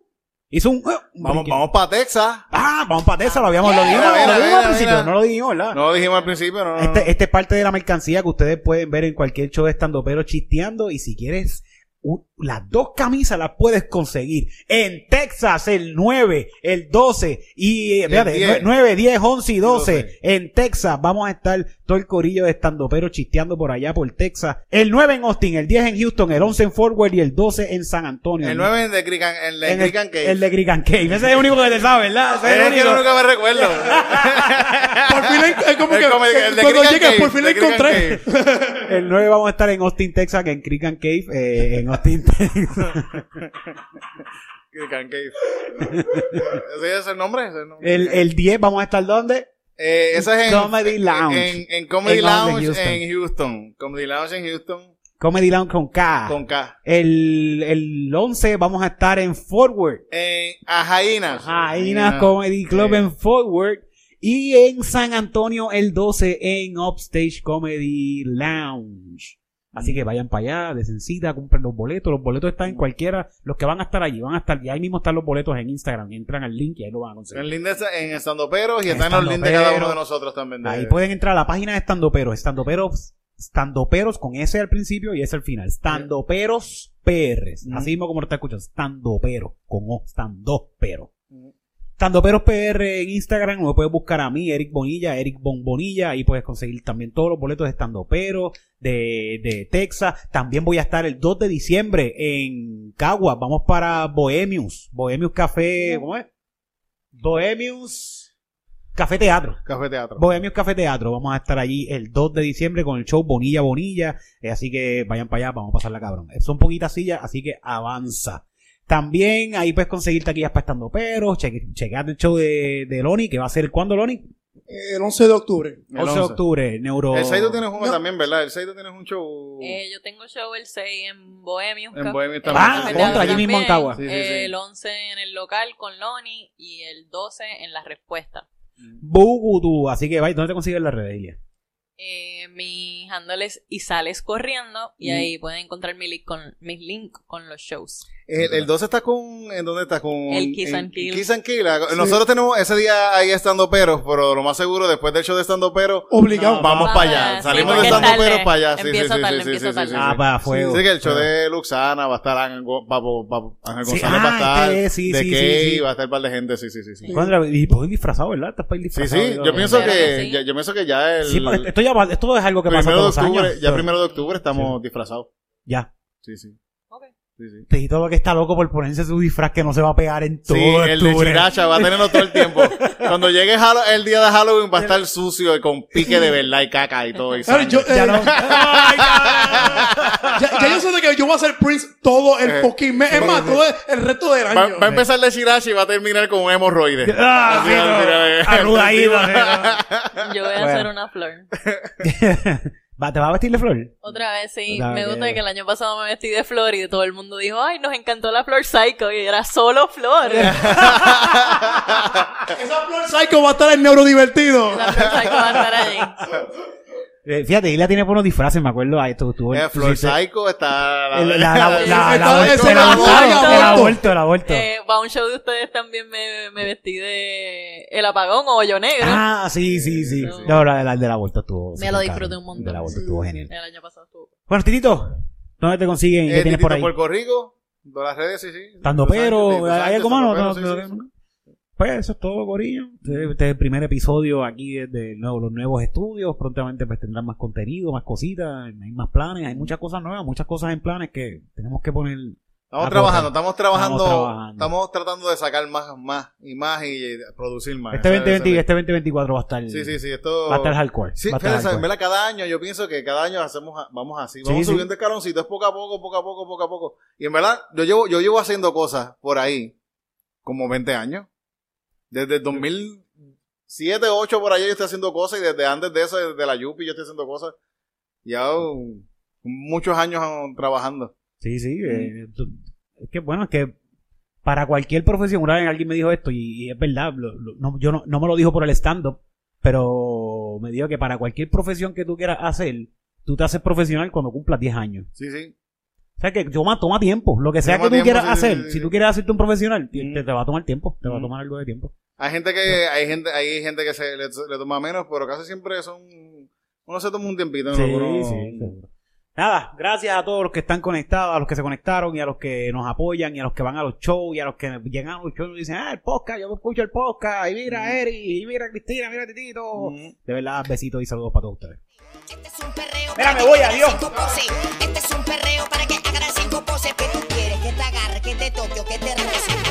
Speaker 8: Hizo un. uh, un
Speaker 3: Vamos,
Speaker 8: brinquito.
Speaker 3: vamos para Texas.
Speaker 8: Ah, vamos para Tessa, lo habíamos, lo dijimos,
Speaker 3: Mira, mira,
Speaker 8: lo dijimos al
Speaker 3: mira,
Speaker 8: principio,
Speaker 3: mira.
Speaker 8: no lo dijimos, ¿verdad?
Speaker 3: No lo dijimos al principio, no, no, no.
Speaker 8: Este, este es parte de la mercancía que ustedes pueden ver en cualquier show de estando pero chisteando y si quieres u- las dos camisas las puedes conseguir en Texas el 9, el 12 y eh,
Speaker 3: El
Speaker 8: fíjate,
Speaker 3: 10.
Speaker 8: 9, 10, 11 y 12,
Speaker 3: 12.
Speaker 8: en Texas vamos a estar todo el corillo de estando pero chisteando por allá por Texas, el 9 en Austin, el 10 en Houston, el 11 en Fort Worth y el 12 en San Antonio.
Speaker 3: El 9 es el de Crican, el de
Speaker 8: en el,
Speaker 3: Crican Cave.
Speaker 8: el de Grigan Cave, ese es el único que te sabe, ¿verdad? Ese
Speaker 3: Es el que
Speaker 8: único.
Speaker 3: nunca me
Speaker 8: <laughs>
Speaker 3: recuerdo.
Speaker 5: Por fin, es- es como
Speaker 3: Es
Speaker 5: que,
Speaker 3: como el- el de
Speaker 5: cuando
Speaker 3: Crican
Speaker 5: llegues,
Speaker 3: Cave,
Speaker 5: por fin la
Speaker 3: de Crican
Speaker 5: encontré.
Speaker 8: El 9 vamos a estar en Austin, Texas, que en Creek and Cave, eh, en Austin, Texas.
Speaker 3: Crican Cave. ¿Ese es el nombre? ¿Ese es el nombre?
Speaker 8: El, el 10 vamos a estar ¿dónde?
Speaker 3: Eh, esa es en
Speaker 8: Comedy Lounge.
Speaker 3: En, en Comedy
Speaker 8: En Lounge
Speaker 3: Lounge
Speaker 8: de Houston.
Speaker 3: en Houston. Comedy Lounge en Houston
Speaker 8: Comedy Lounge con K.
Speaker 3: con K.
Speaker 8: El, el 11 vamos a estar en Forward.
Speaker 3: En Ajainas.
Speaker 8: Jainas Comedy Club
Speaker 3: Sí.
Speaker 8: en Forward. Y en San Antonio el 12 en Upstage Comedy Lounge. Así que vayan para allá, decencita, compren los boletos. Los boletos están en cualquiera. Los que van a estar allí, van a estar. Y ahí mismo están los boletos en Instagram. Entran al link y ahí lo van a conseguir.
Speaker 3: En lindes, en estandoperos y
Speaker 8: En
Speaker 3: están los lindes de cada uno de
Speaker 8: estandoperos.
Speaker 3: nosotros también. de-
Speaker 8: Ahí pueden entrar a la página de Estandoperos, Estandoperos, Estandoperos con S al principio y S al final. Estandoperos PR. Así mismo como lo está escuchando, Estandopero con O, Estandopero. Estandoperos PR en Instagram, me puedes buscar a mí, Eric Bonilla, Eric Bonbonilla, ahí puedes conseguir también todos los boletos de Estandoperos, de, de Texas. También voy a estar el 2 de diciembre en Caguas, vamos para Bohemius, Bohemius Café, ¿cómo es? Bohemius Café Teatro.
Speaker 3: Café Teatro.
Speaker 8: Bohemios Café Teatro. Vamos a estar allí el 2 de diciembre con el show Bonilla Bonilla. Eh, así que vayan para allá, vamos a pasarla cabrón. Eh, Son poquitas sillas, así que avanza. También ahí puedes conseguir taquillas para estando peros. Cheque, chequeate el show de, de Loni, que va a ser ¿cuándo, Loni?
Speaker 5: El 11 de octubre.
Speaker 3: El
Speaker 8: 11 de octubre, Neuro.
Speaker 3: El 6 tú tienes uno
Speaker 5: No.
Speaker 3: también, ¿verdad? El 6 tú tienes un show
Speaker 4: Eh, yo tengo show el 6 en Bohemian.
Speaker 3: Uh. en Bohemia también.
Speaker 8: Ah,
Speaker 4: Café
Speaker 8: contra,
Speaker 4: Teatro
Speaker 8: allí mismo en
Speaker 4: también,
Speaker 8: Cagua.
Speaker 3: Sí, sí, sí.
Speaker 4: El 11 en el local con Loni y el 12 en La Respuesta.
Speaker 8: Bugudú. Así que vaya, ¿dónde te consigues la red, Ilia?
Speaker 4: Eh, mi handle es y sales corriendo y ahí pueden encontrar mi link con, mis links con los
Speaker 3: <laughs>
Speaker 4: shows.
Speaker 3: Eh, El, el 12 está con. ¿En dónde está? Con.
Speaker 4: El Kiss
Speaker 3: en-
Speaker 4: and Kill.
Speaker 3: Kiss and Kill. Ah, Nosotros tenemos ese día ahí estando peros, pero lo más seguro, después del show de estando peros,
Speaker 5: Obligado.
Speaker 3: Ah, vamos
Speaker 4: Vamos
Speaker 3: para allá.
Speaker 4: a-
Speaker 3: Salimos de
Speaker 4: sí, porque
Speaker 3: estando
Speaker 4: es tarde.
Speaker 3: peros para allá. Sí, sí, sí,
Speaker 4: Empieza tarde,
Speaker 3: sí, sí, sí,
Speaker 4: empieza
Speaker 3: sí, sí.
Speaker 4: tarde.
Speaker 8: Ah, para fuego.
Speaker 3: Así que el show de Luxana va a estar Ángel Go- va- va- va- Ángel
Speaker 8: Sí,
Speaker 3: González
Speaker 8: ah,
Speaker 3: va a estar,
Speaker 8: este, sí,
Speaker 3: de
Speaker 8: sí, sí,
Speaker 3: Key,
Speaker 8: sí.
Speaker 3: va a estar un par de gente, sí, sí, sí, sí.
Speaker 8: ¿Cuándo la- Y pueden disfrazado, ¿verdad? Estás para ir
Speaker 3: Sí,
Speaker 8: disfrazado.
Speaker 3: sí, yo pienso
Speaker 4: Claro que
Speaker 3: que,
Speaker 4: sí.
Speaker 3: ya- yo pienso que ya el
Speaker 8: Sí, porque esto, ya va- esto es algo que pasa
Speaker 3: primero de
Speaker 8: todos los
Speaker 3: octubre,
Speaker 8: años.
Speaker 3: ya primero de octubre estamos disfrazados.
Speaker 8: Ya.
Speaker 3: Sí, sí.
Speaker 4: Ok.
Speaker 3: Sí, sí.
Speaker 8: Te todo lo que está loco por ponerse su disfraz que no se va a pegar en todo
Speaker 3: Sí, el de
Speaker 8: octubre.
Speaker 3: Chiracha va a tenerlo todo el
Speaker 8: <laughs>
Speaker 3: tiempo. Cuando llegue Hall- el día de Halloween va a estar sucio y con pique de verdad y caca y todo. y
Speaker 5: Claro,
Speaker 3: sangre.
Speaker 5: yo, eh,
Speaker 8: Ya no. <laughs> Ay,
Speaker 3: <laughs>
Speaker 8: cabrón.
Speaker 5: ya, ya yo sé de que yo voy a ser Prince todo el
Speaker 3: Eh,
Speaker 5: fucking mes. Es más, todo el- el resto del
Speaker 3: va,
Speaker 5: año.
Speaker 3: va a empezar de Chiracha y va a terminar con un hemorroide.
Speaker 8: Ah,
Speaker 3: Así
Speaker 8: sí,
Speaker 3: va a
Speaker 8: no.
Speaker 3: terminar, eh.
Speaker 8: Arrudadito, sí,
Speaker 4: Yo voy a
Speaker 8: Bueno.
Speaker 4: hacer una flor.
Speaker 8: no. <laughs> Va- ¿Te vas a vestir de flor?
Speaker 4: Otra vez, sí.
Speaker 8: Otra
Speaker 4: me
Speaker 8: vez.
Speaker 4: gusta que el año pasado me vestí de flor y de todo el mundo dijo, ay, nos encantó la flor psycho y era solo flor.
Speaker 8: <laughs>
Speaker 4: la
Speaker 5: Esa flor psycho va a estar en neurodivertido.
Speaker 4: flor psycho va a estar allí.
Speaker 8: Eh, fíjate, Isla tiene buenos disfraces, me acuerdo. Ah, esto estuvo.
Speaker 3: Eh, Flor
Speaker 8: sí, sí.
Speaker 3: Psycho está...
Speaker 8: El- la- la-
Speaker 3: <laughs>
Speaker 8: la- la- Ah, la-
Speaker 5: Entonces,
Speaker 8: El aborto,
Speaker 4: ese era
Speaker 8: el
Speaker 5: aborto.
Speaker 8: aborto, el aborto.
Speaker 4: Eh, para un show de ustedes también me, me vestí de el apagón o hoyo negro.
Speaker 8: Ah, sí, sí, sí.
Speaker 4: No.
Speaker 8: No, la, la del aborto estuvo.
Speaker 4: Me lo disfruté un montón.
Speaker 8: El aborto estuvo genial.
Speaker 4: El año pasado estuvo.
Speaker 8: Bueno, Titito, ¿dónde te consiguen? ¿Qué
Speaker 3: Eh,
Speaker 8: tienes
Speaker 3: Titito
Speaker 8: por ahí?
Speaker 3: Puerto Rico, todas las redes, sí, sí.
Speaker 8: Tando
Speaker 3: Tito Sánchez,
Speaker 8: pero,
Speaker 3: Tito
Speaker 8: ¿hay
Speaker 3: Sánchez,
Speaker 8: algo más? No,
Speaker 3: Tando
Speaker 8: no,
Speaker 3: Pero, sí, sí, sí.
Speaker 8: no, no. Pues eso es todo, Corillo. Este este es el primer episodio aquí desde el nuevo- los nuevos estudios. Prontamente pues tendrán más contenido, más cositas, hay más planes, hay muchas cosas nuevas, muchas cosas en planes que tenemos que poner
Speaker 3: Estamos
Speaker 8: Ah,
Speaker 3: trabajando,
Speaker 8: pero-
Speaker 3: estamos trabajando,
Speaker 8: estamos trabajando.
Speaker 3: estamos tratando de sacar más, más y más y eh, producir más.
Speaker 8: Este,
Speaker 3: Esa-
Speaker 8: 2020,
Speaker 3: esa-
Speaker 8: este 2024 va a estar.
Speaker 3: Sí, sí, sí, esto...
Speaker 8: este Va a estar hardcore.
Speaker 3: Sí,
Speaker 8: va a estar
Speaker 3: fíjense,
Speaker 8: hardcore.
Speaker 3: ¿verdad? cada año yo pienso que cada año hacemos, vamos así,
Speaker 8: Sí,
Speaker 3: vamos
Speaker 8: sí.
Speaker 3: subiendo escaloncitos poco a poco, poco a poco, poco a poco. Y en verdad, yo llevo, yo llevo haciendo cosas por ahí como 20 años. Desde el 2007, 8 por ahí yo estoy haciendo cosas y desde antes de eso, desde la Yupi yo estoy haciendo cosas. Ya uh, muchos años uh, trabajando.
Speaker 8: Sí, sí. eh, tú- es que bueno, es que para cualquier profesión, una vez alguien me dijo esto y, y es verdad, lo- lo- no, yo no, no me lo dijo por el stand-up, pero me dijo que para cualquier profesión que tú quieras hacer, tú te haces profesional cuando cumplas 10 años.
Speaker 3: Sí, sí.
Speaker 8: O sea que toma, toma tiempo. Pues, Lo que sea
Speaker 3: Toma
Speaker 8: que tú
Speaker 3: tiempo,
Speaker 8: quieras
Speaker 3: sí,
Speaker 8: hacer,
Speaker 3: sí, sí,
Speaker 8: si tú
Speaker 3: sí.
Speaker 8: quieres hacerte un profesional, te,
Speaker 3: Mm.
Speaker 8: te- te va a tomar tiempo. Te va a
Speaker 3: Mm.
Speaker 8: tomar algo de tiempo.
Speaker 3: Hay gente que, hay gente, hay gente que se le, le toma menos, pero casi siempre son, uno se toma un tiempito. ¿no? Uno-
Speaker 8: seguro. Nada, gracias a todos los que están conectados, a los que se conectaron y a los que nos apoyan y a los que van a los shows y a los que llegan a los shows y dicen, ah, el podcast, yo escucho el podcast, y mira Eric, y mira Cristina, mira Titito.
Speaker 3: Ujú.
Speaker 8: De verdad, besitos y saludos para todos ustedes.
Speaker 6: Este es un perreo.
Speaker 8: Mira,
Speaker 6: para
Speaker 8: me
Speaker 6: que
Speaker 8: voy,
Speaker 6: hagan
Speaker 8: adiós.
Speaker 6: cinco poses. Este es un perreo para que hagan cinco poses. Que tú quieres que te agarre, que te toque o que te rece.